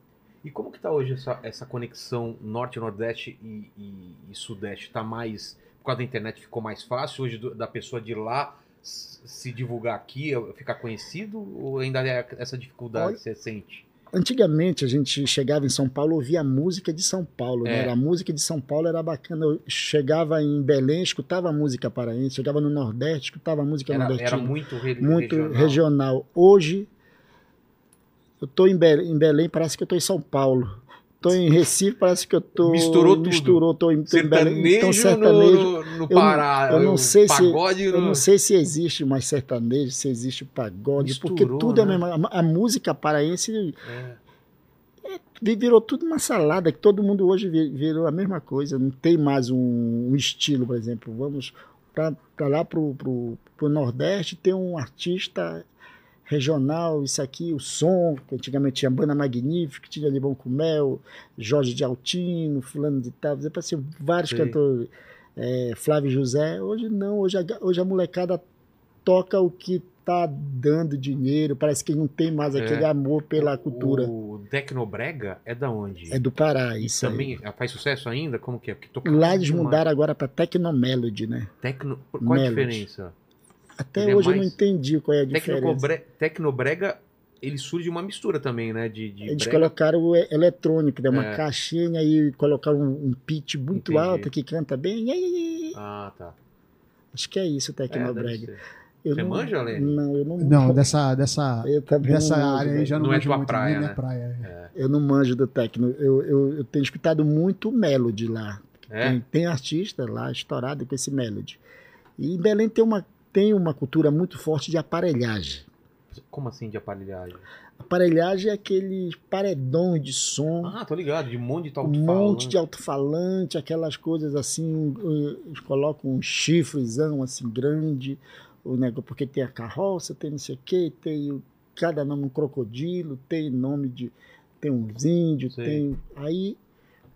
E como que tá hoje essa, essa conexão norte-nordeste e, e- e sudeste? Tá mais. Por causa da internet ficou mais fácil hoje do- da pessoa de lá s- se divulgar aqui, eh, ficar conhecido? Ou ainda é essa dificuldade
Olha-
que você sente?
Antigamente a gente chegava em São Paulo, ouvia a música de São Paulo, né?
É.
Era A música de São Paulo era bacana. Eu chegava em Belém, escutava a música paraense, chegava no Nordeste, escutava a música
Era, um
nordestina.
era muito, re-
muito
regional.
regional. Hoje, eu estou em, Be- em Belém, parece que eu estou em São Paulo. Estou em Recife, parece que eu estou...
Misturou tudo.
Misturou, tô em, tô em Belém.
Sertanejo,
Então, sertanejo.
no, no
Eu não-
Pará,
eu não
o
sei se-
pagode
Eu
no...
não sei se existe mais sertanejo, se existe pagode, porque
Misturou,
tudo é
né?
a mesma... A, a música paraense
É.
vi- virou tudo uma salada, que todo mundo hoje vi- virou a mesma coisa. Não tem mais um, um estilo, por exemplo. Vamos para lá, para o Nordeste, tem um artista regional, isso aqui, o som, que antigamente tinha Banda Magnífica, tinha Libão com Mel, Jorge de Altino, fulano de tal, depois, assim, vários
Sim.
cantores, é, Flávio José, hoje não, hoje a, ga- hoje a molecada toca o que tá dando dinheiro, parece que não tem mais
É.
aquele amor pela cultura.
O Tecnobrega é da onde?
É do Pará, isso aí.
Também ah, faz sucesso ainda? Como que é? Porque tocava
Lá eles
demais.
mudaram agora para Tecnomelody, né?
Tecno... Qual a
Melody.
diferença?
Até
Ele é
hoje eu não
mais-
entendi qual é a diferença.
Tecnobre... Tecnobrega, ele surge uma mistura também, né? De, de
Eles
brega.
colocaram o e- eletrônico, né? uma
É.
caixinha e colocaram um, um pitch muito
Entendi.
alto que canta bem. E aí,
Ah, tá.
Acho que é isso, o
É, deve
Tecnobrega.
ser.
Eu
Você
não-
manja, Lene?
Não, eu não
Não, dessa, dessa,
Eu também
dessa
não manjo,
área aí
velho.
já não,
Não é
manjo
tua
muito,
praia,
não é minha
né?
praia.
Eu não manjo do Tecno. Eu, eu, eu tenho escutado muito Melody lá.
É?
Tem, tem artista lá estourado com esse Melody. E em Belém tem uma, tem uma cultura muito forte de aparelhagem.
Como assim de aparelhagem?
Aparelhagem é aquele paredão de som.
Ah, tô ligado, de um monte de né? tal
um monte de alto-falante, aquelas coisas assim, eh, eles colocam um chifrezão assim grande, o negócio, porque tem a carroça, tem não sei o quê, tem o- cada nome um crocodilo, tem nome de. tem uns índios,
Sei.
tem. Aí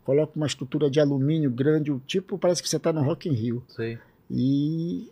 coloca uma estrutura de alumínio grande, o tipo parece que você está no Rock in Rio.
Sei,
E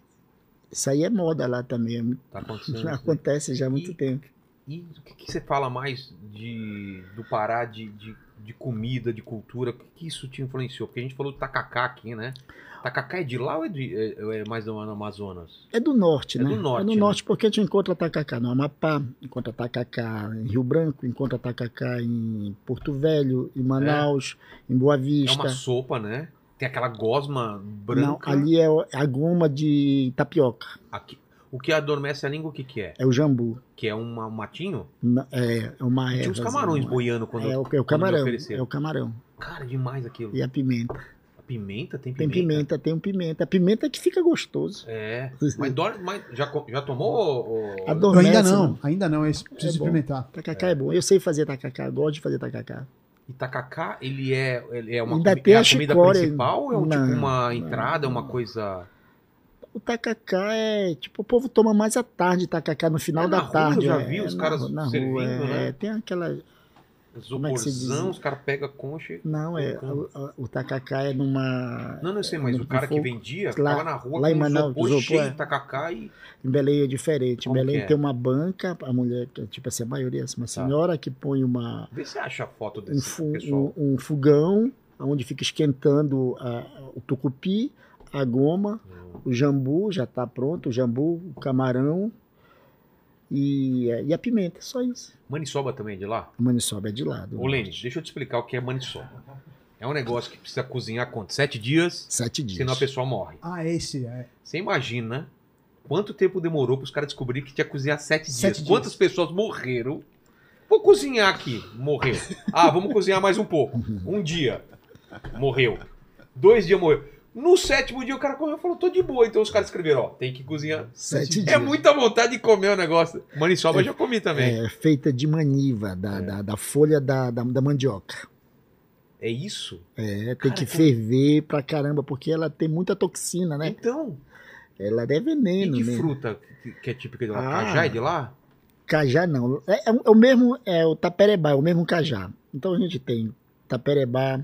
isso aí é moda lá também, é muito-
tá acontecendo. isso aí.
acontece já há muito
E-
tempo.
E o que, que você fala mais de, do Pará, de, de, de comida, de cultura? O que, que isso te influenciou? Porque a gente falou do tacacá aqui, né? Tacacá é de lá ou é, de, é, é mais do Amazonas?
É do norte,
É
né?
do norte,
é do
né?
norte porque a gente encontra tacacá no Amapá, encontra tacacá em Rio Branco, encontra tacacá em Porto Velho, em Manaus, em Boa
É
Vista.
uma sopa, né? Tem aquela gosma
Não,
branca.
ali é a goma de tapioca,
Aqui- o que adormece a língua, o que, que é?
é o jambu.
Que é uma- um matinho?
Na- É, é uma
Tinha uns
erva,
camarões
é,
boiando quando,
é, o, é o
quando me
camarão,
ofereceram.
é o camarão.
Cara, demais aquilo.
E a pimenta.
A Pimenta? Tem
Tem
pimenta?
pimenta, tem um pimenta. A pimenta é que fica gostoso.
É. Mas, dor, mas já, co- já tomou? ô- ô-
Adoro.
Eu ainda
Promessa,
não,
né?
ainda não, eu preciso
É bom.
experimentar.
Tacacá é. bom. Eu sei fazer tacacá, gosto de fazer tacacá.
E tacacá, ele é, ele é uma
Ainda
comi-
tem
é a
a
comida
chicória.
principal ou é um,
Não,
tipo uma
não,
entrada, uma
não.
coisa.
O tacacá é, tipo, o povo toma mais à tarde tacacá, no final
É, na
da
rua,
tarde.
eu já
é,
vi os
na
caras
rua- na
servindo,
rua, é,
né?
é, tem aquela... Como é que se diz?
Isoporzão, os caras pegam concha. e-
Não, é, o, a- o tacacá é numa...
Não, não sei, mas
no-
o cara
no
que
É, um fogo.
vendia
Lá-
ficava na rua
lá em
com um
Manaus,
isopor
isopor,
cheio
é.
de tacacá e.
Em Belém é diferente. Em
Como
Belém
que é? Tá.
tem uma banca, a mulher, que é, tipo assim, a maioria, assim, uma senhora que põe uma,
Vê se acha a foto
um,
desse
fu-
pessoal.
um- um fogão, onde fica esquentando a- a- o tucupi, a goma, o jambu já está pronto, o jambu, o camarão e, é, e a pimenta, só isso.
Maniçoba também é de lá?
O maniçoba é de lado.
Ô, Lene, deixa eu te explicar o que é maniçoba. É um negócio que precisa cozinhar quanto? Sete dias,
Sete dias.
senão a pessoa morre.
Ah, esse é.
Você imagina quanto tempo demorou para os caras descobrir que tinha que cozinhar sete,
Sete
dias.
dias.
Quantas pessoas morreram? Vou cozinhar aqui. Morreu. Ah, vamos cozinhar mais um pouco. Um dia. Morreu. Dois dias morreu. No sétimo dia o cara comeu e falou, tô de boa. Então os caras escreveram, ó, tem que cozinhar.
Sete
Sete
dias.
É muita vontade de comer o negócio. Maniçoba eu já comi também.
É feita de maniva, da, da, da folha da, da, da mandioca.
É, isso?
É, tem
Cara,
que
como-
ferver pra caramba, porque ela tem muita toxina, né?
Então,
Ela é
e
veneno,
de
né?
fruta que- que é típica de lá?
Ah.
Cajá é de lá?
Cajá não. É, é o- é o mesmo, é o taperebá, é o mesmo cajá. Então a gente tem taperebá,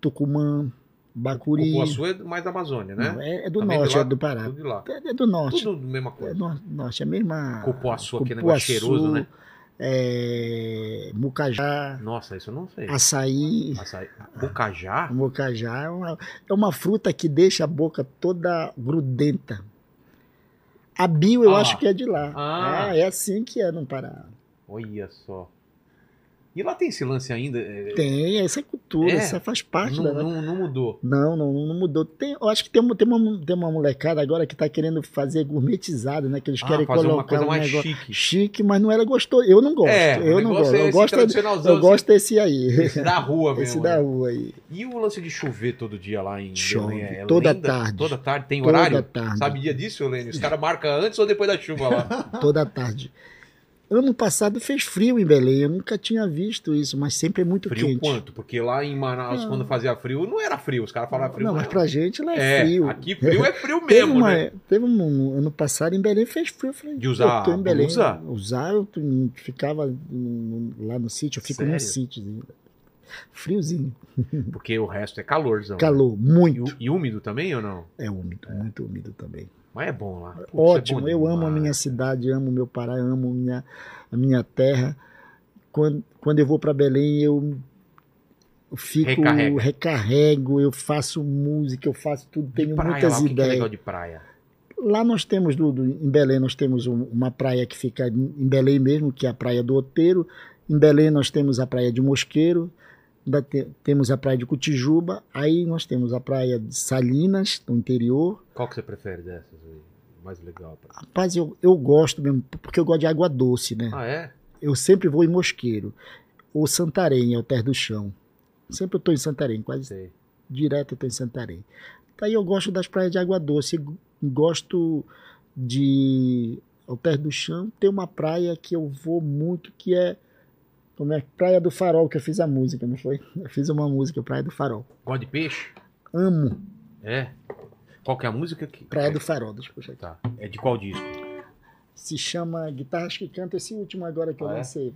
tucumã, bacuri.
Cupuaçu é mais da Amazônia, né?
Não, é, é do
Também
norte,
de lá,
é do Pará.
Tudo de lá.
É, é do norte.
Tudo mesma coisa.
É no- norte, é a mesma.
Cupuaçu, aquele negócio cheiroso, né?
é, mucajá,
Nossa, isso eu não sei.
açaí.
Açaí. Bucajá?
O Mocajá é uma, é uma fruta que deixa a boca toda grudenta. A bio eu
Ah,
acho que é de lá.
Ah.
Ah. é assim que é no Pará.
Olha só. E lá tem esse lance ainda? é,
Tem, essa é cultura,
É?
essa faz parte
não,
da.
não- não mudou.
Não, não, não mudou. Tem, eu acho que tem, uma- tem, uma, tem uma molecada agora que tá querendo fazer gourmetizado, né? Que eles
Ah,
querem
fazer
colocar
uma coisa
um
mais
negócio
chique.
chique, mas não era gostoso. Eu não gosto.
É, o
eu não
negócio
gosto.
é
eu
esse
gosto,
tradicionalzão,
eu gosto desse aí.
Esse da rua mesmo.
Esse
né?
da rua aí.
E o lance de chover todo dia lá em
Chove,
Belém? É
toda
lenda?
tarde.
Toda tarde? Tem
Toda
horário?
tarde.
Sabe dia disso, Helene? Os caras marcam antes ou depois da chuva lá?
toda tarde. Ano passado fez frio em Belém, eu nunca tinha visto isso, mas sempre é muito
Frio
quente.
quanto? Porque lá em Manaus,
Não.
quando fazia frio, não era frio. Os caras falavam frio. né?
Não, mas pra gente lá é,
É,
frio.
aqui frio é frio
Teve,
mesmo,
uma-
né?
teve um ano passado em Belém fez frio, eu falei,
De usar
pô, tô em Belém,
blusa?
usar, eu tu- ficava hum, lá no sítio, eu fico
Sério?
num sítiozinho. Friozinho,
Porque o resto é calorzão. né?
calor,
E,
muito.
ú- e úmido também ou não?
É úmido, muito úmido também.
Mas é bom lá. Putz, é
Ótimo,
bom
eu amo a
demais.
minha cidade, amo meu Pará, amo minha, a minha terra. Quando, quando eu vou para Belém, eu fico,
Recarrega.
recarrego, eu faço música, eu faço tudo, tenho
praia
muitas
lá, o que que é
ideias.
legal de praia?
Lá nós temos, Dudu, em Belém, nós temos um- uma praia que fica em em Belém mesmo, que é a Praia do Oteiro. Em Belém nós temos a Praia de Mosqueiro, ainda te- temos a Praia de Cutijuba, aí nós temos a Praia de Salinas, no interior,
Qual que você prefere dessas aí? Mais legal. pra-
Rapaz, eu, eu gosto mesmo, porque eu gosto de água doce, né?
Ah, é?
Eu sempre vou em Mosqueiro. Ou Santarém, é o Terra do Chão. Sempre eu tô em Santarém, quase
Sei.
direto eu tô em Santarém. Daí eu gosto das praias de água doce, g- gosto de ao pé do chão, tem uma praia que eu vou muito, que é. Como é? Praia do Farol, que eu fiz a música, não foi? Eu fiz uma música, Praia do Farol.
Gosta de peixe?
Amo
É. Qual que é a música que.
Praia do Farol, deixa eu puxar aqui.
Tá. É de qual disco?
Se chama Guitarras que Canta, esse último agora que eu
Ah, é?
lancei.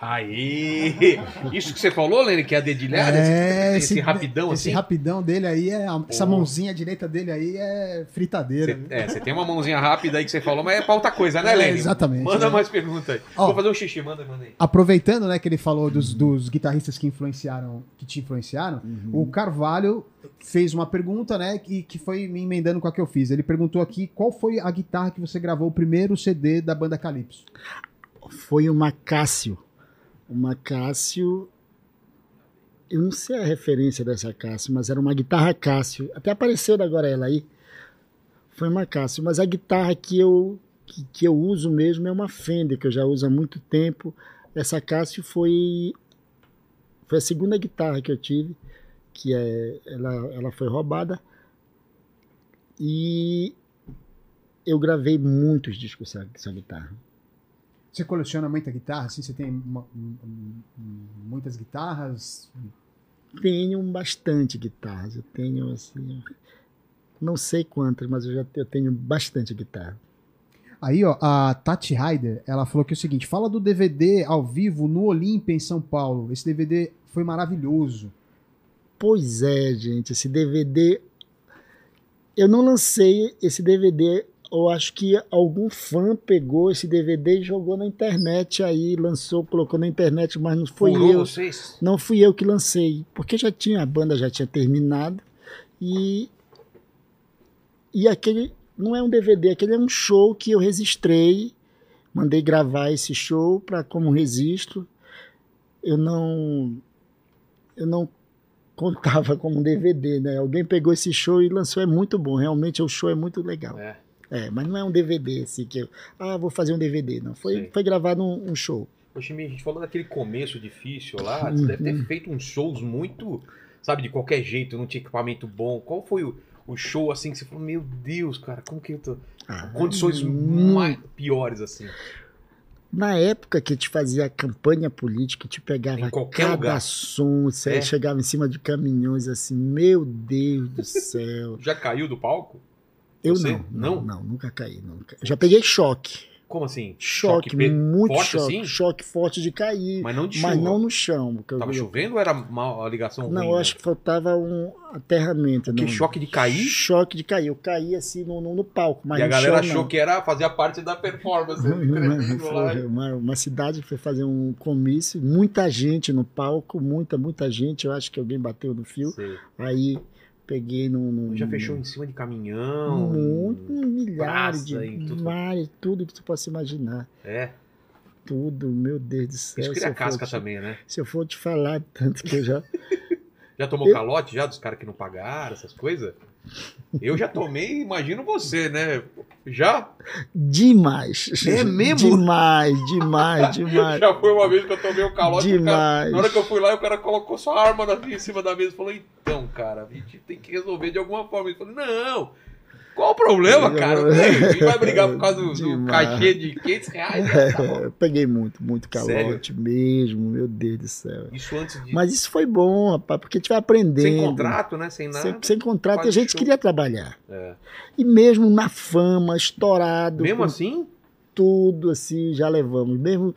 Aí! Isso que você falou, Lene, que é a dedilhada?
É,
esse, esse rapidão
esse
assim?
rapidão dele aí, é, a- essa
Pô.
mãozinha direita dele aí é fritadeira.
Cê-
né?
é, você tem uma mãozinha rápida aí que você falou, mas é pra outra coisa, né,
É,
Lene?
exatamente.
Manda mais perguntas aí.
Ó.
Vou fazer um xixi, manda, manda aí.
Aproveitando, né, que ele falou dos, dos guitarristas que influenciaram, que te influenciaram, o Carvalho fez uma pergunta, né, que, que foi me emendando com a que eu fiz. Ele perguntou aqui qual foi a guitarra que você gravou o primeiro CD da banda Calypso.
Foi uma Cássio. Uma Cássio. Eu não sei a referência dessa Cássio, mas era uma guitarra Cássio. Até apareceu agora ela aí. Foi uma Cássio, mas a guitarra que eu que, que eu uso mesmo é uma Fender, que eu já uso há muito tempo. Essa Cássio foi foi a segunda guitarra que eu tive, que é ela ela foi roubada. E eu gravei muitos discos com essa- com essa guitarra.
Você coleciona muita guitarra, assim, você tem uma- um- um- muitas guitarras?
tenho bastante guitarras. Eu tenho, assim, não sei quantas, mas eu já eu tenho bastante guitarra.
Aí, ó, a Tati Ryder, ela falou que é o seguinte: fala do DVD ao vivo no Olímpia, em São Paulo. Esse DVD foi maravilhoso.
Pois é, gente, esse DVD. Eu não lancei esse DVD. Eu acho que algum fã pegou esse DVD e jogou na internet aí, lançou, colocou na internet, mas não foi
Furou
eu.
vocês?
não fui eu que lancei, porque já tinha a banda já tinha terminado e e aquele não é um DVD, aquele é um show que eu registrei, mandei gravar esse show para como registro. Eu não eu não contava como um DVD, né? Alguém pegou esse show e lançou, é muito bom, realmente o show é muito legal.
É.
É, mas não é um DVD assim que eu, ah, vou fazer um DVD, não. Foi
Sim.
foi gravado um, um show.
Ô, Chimi, a gente falou daquele começo difícil lá, você deve
Uhum.
ter feito uns shows muito, sabe, de qualquer jeito, não tinha equipamento bom. Qual foi o, o show assim que você falou, meu Deus, cara, como que eu tô.
Ah,
Condições
hum.
mais piores, assim.
Na época que te fazia campanha política, te pegava
Em qualquer
cada
lugar.
som, você
É.
chegava em cima de caminhões assim, meu Deus do céu.
Já caiu do palco?
Eu
Você?
não, não,
Não?
não, nunca caí, nunca. Eu Já peguei choque.
Como assim?
Choque,
pe-
muito
forte,
choque,
assim?
choque forte de cair,
Mas não de
mas,
chuva.
não no chão. porque eu-
Tava chovendo ou era uma a ligação
Não,
ruim?
eu acho que faltava um aterramento.
Que
não.
choque de cair?
Choque de cair. Eu caí assim no, no- no palco, mas
e a
no
galera
chão,
achou
não.
que era fazer a parte da performance. né? Tremendo lá.
Foi é uma, uma cidade que foi fazer um comício, muita gente no palco, muita, muita gente. Eu acho que alguém bateu no fio.
Sei.
Aí peguei num. num-
Já fechou em cima de caminhão.
muito, milhares de
praça e tudo.
milhares, tudo que tu possa imaginar.
É.
Tudo, meu Deus do céu.
Isso
se
cria
eu for
é casca
te-
também, né?
Se eu for te falar, tanto que eu já.
Já tomou
Eu-
calote já dos caras que não pagaram, essas coisas? Eu já tomei, imagino você, né? Já?
Demais!
É mesmo?
Demais, demais, demais.
Já foi uma vez que eu tomei um calote. o cara-
Ah, demais.
na hora que eu fui lá, o cara colocou sua arma na- em cima da mesa e falou: Então, cara, a gente tem que resolver de alguma forma. Eu falei: Não. Qual o problema, cara? Quem vai brigar por causa do, do
Demais.
cachê de 500 reais? Tá bom.
Eu peguei muito, muito calote mesmo, meu Deus do céu.
Isso antes de.
Mas isso foi bom, rapaz, porque a gente vai aprendendo.
Sem contrato, né? Sem nada.
Sem, sem contrato,
Faz
a gente
show.
queria trabalhar.
É.
E mesmo na fama, estourado,
Mesmo
com
assim,
tudo assim, já levamos. Mesmo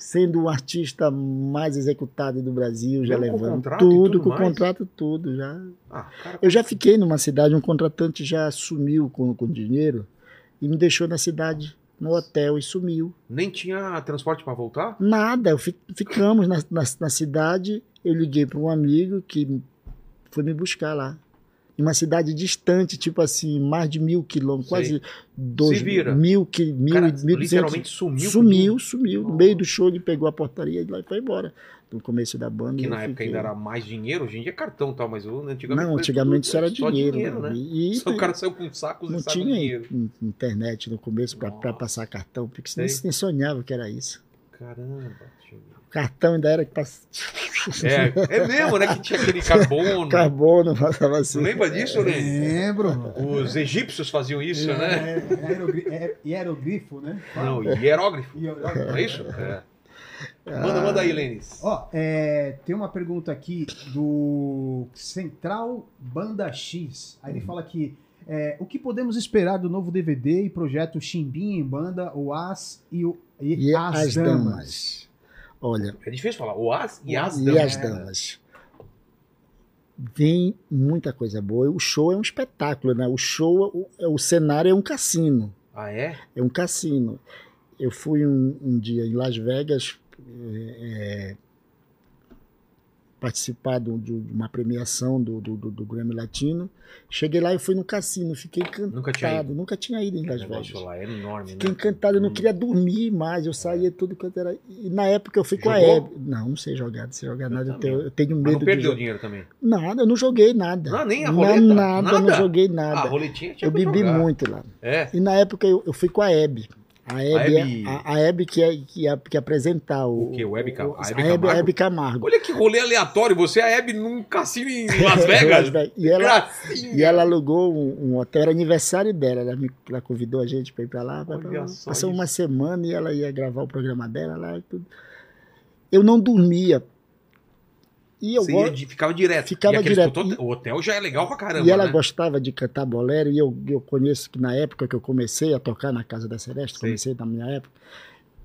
sendo o artista mais executado do Brasil, já
Mesmo com
levando
contrato e
tudo,
tudo
com
mais?
contrato, tudo já.
Ah, cara,
Eu já fiquei numa cidade, um contratante já sumiu com, com dinheiro e me deixou na cidade, no hotel, e sumiu.
nem tinha transporte pra voltar?
Nada, eu fi- ficamos na, na, na cidade, eu liguei para um amigo que foi me buscar lá. Em uma cidade distante, tipo assim, mais de mil quilômetros,
Sei.
quase dois
Se vira.
mil, qui-
O
mil,
cara
mil e duzentos
literalmente sumiu.
Sumiu, sumiu. No
Nossa.
meio do show ele pegou a portaria e lá foi embora. No começo da banda.
Que
eu
na época
fiquei-
ainda era mais dinheiro, hoje em dia é cartão e tal, mas o- antigamente.
Não,
foi
antigamente
tudo-
isso era
só
dinheiro.
né?
E,
Só o cara saiu com sacos
não
e sacos de
tinha
dinheiro.
in- internet no começo pra pra
Nossa.
passar cartão, porque nem,
Sei.
nem sonhava que era isso.
Caramba, deixa eu ver.
O cartão ainda era que passava
É, é mesmo, né? Que tinha aquele carbono.
carbono, É. passava
Você
assim.
lembra disso, né?
Lembro.
Os egípcios faziam isso, né?
É, aerogri- é- hieroglifo, né?
É.
Não, hierógrafo.
Hieroglifo.
Não é isso? É. Manda, manda
Ah.
aí, Lênis.
Ó,
É, tem uma pergunta aqui do Central Banda X. Aí ele fala que é, o que podemos esperar do novo DVD e projeto Chimbinha em Banda, o As e, o, e
E
as, Damas?
Olha,
É difícil falar. O as e as
e as
damas.
damas. Vem muita coisa boa. O show é um espetáculo, né? O show, o- é- o cenário é um cassino.
Ah, é?
é um cassino. Eu fui um, um dia em Las Vegas eh, eh, participar do- de uma premiação do, do, do- do Grammy Latino. Cheguei lá e fui no cassino, fiquei encantado.
Nunca
Nunca
tinha
tinha
ido.
ido, em
O
Las
negócio
Vegas.
lá é enorme,
Fiquei
né?
encantado, eu não
Hum.
queria dormir mais, eu saía tudo quanto era. E na época eu fui com a
Jogou?
Hebe. Não, não sei jogar, não sei jogar nada. Eu
também.
tenho, eu tenho
Mas não
medo de.
perdeu
jogar.
dinheiro também.
Nada, eu não joguei nada.
Não, nem a
Não,
roleta?
Nada, eu não
Nada?
joguei
Ah, a
nada.
roletinha tinha
eu
pra
bebi
jogar.
muito lá.
É.
E na época eu, eu fui com a Hebe. A
Hebe-
Hebe, a, a Hebe que, ia- que, ia- que ia apresentar o.
O quê? O Hebe Ca- a
a
Hebe
Hebe, Hebe Camargo.
Camargo? Olha que rolê aleatório. Você é a Hebe num cassino em Las Vegas.
e, ela,
Gracinha.
e ela alugou um, um hotel, era aniversário dela. Ela, me, ela convidou a gente para ir para lá. pra- pra-
Olha só
passou
isso.
uma semana e ela ia gravar o programa dela lá e tudo. Eu não dormia. E eu
Você ia
gosto.
de- ficava direto.
Ficava
E aqueles
direto.
hotel- O hotel já é legal pra caramba,
E ela
né?
gostava de cantar bolero, e eu, eu conheço que na época que eu comecei a tocar na Casa da Celeste,
Sei.
comecei na minha época,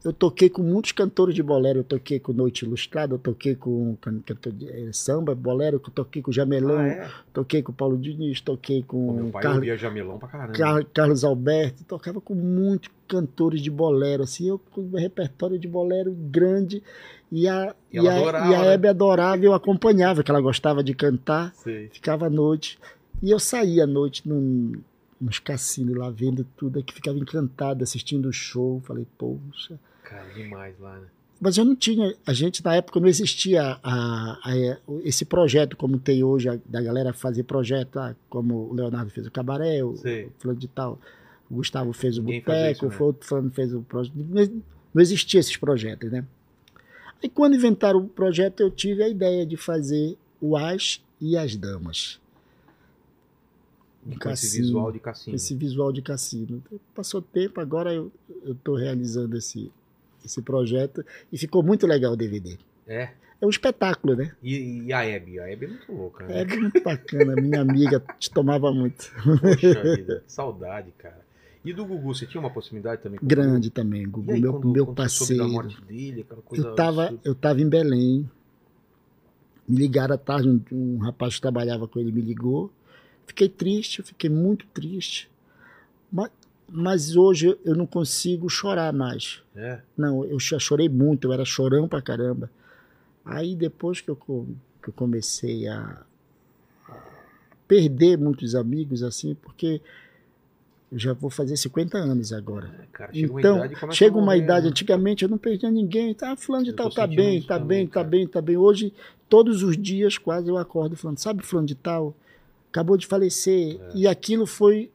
eu toquei com muitos cantores de bolero, eu toquei com Noite Ilustrada, eu toquei com can- cantor de eh, samba, bolero, eu toquei com Jamelão,
Ah, é?
toquei com Paulo Diniz, toquei
Pô,
com
meu pai
Carlos-
ouvia Jamelão pra caramba.
Car- Carlos Alberto, tocava com muitos cantores de bolero, assim, eu com um repertório de bolero grande, e a,
E ela
a-
adorava,
e a
né?
Hebe adorava, eu acompanhava, que ela gostava de cantar,
Sei.
ficava à noite. E eu saía à noite num, nos cassinos lá, vendo tudo, é que ficava encantado, assistindo o show. Falei, poxa.
Cara, demais lá, né?
Mas eu não tinha, a gente na época não existia a- a- é, o- esse projeto como tem hoje, a- da galera fazer projeto, ah, como o Leonardo fez o Cabaré, o
Sei.
fulano de tal, o Gustavo fez o
Ninguém fazia isso,
Boteco,
né?
o outro fulano fez o projeto. Não, não existia esses projetos, né? Aí quando inventaram o projeto, eu tive a ideia de fazer o As e as Damas.
E com esse
cassino.
visual de cassino.
esse visual de cassino. Passou tempo, agora eu estou realizando esse, esse projeto e ficou muito legal o DVD.
É.
É um espetáculo, né?
E, e a Hebe? A Hebe é muito louca, né?
É muito bacana. Minha amiga te tomava muito.
Poxa vida, que saudade, cara. E do Gugu, você tinha uma proximidade também com o Gugu?
Grande também,
E
Gugu,
aí, um
meu,
quando,
meu
quando você soube
parceiro.
da morte dele, aquela coisa
Eu tava,
absurda.
eu tava em Belém. Me ligaram à tarde, um, um rapaz que trabalhava com ele me ligou. Fiquei triste, fiquei muito triste. Mas, mas hoje eu não consigo chorar mais.
É.
Não, eu já chorei muito, eu era chorão pra caramba. Aí depois que eu, co- que eu comecei a, a perder muitos amigos, assim, porque eu já vou fazer 50 anos agora.
É, cara, chega
Então,
uma idade e começa
chega
a
uma
morrer,
idade,
né?
antigamente eu não perdia ninguém, tá, fulano de
Eu tô
tal tá
sentindo
bem,
isso
tá
também,
bem, tá
cara.
bem, tá bem. Hoje, todos os dias quase eu acordo falando, sabe fulano de tal? Acabou de falecer.
É.
E aquilo foi,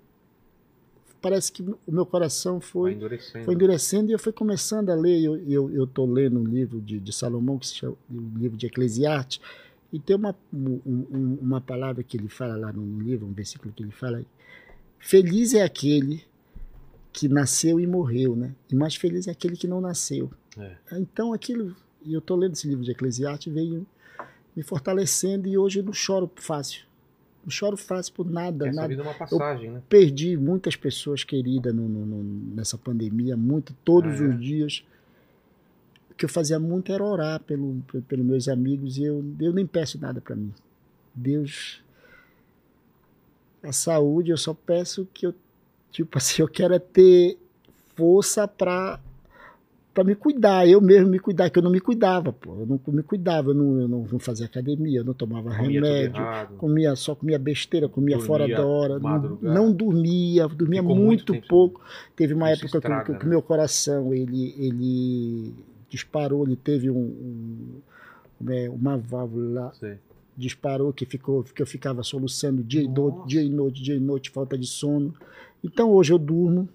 parece que o meu coração
Vai
foi
endurecendo.
foi endurecendo e eu fui começando a ler. Eu eu eu tô lendo um livro de, de Salomão que se chama um livro de Eclesiastes e tem uma um- um- uma palavra que ele fala lá no livro, um versículo que ele fala: feliz é aquele que nasceu e morreu, né? E mais feliz é aquele que não nasceu.
É.
Então aquilo, e eu tô lendo esse livro de Eclesiastes veio me fortalecendo e hoje eu não choro fácil. Não choro fácil por nada,
Essa
nada
vida é uma passagem, né?
perdi muitas pessoas queridas no- no- no- nessa pandemia, muito, todos
Ah, é?
os dias. que eu fazia muito era orar pelo, pe- pelos meus amigos e eu, eu nem peço nada para mim. Deus, a saúde, eu só peço que eu, tipo assim, eu quero é ter força para para me cuidar, eu mesmo me cuidar, que eu não me cuidava, pô. Eu não me cuidava, eu não, eu não não fazia academia, eu não tomava
Comia tudo
remédio,
errado.
comia só comia besteira, comia
Dormia
fora da hora, não,
madrugada.
não dormia, dormia
Ficou muito
muito,
tempo sem
pouco. Teve uma
Isso
época que-
estraga,
que, que
né?
meu coração ele ele disparou, ele teve um, um- como é, uma válvula
Sei.
disparou que ficou que eu ficava soluçando dia e, do,
Nossa.
dia e noite, dia e noite, falta de sono. Então hoje eu durmo,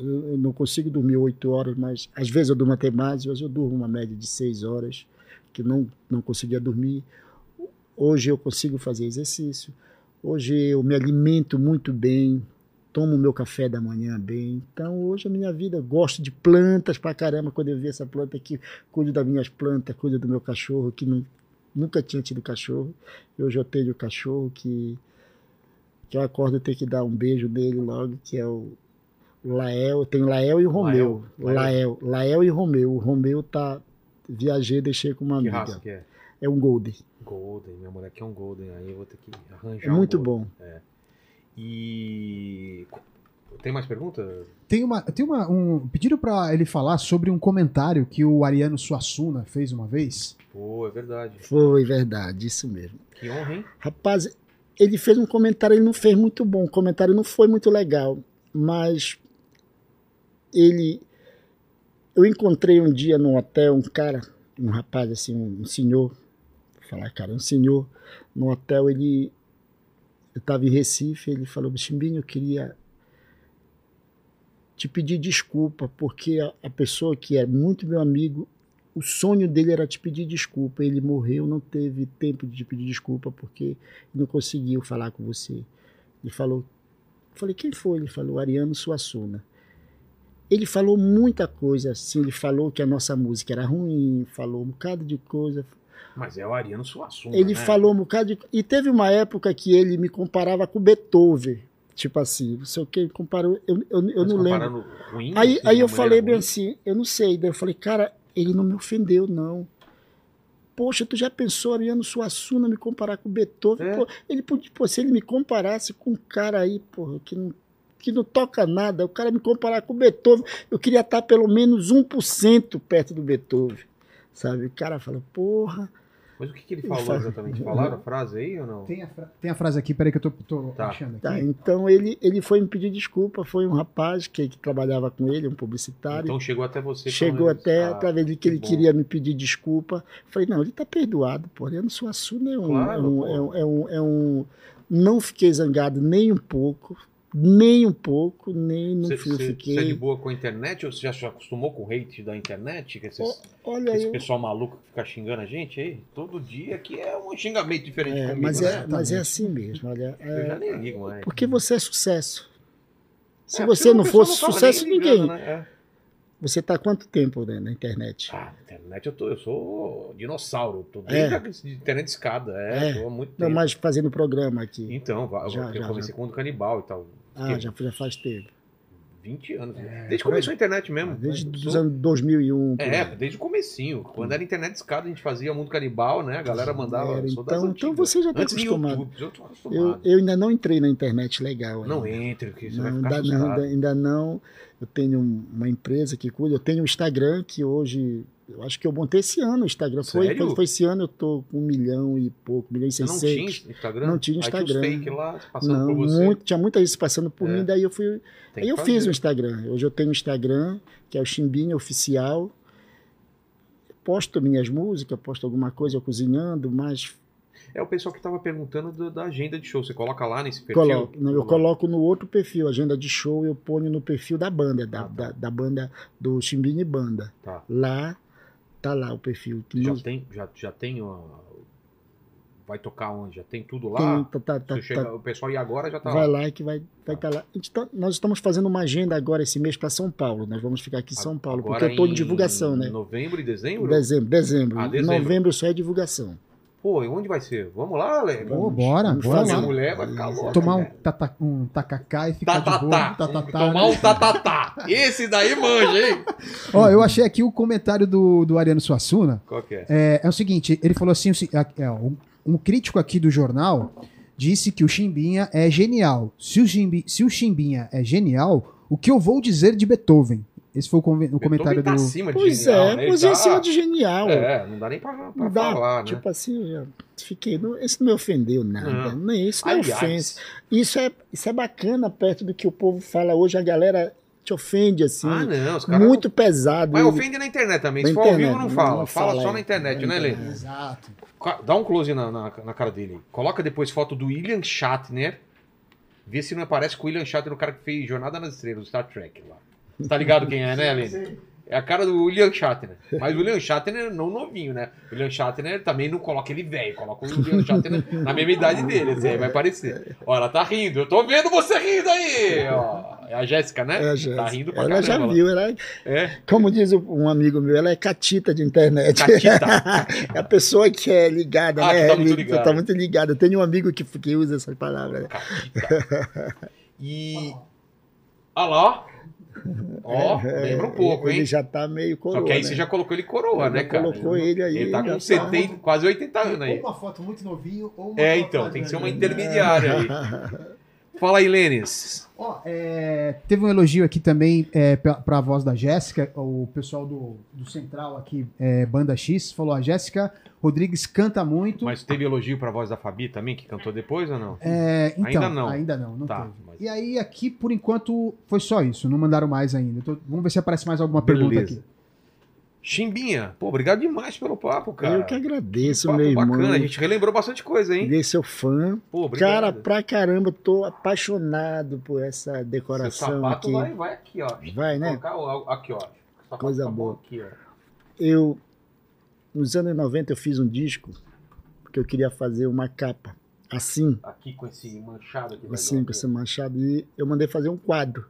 eu, eu não consigo dormir oito horas, mas às vezes eu durmo até mais, hoje eu durmo uma média de seis horas, que não, não conseguia dormir. Hoje eu consigo fazer exercício, hoje eu me alimento muito bem, tomo meu café da manhã bem. Então hoje a minha vida, eu gosto de plantas pra caramba, quando eu vi essa planta aqui, cuido das minhas plantas, cuido do meu cachorro, que não, nunca tinha tido cachorro. Hoje eu tenho o cachorro que, que eu acordo e tenho que dar um beijo nele logo, que é o Lael. Eu tenho Lael e o Romeu.
Lael.
Lael, Lael, e Romeu. O Romeu tá. Viajei, deixei com uma
Que
amiga.
raça que é?
É um Golden.
Golden, minha mulher quer um Golden, aí eu vou ter que arranjar
é muito
um Golden.
bom.
E. Tem mais pergunta?
Tem uma. Tem uma um, pediram pra ele falar sobre um comentário que o Ariano Suassuna fez uma vez.
Pô, é verdade.
Foi verdade, isso mesmo.
Que honra, hein?
Rapaz, ele fez um comentário, ele não fez muito bom, o comentário não foi muito legal, mas ele. Eu encontrei um dia num hotel um cara, um rapaz assim, um, um senhor, vou falar cara, um senhor, num hotel, ele. Eu estava em Recife, ele falou: Chimbinho, eu queria te pedir desculpa, porque a, a pessoa que é muito meu amigo o sonho dele era te pedir desculpa. Ele morreu, não teve tempo de te pedir desculpa porque não conseguiu falar com você. Ele falou. eu Falei, quem foi? Ele falou, Ariano Suassuna. Ele falou muita coisa assim. Ele falou que a nossa música era ruim, falou um bocado de coisa.
Mas é o Ariano Suassuna.
Ele
né?
falou um bocado de... E teve uma época que ele me comparava com Beethoven. Tipo assim, não sei o que, ele comparou. Eu, eu, eu
Mas
não lembro.
comparando Ruim,
Aí,
assim,
aí
a
eu
mulher
falei
era
bem
ruim.
assim, eu não sei. Daí eu falei, cara, ele não me ofendeu, não. Poxa, tu já pensou Ariano Suassuna me comparar com Beethoven?
É.
Pô, ele podia, pô, se ele me comparasse com um cara aí, porra, que não, que não toca nada, o cara me comparar com Beethoven, eu queria estar pelo menos 1% perto do Beethoven. Sabe? O cara fala, porra.
Mas o que, que ele
Ele
falou
fala-
exatamente? Falaram a frase aí ou não?
Tem a, fra- tem a frase aqui, peraí que eu tô, tô
Tá.
achando aqui.
Tá, então ele, ele foi me pedir desculpa, foi um rapaz que, que trabalhava com ele, um publicitário.
Então chegou até você.
Chegou
falando isso.
até tá
Ah,
através de
que
que ele
bom.
queria me pedir desculpa. Falei, não, ele tá perdoado, pô. Ariano Suassuna é um,
Claro,
é, um,
pô.
é, um, é, um, é um- Não fiquei zangado nem um pouco, nem um pouco, nem não
Você,
fui-
você-
fiquei.
você é de boa com a internet ou você já se acostumou com o hate da internet? Que esses,
Olha,
esse
eu.
pessoal maluco que fica xingando a gente aí? Todo dia que é um xingamento diferente
é,
comigo,
mas,
né?
é, mas é assim mesmo, olha.
Eu já
é,
nem ligo mais.
porque você é sucesso. Se
É,
você
porque
não
o pessoal
fosse
tava
sucesso,
nem
ninguém.
ligando, né? É.
Você tá há quanto tempo né, na internet?
Ah, internet, eu, tô, eu sou dinossauro. Tô desde
É.
a internet de escada. É,
É.
tô há muito
Não,
tempo.
mas fazendo programa aqui.
Então, va- eu,
Já,
eu
já,
comecei com o do canibal e tal.
Ah, já, já faz tempo.
20 anos.
É,
desde que começou a internet mesmo.
Ah, Desde
Mas
os
sou-
anos 2001. por
né? É,
aí.
desde o comecinho. Quando era internet escada, a gente fazia mundo canibal, né? A galera mandava.
Era,
sou das
então- então
antigas.
você já tá
Antes do
acostumado.
YouTube, eu tô
Eu,
acostumado.
eu ainda não entrei na internet legal.
Não
ainda.
entre, que você vai
Não,
ficar
ainda, não, ainda,
assustado.
ainda não. Eu tenho um, uma empresa que cuida. Eu tenho um Instagram que hoje. Eu acho que eu montei esse ano o Instagram. Foi,
Sério?
foi, foi esse ano, eu tô com um milhão e pouco, um milhão e
Você não tinha
seiscentos.
Instagram?
Não tinha
Aí tinha
Instagram.
os fake lá, passando
Não,
por você.
muito- tinha muita gente passando por
É.
mim, daí eu fui.
Tem
Aí
que
eu
fazer.
fiz o Instagram. Hoje eu tenho um Instagram, que é o Chimbinha Oficial. Posto minhas músicas, posto alguma coisa, eu cozinhando, mas
É o pessoal que tava perguntando do- da agenda de show. Você coloca lá nesse perfil? Uhum. Tá.
Coloco, não, eu coloco no outro perfil, agenda de show, eu ponho no perfil da banda, da,
Ah, tá.
da, da banda do Chimbini Banda.
Tá.
Lá, tá lá o perfil.
Já
Não
tem, já, já tem ó, Vai tocar onde? Já tem tudo lá?
tem, tá, tá, tá,
Você chega-
tá,
O pessoal ia agora já tá
vai
lá.
lá que vai vai tá lá. A gente tá- nós estamos fazendo uma agenda agora esse mês para São Paulo. Nós vamos ficar aqui em São Paulo,
Agora
porque eu tô
em
em divulgação, né?
Novembro e dezembro?
Dezembro, dezembro.
Ah, dezembro.
Novembro só é divulgação.
Pô, e onde vai ser? Vamos lá, Ale.
Pô,
É, Vamos
bora,
Vamos
bora
fazer
lá.
um-
mulher, vai ficar louca.
Tomar um,
né?
tata, um tacacá e ficar de boa.
tatatá.
Tá,
Tatatá,
Tá, Tomar
né?
um tatatá. Esse daí manja, hein?
Ó, eu achei aqui o comentário do, do Ariano Suassuna.
Qual que é?
É, é o seguinte, ele falou assim, o se- a- é, um, um crítico aqui do jornal disse que o Chimbinha é genial. Se o, Chimbi, se o Chimbinha é genial, o que eu vou dizer de Beethoven? Esse foi o, conve- o comentário
tá
do...
acima de
Pois
genial,
é,
né? Ele
pois
tá-
em cima de genial.
É, não dá nem pra, pra
Não dá,
falar, né?
tipo assim, eu já fiquei. Não, isso não me ofendeu nada.
Não.
Nem isso não é
Aliás,
ofensa. Isso é, isso é bacana perto do que o povo fala hoje. A galera te ofende assim.
ah, não, os caras...
muito pesado.
Mas
E-
ofende na internet também.
Na
Se for ao vivo,
internet,
não
não
fala.
fala,
Fala só
é.
na internet, né, Lê?
Exato.
Ca- Dá um close na, na, na cara dele. aí. Coloca depois foto do William Shatner. Vê se não aparece com o William Shatner, o cara que fez Jornada nas Estrelas, do Star Trek lá. Você tá ligado quem é, né, Aline? É a cara do William Shatner. Mas o William Shatner não novinho, né? O William Shatner também não coloca ele velho, coloca o William Shatner na mesma idade dele, assim, aí vai parecer. Ó, ela tá rindo, eu tô vendo você rindo aí, ó. É a Jéssica, né?
É, Jéssica.
Tá rindo pra
ela já
caramba.
viu, ela,
É,
como diz o- um amigo meu, ela é catita de internet.
catita.
é a pessoa que é ligada,
Ah,
né?
que tá muito
Ele-
ligada.
tá muito ligada. Eu tenho um amigo que, que usa essa palavra. né?
Catita. E... Olha lá, ó. Ó,
É,
lembra um pouco,
ele
hein?
já tá meio coroa,
Só que aí
né?
você já colocou ele coroa, né, cara?
colocou ele aí.
Ele tá com
já
70, quase 80 anos aí.
Ou uma foto muito novinho, ou uma
né? É,
foto
então,
mais
tem que ser uma
velha.
intermediária aí. Fala aí, Lênis.
Ó, é, teve um elogio aqui também é, pra, pra voz da Jéssica, o pessoal do, do Central aqui, é, Banda X, falou, a Jéssica Rodrigues canta muito.
Mas teve elogio pra voz da Fabi também, que cantou depois ou não?
É, então,
Ainda não.
Ainda não, não
Tá,
teve.
mas-
E aí, aqui, por enquanto, foi só isso. Não mandaram mais ainda. Eu tô- vamos ver se aparece mais alguma pergunta
Beleza.
aqui.
Chimbinha, pô, obrigado demais pelo papo, cara.
Eu que agradeço,
papo
meu irmão.
bacana, a gente relembrou bastante coisa, hein?
Dei seu fã.
Pô, obrigado.
Cara, pra caramba, eu tô apaixonado por essa
Seu
decoração
sapato
aqui.
vai, vai aqui, ó.
Vai, né?
Colocar o- aqui, ó. Sapato
Coisa
tá bom
boa.
Aqui, ó.
Eu, nos anos 90, eu fiz um disco, porque eu queria fazer uma capa assim,
Aqui com esse manchado aqui.
assim, com esse
esse
machado, e eu mandei fazer um quadro.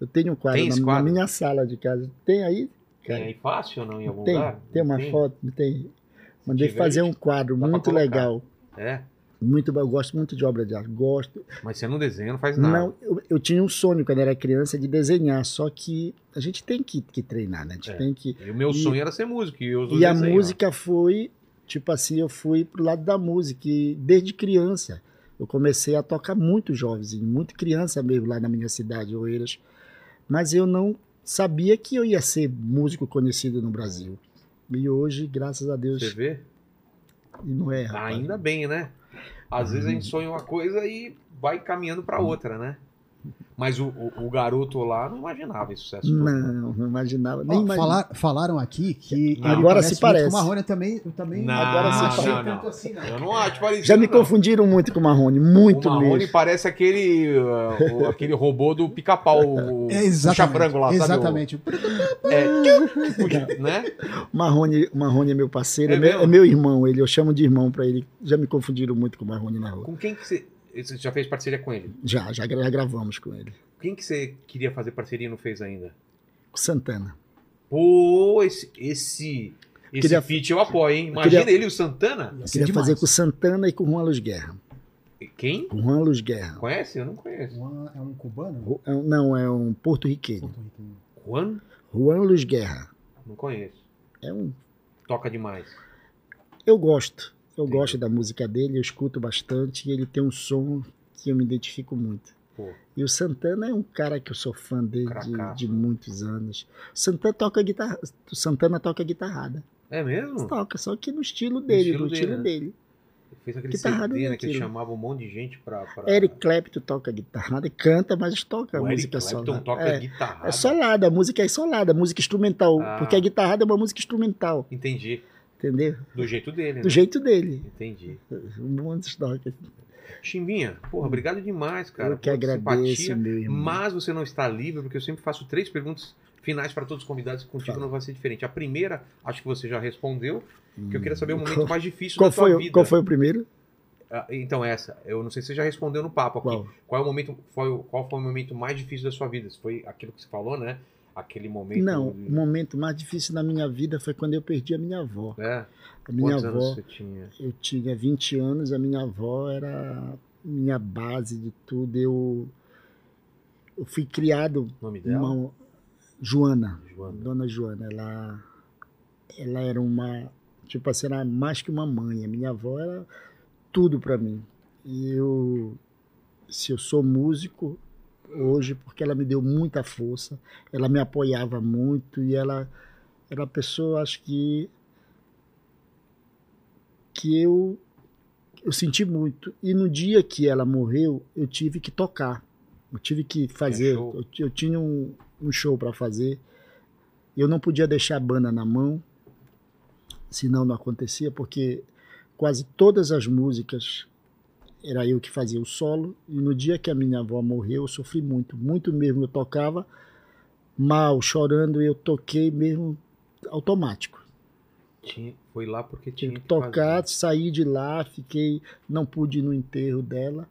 Eu tenho um quadro,
Tem
na,
esse
na
quadro?
minha sala de casa. Tem aí?
Tem aí fácil ou não em algum
tem,
lugar?
tem uma foto, tem. Mandei
tiver,
fazer um quadro
dá pra
muito
colocar.
legal.
É,
Muito, bom, eu gosto muito de obra de arte. Gosto,
mas você não desenha, não faz nada.
Não, eu, eu tinha um sonho quando era criança de desenhar, só que a gente tem que, que treinar, né? A gente
É.
tem que.
E o meu
E-
sonho era ser músico. E, eu sou
E a
desenho,
música foi, tipo assim, eu fui pro lado da música e desde criança. Eu comecei a tocar muito jovenzinho, muito criança mesmo lá na minha cidade, Oeiras. Mas eu não sabia que eu ia ser músico conhecido no Brasil. E hoje, graças a
ó. Você
Deus,
vê?
não é.
Ah,
rapaz.
ainda bem, né? Às vezes a gente sonha uma coisa e vai caminhando pra outra, né? Mas o, o- o garoto lá não imaginava esse sucesso. todo, né?
Não, não imaginava. Nem
Ó,
imaginava.
falar- falaram aqui que
Não.
ele
Agora se
muito
parece.
com o Marrone eu também. Eu também
Não,
Agora se
não
parece.
achei
não,
tanto
não.
assim, não.
Eu não acho parecido.
Já me
não.
confundiram muito com o Marrone,
O
muito
Marrone
mesmo.
parece aquele, uh, o- aquele robô do pica-pau, o
É, exatamente.
frango lá, tá
exatamente.
sabe? O, é, né?
Marrone, Marrone é meu parceiro,
É
é, meu,
mesmo?
é meu irmão ele, eu chamo de irmão pra ele. Já me confundiram muito com o Marrone na rua.
Com quem que você... Você já fez parceria com ele?
Já, já, gra- já gravamos com ele.
Quem que você queria fazer parceria e não fez ainda?
Com Santana.
Pô, esse, esse, esse
Queria-
feat eu apoio, hein? Imagina
queria-
ele e o Santana.
Eu queria fazer com o Santana e com o Juan Luz Guerra.
Quem?
Com o Juan Luz Guerra.
Conhece? Eu não conheço.
Juan é um cubano?
Ru- é um- Não, é um porto-riquenho.
Porto-riquenho.
Juan?
Juan Luz Guerra.
Não conheço.
É um...
Toca demais.
Eu gosto. Eu
Entendi.
gosto da música dele, eu escuto bastante e ele tem um som que eu me identifico muito.
Pô.
E o Santana é um cara que eu sou fã dele
Cracaço.
de muitos anos. O Santana toca guitarra, o Santana toca guitarrada.
É mesmo?
Toca, só que no estilo dele,
estilo
no
dele,
estilo
né?
dele.
Fez aquele
Que tá
CD,
errado
né? Que ele
aquilo.
chamava um monte de gente pra. pra...
Eric Clapton toca guitarrada, canta, mas toca
Ah. o Eric
música
Clapton
solada.
toca
é,
guitarra.
é solada, a música é solada, a música instrumental,
Ah.
porque a guitarrada é uma música instrumental,
Entendi.
entendeu?
Do jeito dele,
Do
né?
jeito dele.
Entendi.
Muitos toca.
Chimbinha, porra, obrigado demais, cara.
eu que
pela
agradeço,
simpatia.
meu irmão.
Mas você não está livre, porque eu sempre faço três perguntas finais para todos os convidados, e contigo
Fala.
não vai ser diferente. A primeira, acho que você já respondeu, que eu queria saber o momento
Qual-
mais difícil
Hum. Qual
da sua
foi, o-
vida.
qual foi o primeiro?
Ah, Então, essa, eu não sei se você já respondeu no papo aqui.
Qual?
Qual, é o momento, foi, o- qual foi o momento mais difícil da sua vida? Foi aquilo que você falou, né? aquele momento.
Não, o
de-
momento mais difícil da minha vida foi quando eu perdi a minha avó.
É?
A minha
Quantos anos
avó,
você tinha?
eu tinha 20 anos, a minha avó era minha base de tudo. Eu, eu fui criado
O nome dela?
uma Joana,
Joana.
dona Joana, ela ela era uma, tipo assim, era mais que uma mãe. A minha avó era tudo para mim. E eu se eu sou músico hoje porque ela me deu muita força, ela me apoiava muito e ela era a pessoa acho que que eu eu senti muito. E no dia que ela morreu, eu tive que tocar. Eu tive que fazer,
show.
eu, eu tinha um, um show para fazer. Eu não podia deixar a banda na mão, senão não acontecia, porque quase todas as músicas era eu que fazia o solo. E no dia que a minha avó morreu, eu sofri muito, muito mesmo. Eu tocava mal, chorando, eu toquei mesmo automático.
Tinha, foi lá porque tinha
Tive
que
que tocar,
fazer.
saí de lá, fiquei, não pude ir no enterro dela,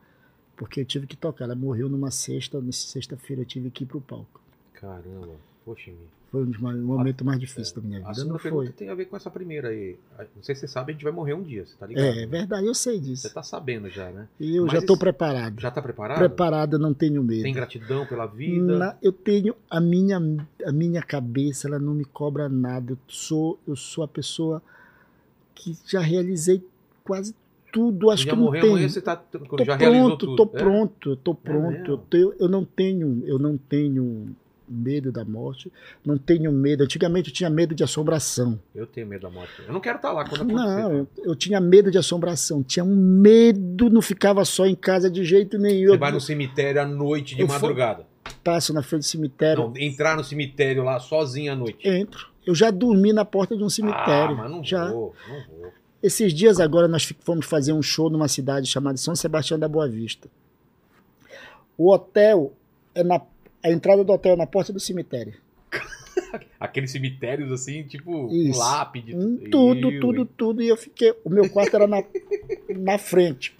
porque eu tive que tocar. Ela morreu numa sexta, nessa sexta-feira eu tive que ir pro palco.
Caramba, poxa, minha.
Foi um dos ma- momentos mais difíceis da minha
Ah, é, A
vida,
segunda
não
pergunta
foi?
tem a ver com essa primeira aí. A- Não sei se você sabe, a gente vai morrer um dia, você tá ligado?
É, é verdade, eu sei
Você
disso.
tá sabendo já, né?
E eu
Mas
já estou
isso-
preparado.
Já tá preparado?
Preparado, eu não tenho medo.
Tem gratidão pela vida?
Na- eu tenho a minha, a minha cabeça, ela não me cobra nada. Eu sou, eu sou a pessoa que já realizei quase tudo. Acho
já
que não
morreu
tem.
amanhã, você tá, já
tô
realizou
pronto,
tudo.
tô
é?
pronto, eu tô pronto.
mesmo?
eu, tenho- eu não tenho, eu não tenho medo da morte, não tenho medo. Antigamente eu tinha medo de assombração.
Eu tenho medo da morte. Eu não quero estar lá quando então? acontecer. né?
Não, eu, eu tinha medo de assombração, tinha um medo, não ficava só em casa de jeito nenhum.
Você
eu
vai no cemitério à noite de
Eu fui-
madrugada.
passo na frente do cemitério,
Não, entrar no cemitério lá sozinho à noite.
entro. Eu já dormi na porta de um
Ah,
cemitério.
mas não
já.
vou, não vou.
Esses dias agora nós fi- fomos fazer um show numa cidade chamada São Sebastião da Boa Vista. O hotel é na a entrada do hotel é na porta do cemitério.
Aqueles cemitérios assim, tipo,
Isso.
com lápide.
Hum,
tu-
Tudo,
Ih,
tudo, tudo. E eu fiquei. O meu quarto era na, na frente.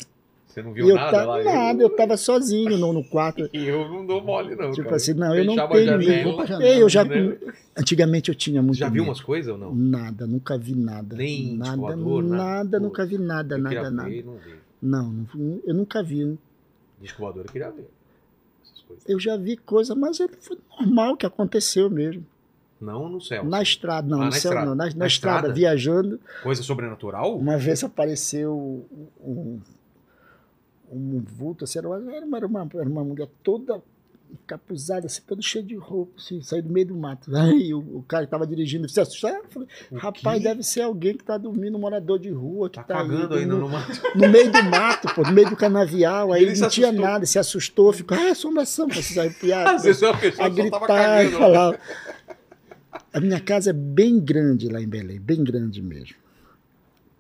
Você não
E
viu
eu
nada
tava.
lá? Eu-
Nada, eu tava sozinho no, no quarto.
E eu não dou mole, não.
Tipo
cara.
assim, não, eu não
Fechava a
tenho medo.
janela,
Vou pra janela,
Ei, eu já.
né?
Antigamente eu tinha muito.
Já viu
medo.
umas coisas ou não?
Nada, nunca vi nada.
Nem
nada,
escoador, nada?
nada,
Pô,
nunca vi nada,
eu queria
nada, nada.
ver, não vi.
Não, não- eu nunca vi.
Disco voador, eu queria ver. Essas coisas.
Eu já vi coisa, mas é- foi normal que aconteceu mesmo.
Não no céu.
Na estrada, não,
Ah,
no
na
céu
estrada.
não, na, na
Na
estrada,
estrada?
viajando.
Coisa sobrenatural?
Uma vez apareceu um, um vulto, assim, era uma, era, uma, era uma- era uma mulher toda encapuzada, assim, toda cheia de roupa, assim, saiu do meio do mato. Aí o, o cara que estava dirigindo se assustou. Ah, eu falei,
O
Rapaz,
quê?
deve ser alguém que está dormindo, um morador de rua, que
Tá
está
cagando
né?
ainda no mato.
no meio do mato, pô, no meio do canavial. Aí
Ele se
não tinha
assustou.
nada, se assustou, ficou, ah, assombração, pô, vocês aí, piada
Às vezes a pessoa
a
só tava
gritar e
cagando. né?
falar. A minha casa é bem grande lá em Belém, bem grande mesmo.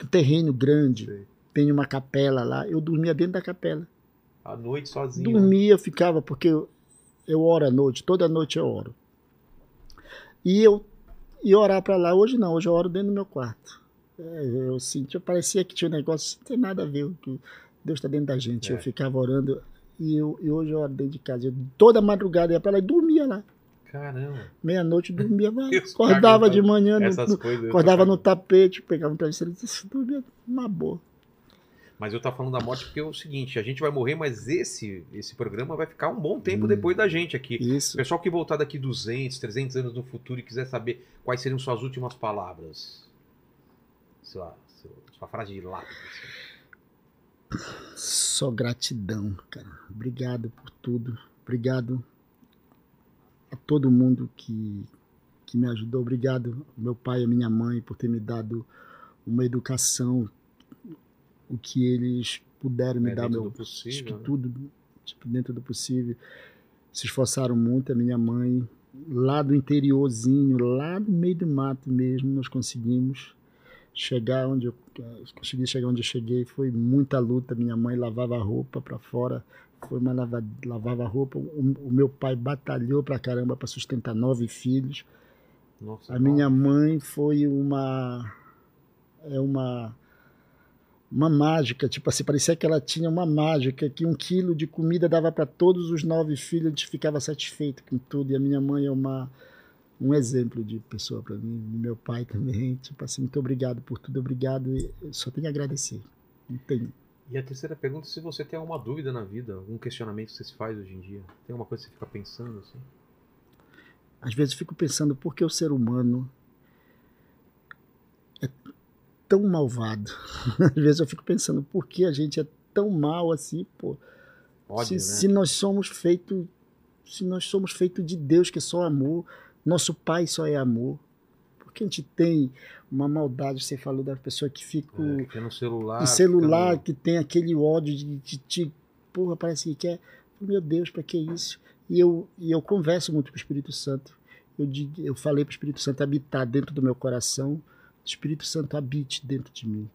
Um terreno grande,
Sei.
tem uma capela lá. Eu dormia dentro da capela.
À noite sozinho.
Dormia, ficava, porque eu, eu oro à noite, toda noite eu oro. E eu ia orar para lá, hoje não, hoje eu oro dentro do meu quarto. É, Eu sentia, parecia que tinha um negócio, não tem nada a ver, que Deus está dentro da gente.
É.
Eu ficava orando e, eu, e hoje eu oro dentro de casa. Eu, toda madrugada ia para lá e dormia lá.
Caramba.
Meia-noite eu dormia, mas
Isso,
acordava
cara,
de manhã, no-
Essas
no-
coisas. eu tô
acordava no
cagando.
tapete, pegava um travesseiro e disse, dormia uma boa.
Mas eu tava falando da morte porque é o seguinte, a gente vai morrer, mas esse, esse programa vai ficar um bom tempo depois da gente aqui. O
Hum. Isso.
pessoal que voltar daqui 200, 300 anos no futuro e quiser saber quais seriam suas últimas palavras. Sei lá, seu- sua frase de lápis. assim.
Só gratidão, cara. Obrigado por tudo. Obrigado a todo mundo que, que me ajudou. Obrigado, meu pai e minha mãe, por ter me dado uma educação, o que eles puderam me
É,
dar,
dentro
meu
do possível,
acho que
né?
tudo tipo, dentro do possível. Se esforçaram muito, a minha mãe, lá do interiorzinho, lá no meio do mato mesmo, nós conseguimos chegar onde eu eh, consegui chegar onde eu cheguei. Foi muita luta. Minha mãe lavava roupa para fora, foi uma lava, lavava roupa. O, o meu pai batalhou pra caramba para sustentar nove filhos.
Nossa, tá.
A minha mãe foi uma é uma uma mágica, tipo assim, parecia que ela tinha uma mágica, que um quilo de comida dava para todos os nove filhos, a gente ficava satisfeito com tudo. E a minha mãe é uma um exemplo de pessoa para mim, meu pai também, tipo assim, muito obrigado por tudo, obrigado, e eu só tenho a agradecer. Não tem.
E a terceira pergunta, se você tem alguma dúvida na vida, algum questionamento que você se faz hoje em dia, tem alguma coisa que você fica pensando assim?
Às vezes eu fico pensando por que o ser humano é tão malvado. Às vezes eu fico pensando por que a gente é tão mal assim, pô.
Ódio, né?
se, se nós somos feito, se nós somos feito de Deus que é só amor, nosso Pai só é amor. Por que a gente tem uma maldade? Você falou da pessoa que fica
É, fica no celular.
e Um celular
fica
que tem aquele ódio de, de, de- porra, parece que quer. Meu Deus, para que isso? E eu, e eu converso muito com o Espírito Santo. Eu, digo- eu falei para o Espírito Santo habitar dentro do meu coração. O Espírito Santo habite dentro de mim,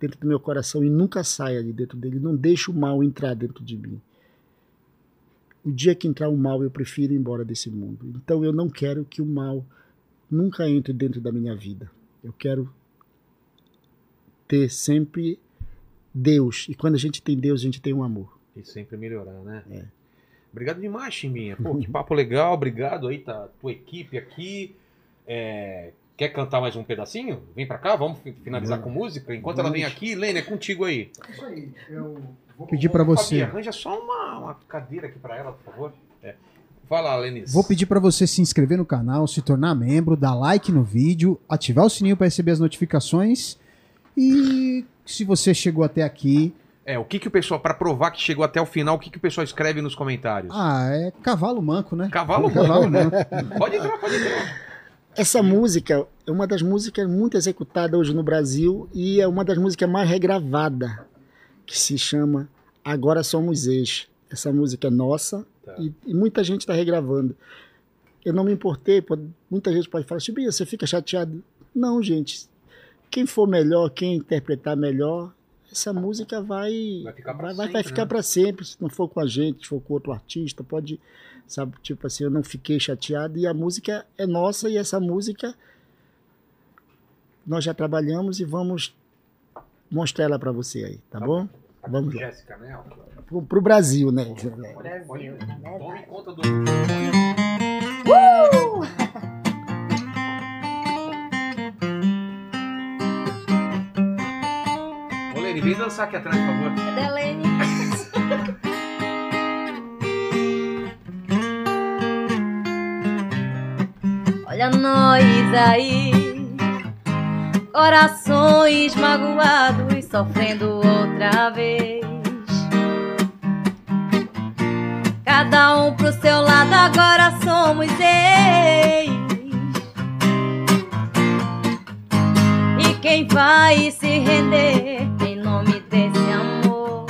dentro do meu coração e nunca saia de dentro dele. Não deixe o mal entrar dentro de mim. O dia que entrar o mal, eu prefiro ir embora desse mundo. Então eu não quero que o mal nunca entre dentro da minha vida. Eu quero ter sempre Deus. E quando a gente tem Deus, a gente tem um amor.
no- E sempre melhorar, né?
É.
Obrigado demais, Chimbinha. Pô, que papo legal. Obrigado aí, tá tua equipe aqui. É, Quer cantar mais um pedacinho? Vem pra cá, vamos fi- finalizar com música. Enquanto ela vem aqui, Lene, é contigo aí.
Isso aí, eu vou
Pedir pra
Fabi,
você.
arranja só uma, uma cadeira aqui pra ela, por favor. É. Vai lá, Lenis.
Vou pedir pra você se inscrever no canal, se tornar membro, dar like no vídeo, ativar o sininho pra receber as notificações e se você chegou até aqui,
É, o que que o pessoal, pra provar que chegou até o final, o que que o pessoal escreve nos comentários?
ah, é cavalo manco, né?
É
Cavalo
Cavalo manco.
Pode entrar, pode entrar.
Essa música é uma das músicas muito executada hoje no Brasil e é uma das músicas mais regravada, que se chama Agora Somos Ex. Essa música é nossa
Tá.
e, e muita gente está regravando. Eu não me importei, pode- muita gente pode falar, Chibinha, você fica chateado. Não, gente. Quem for melhor, quem interpretar melhor, essa música vai
Vai ficar pra
vai, vai- vai
sempre,
ficar
né?
pra sempre. Se não for com a gente, se for com outro artista, pode, sabe, tipo assim, eu não fiquei chateado e a música é nossa e essa música nós já trabalhamos e vamos mostrar ela pra você aí, tá
Tá
bom? Vamos lá.
Jéssica, né?
Pro, pro Brasil, né?
Pode, pode. Tome conta do.
Uh!
Ô, Lene, vem dançar aqui atrás, por favor.
Cadê a Lene? Olha nós aí, corações magoados, sofrendo outra vez. Cada um pro seu lado, agora somos ex. E quem vai se render em nome desse amor?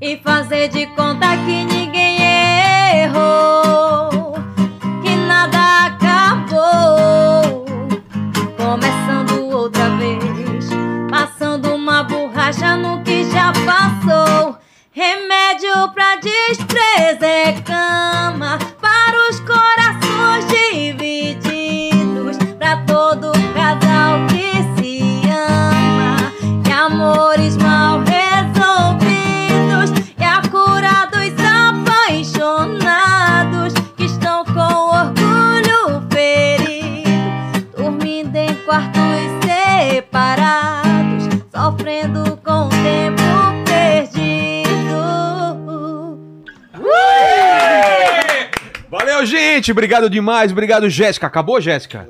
E fazer de conta que ninguém errou, que nada acabou. Começando outra vez, passando uma borracha no que já passou. Remédio pra desprezo é cama para os corações divididos, pra todo casal que se ama. E amores mal resolvidos, e a cura dos apaixonados que estão com orgulho ferido, dormindo em quartos separados, sofrendo com o tempo perdido.
Valeu, gente. Obrigado demais. Obrigado, Jéssica. Acabou, Jéssica?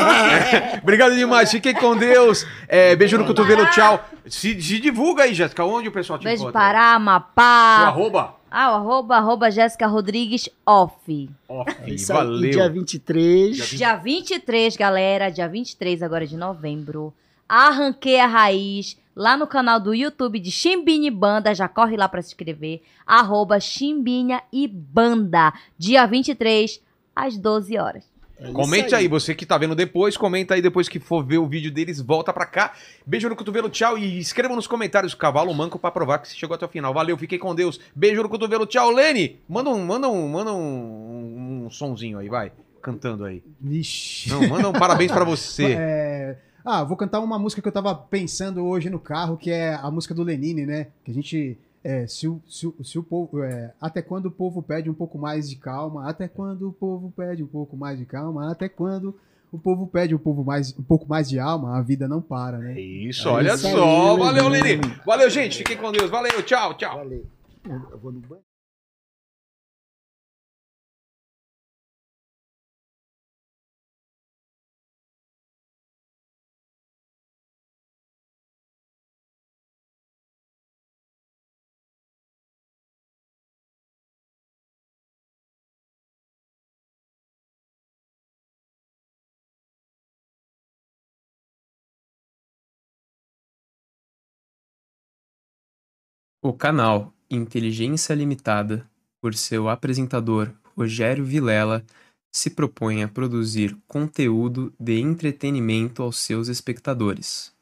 Obrigado demais. Fiquem com Deus. É, beijo no cotovelo. Tchau. Se, se divulga aí, Jéssica. Onde o pessoal te
Beijo
encontra?
Pará,
Tipo, né? Seu
Amapá.
arroba.
Ah, o arroba, arroba Jéssica Rodrigues off.
Ó, filho,
Isso aí,
valeu.
Dia 23.
Dia
Dia 23, galera, dia 23 agora de novembro. Arranquei a raiz lá no canal do YouTube de Chimbinha e Banda, já corre lá pra se inscrever. Arroba Chimbinha e Banda, dia 23 às 12 horas.
É isso
Comente aí. você que tá vendo depois, comenta aí depois que for ver o vídeo deles, volta pra cá. Beijo no cotovelo, tchau e escreva nos comentários cavalo manco pra provar que você chegou até o final. Valeu, fiquei com Deus. Beijo no cotovelo, tchau, Lene. Manda um, manda um, manda um, um sonzinho aí, vai, cantando aí.
Ixi.
Não, manda um parabéns pra você.
É, Ah, vou cantar uma música que eu tava pensando hoje no carro, que é a música do Lenine, né? Que a gente É, se o, se o, se o povo, é, até quando o povo pede um pouco mais de calma, até quando o povo pede um pouco mais de calma, até quando o povo pede um, povo mais, um pouco mais de alma, a vida não para, né?
Isso,
É
olha
isso aí,
só.
meu
Valeu,
irmão.
Lili. Valeu, gente. Fiquem com Deus. Valeu, tchau, tchau.
Valeu. Eu eu vou no banho.
O canal Inteligência Limitada, por seu apresentador Rogério Vilela, se propõe a produzir conteúdo de entretenimento aos seus espectadores.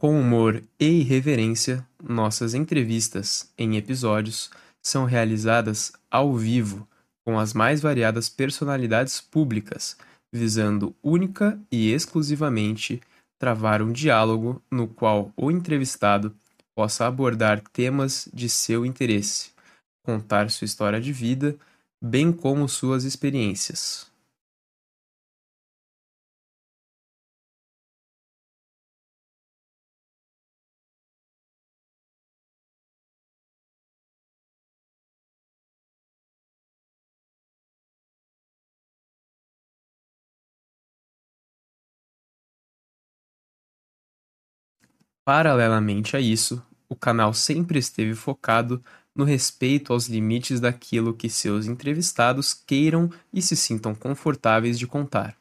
Com humor e irreverência, nossas entrevistas em episódios são realizadas ao vivo com as mais variadas personalidades públicas, visando única e exclusivamente travar um diálogo no qual o entrevistado possa abordar temas de seu interesse, contar sua história de vida, bem como suas experiências. Paralelamente a isso, o canal sempre esteve focado no respeito aos limites daquilo que seus entrevistados queiram e se sintam confortáveis de contar.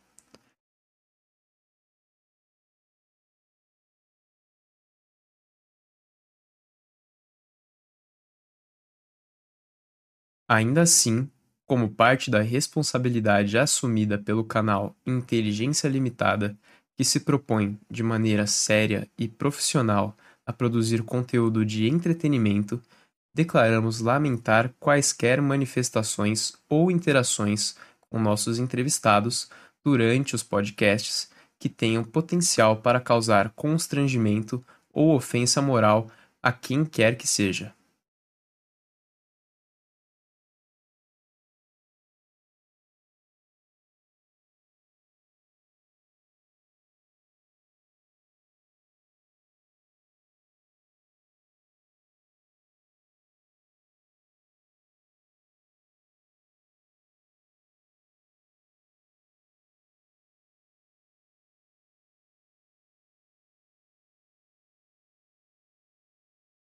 Ainda assim, como parte da responsabilidade assumida pelo canal Inteligência Limitada, que se propõe, de maneira séria e profissional, a produzir conteúdo de entretenimento, declaramos lamentar quaisquer manifestações ou interações com nossos entrevistados durante os podcasts que tenham potencial para causar constrangimento ou ofensa moral a quem quer que seja.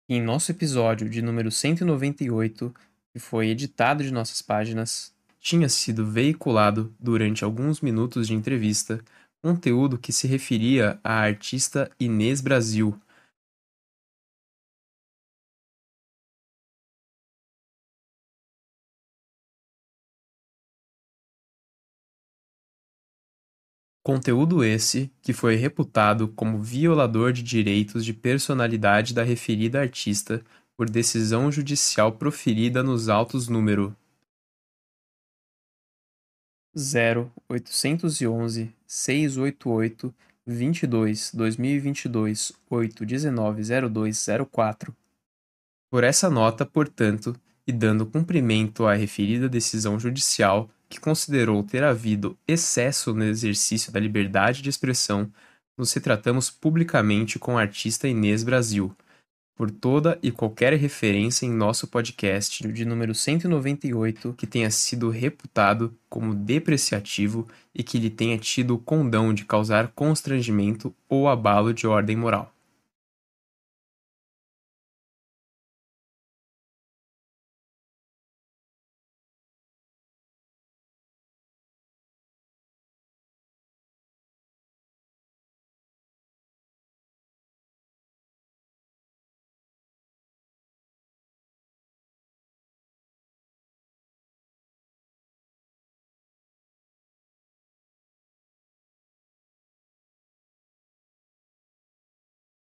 Em nosso episódio de número 198, que foi editado de nossas páginas, tinha sido veiculado, durante alguns minutos de entrevista, conteúdo que se referia à artista Inês Brasil. Conteúdo esse que foi reputado como violador de direitos de personalidade da referida artista por decisão judicial proferida nos autos número 0811 688 22 2022 8190204. Por essa nota, portanto, e dando cumprimento à referida decisão judicial, que considerou ter havido excesso no exercício da liberdade de expressão, nos retratamos publicamente com a artista Inês Brasil. Por toda e qualquer referência em nosso podcast de número 198 que tenha sido reputado como depreciativo e que lhe tenha tido o condão de causar constrangimento ou abalo de ordem moral.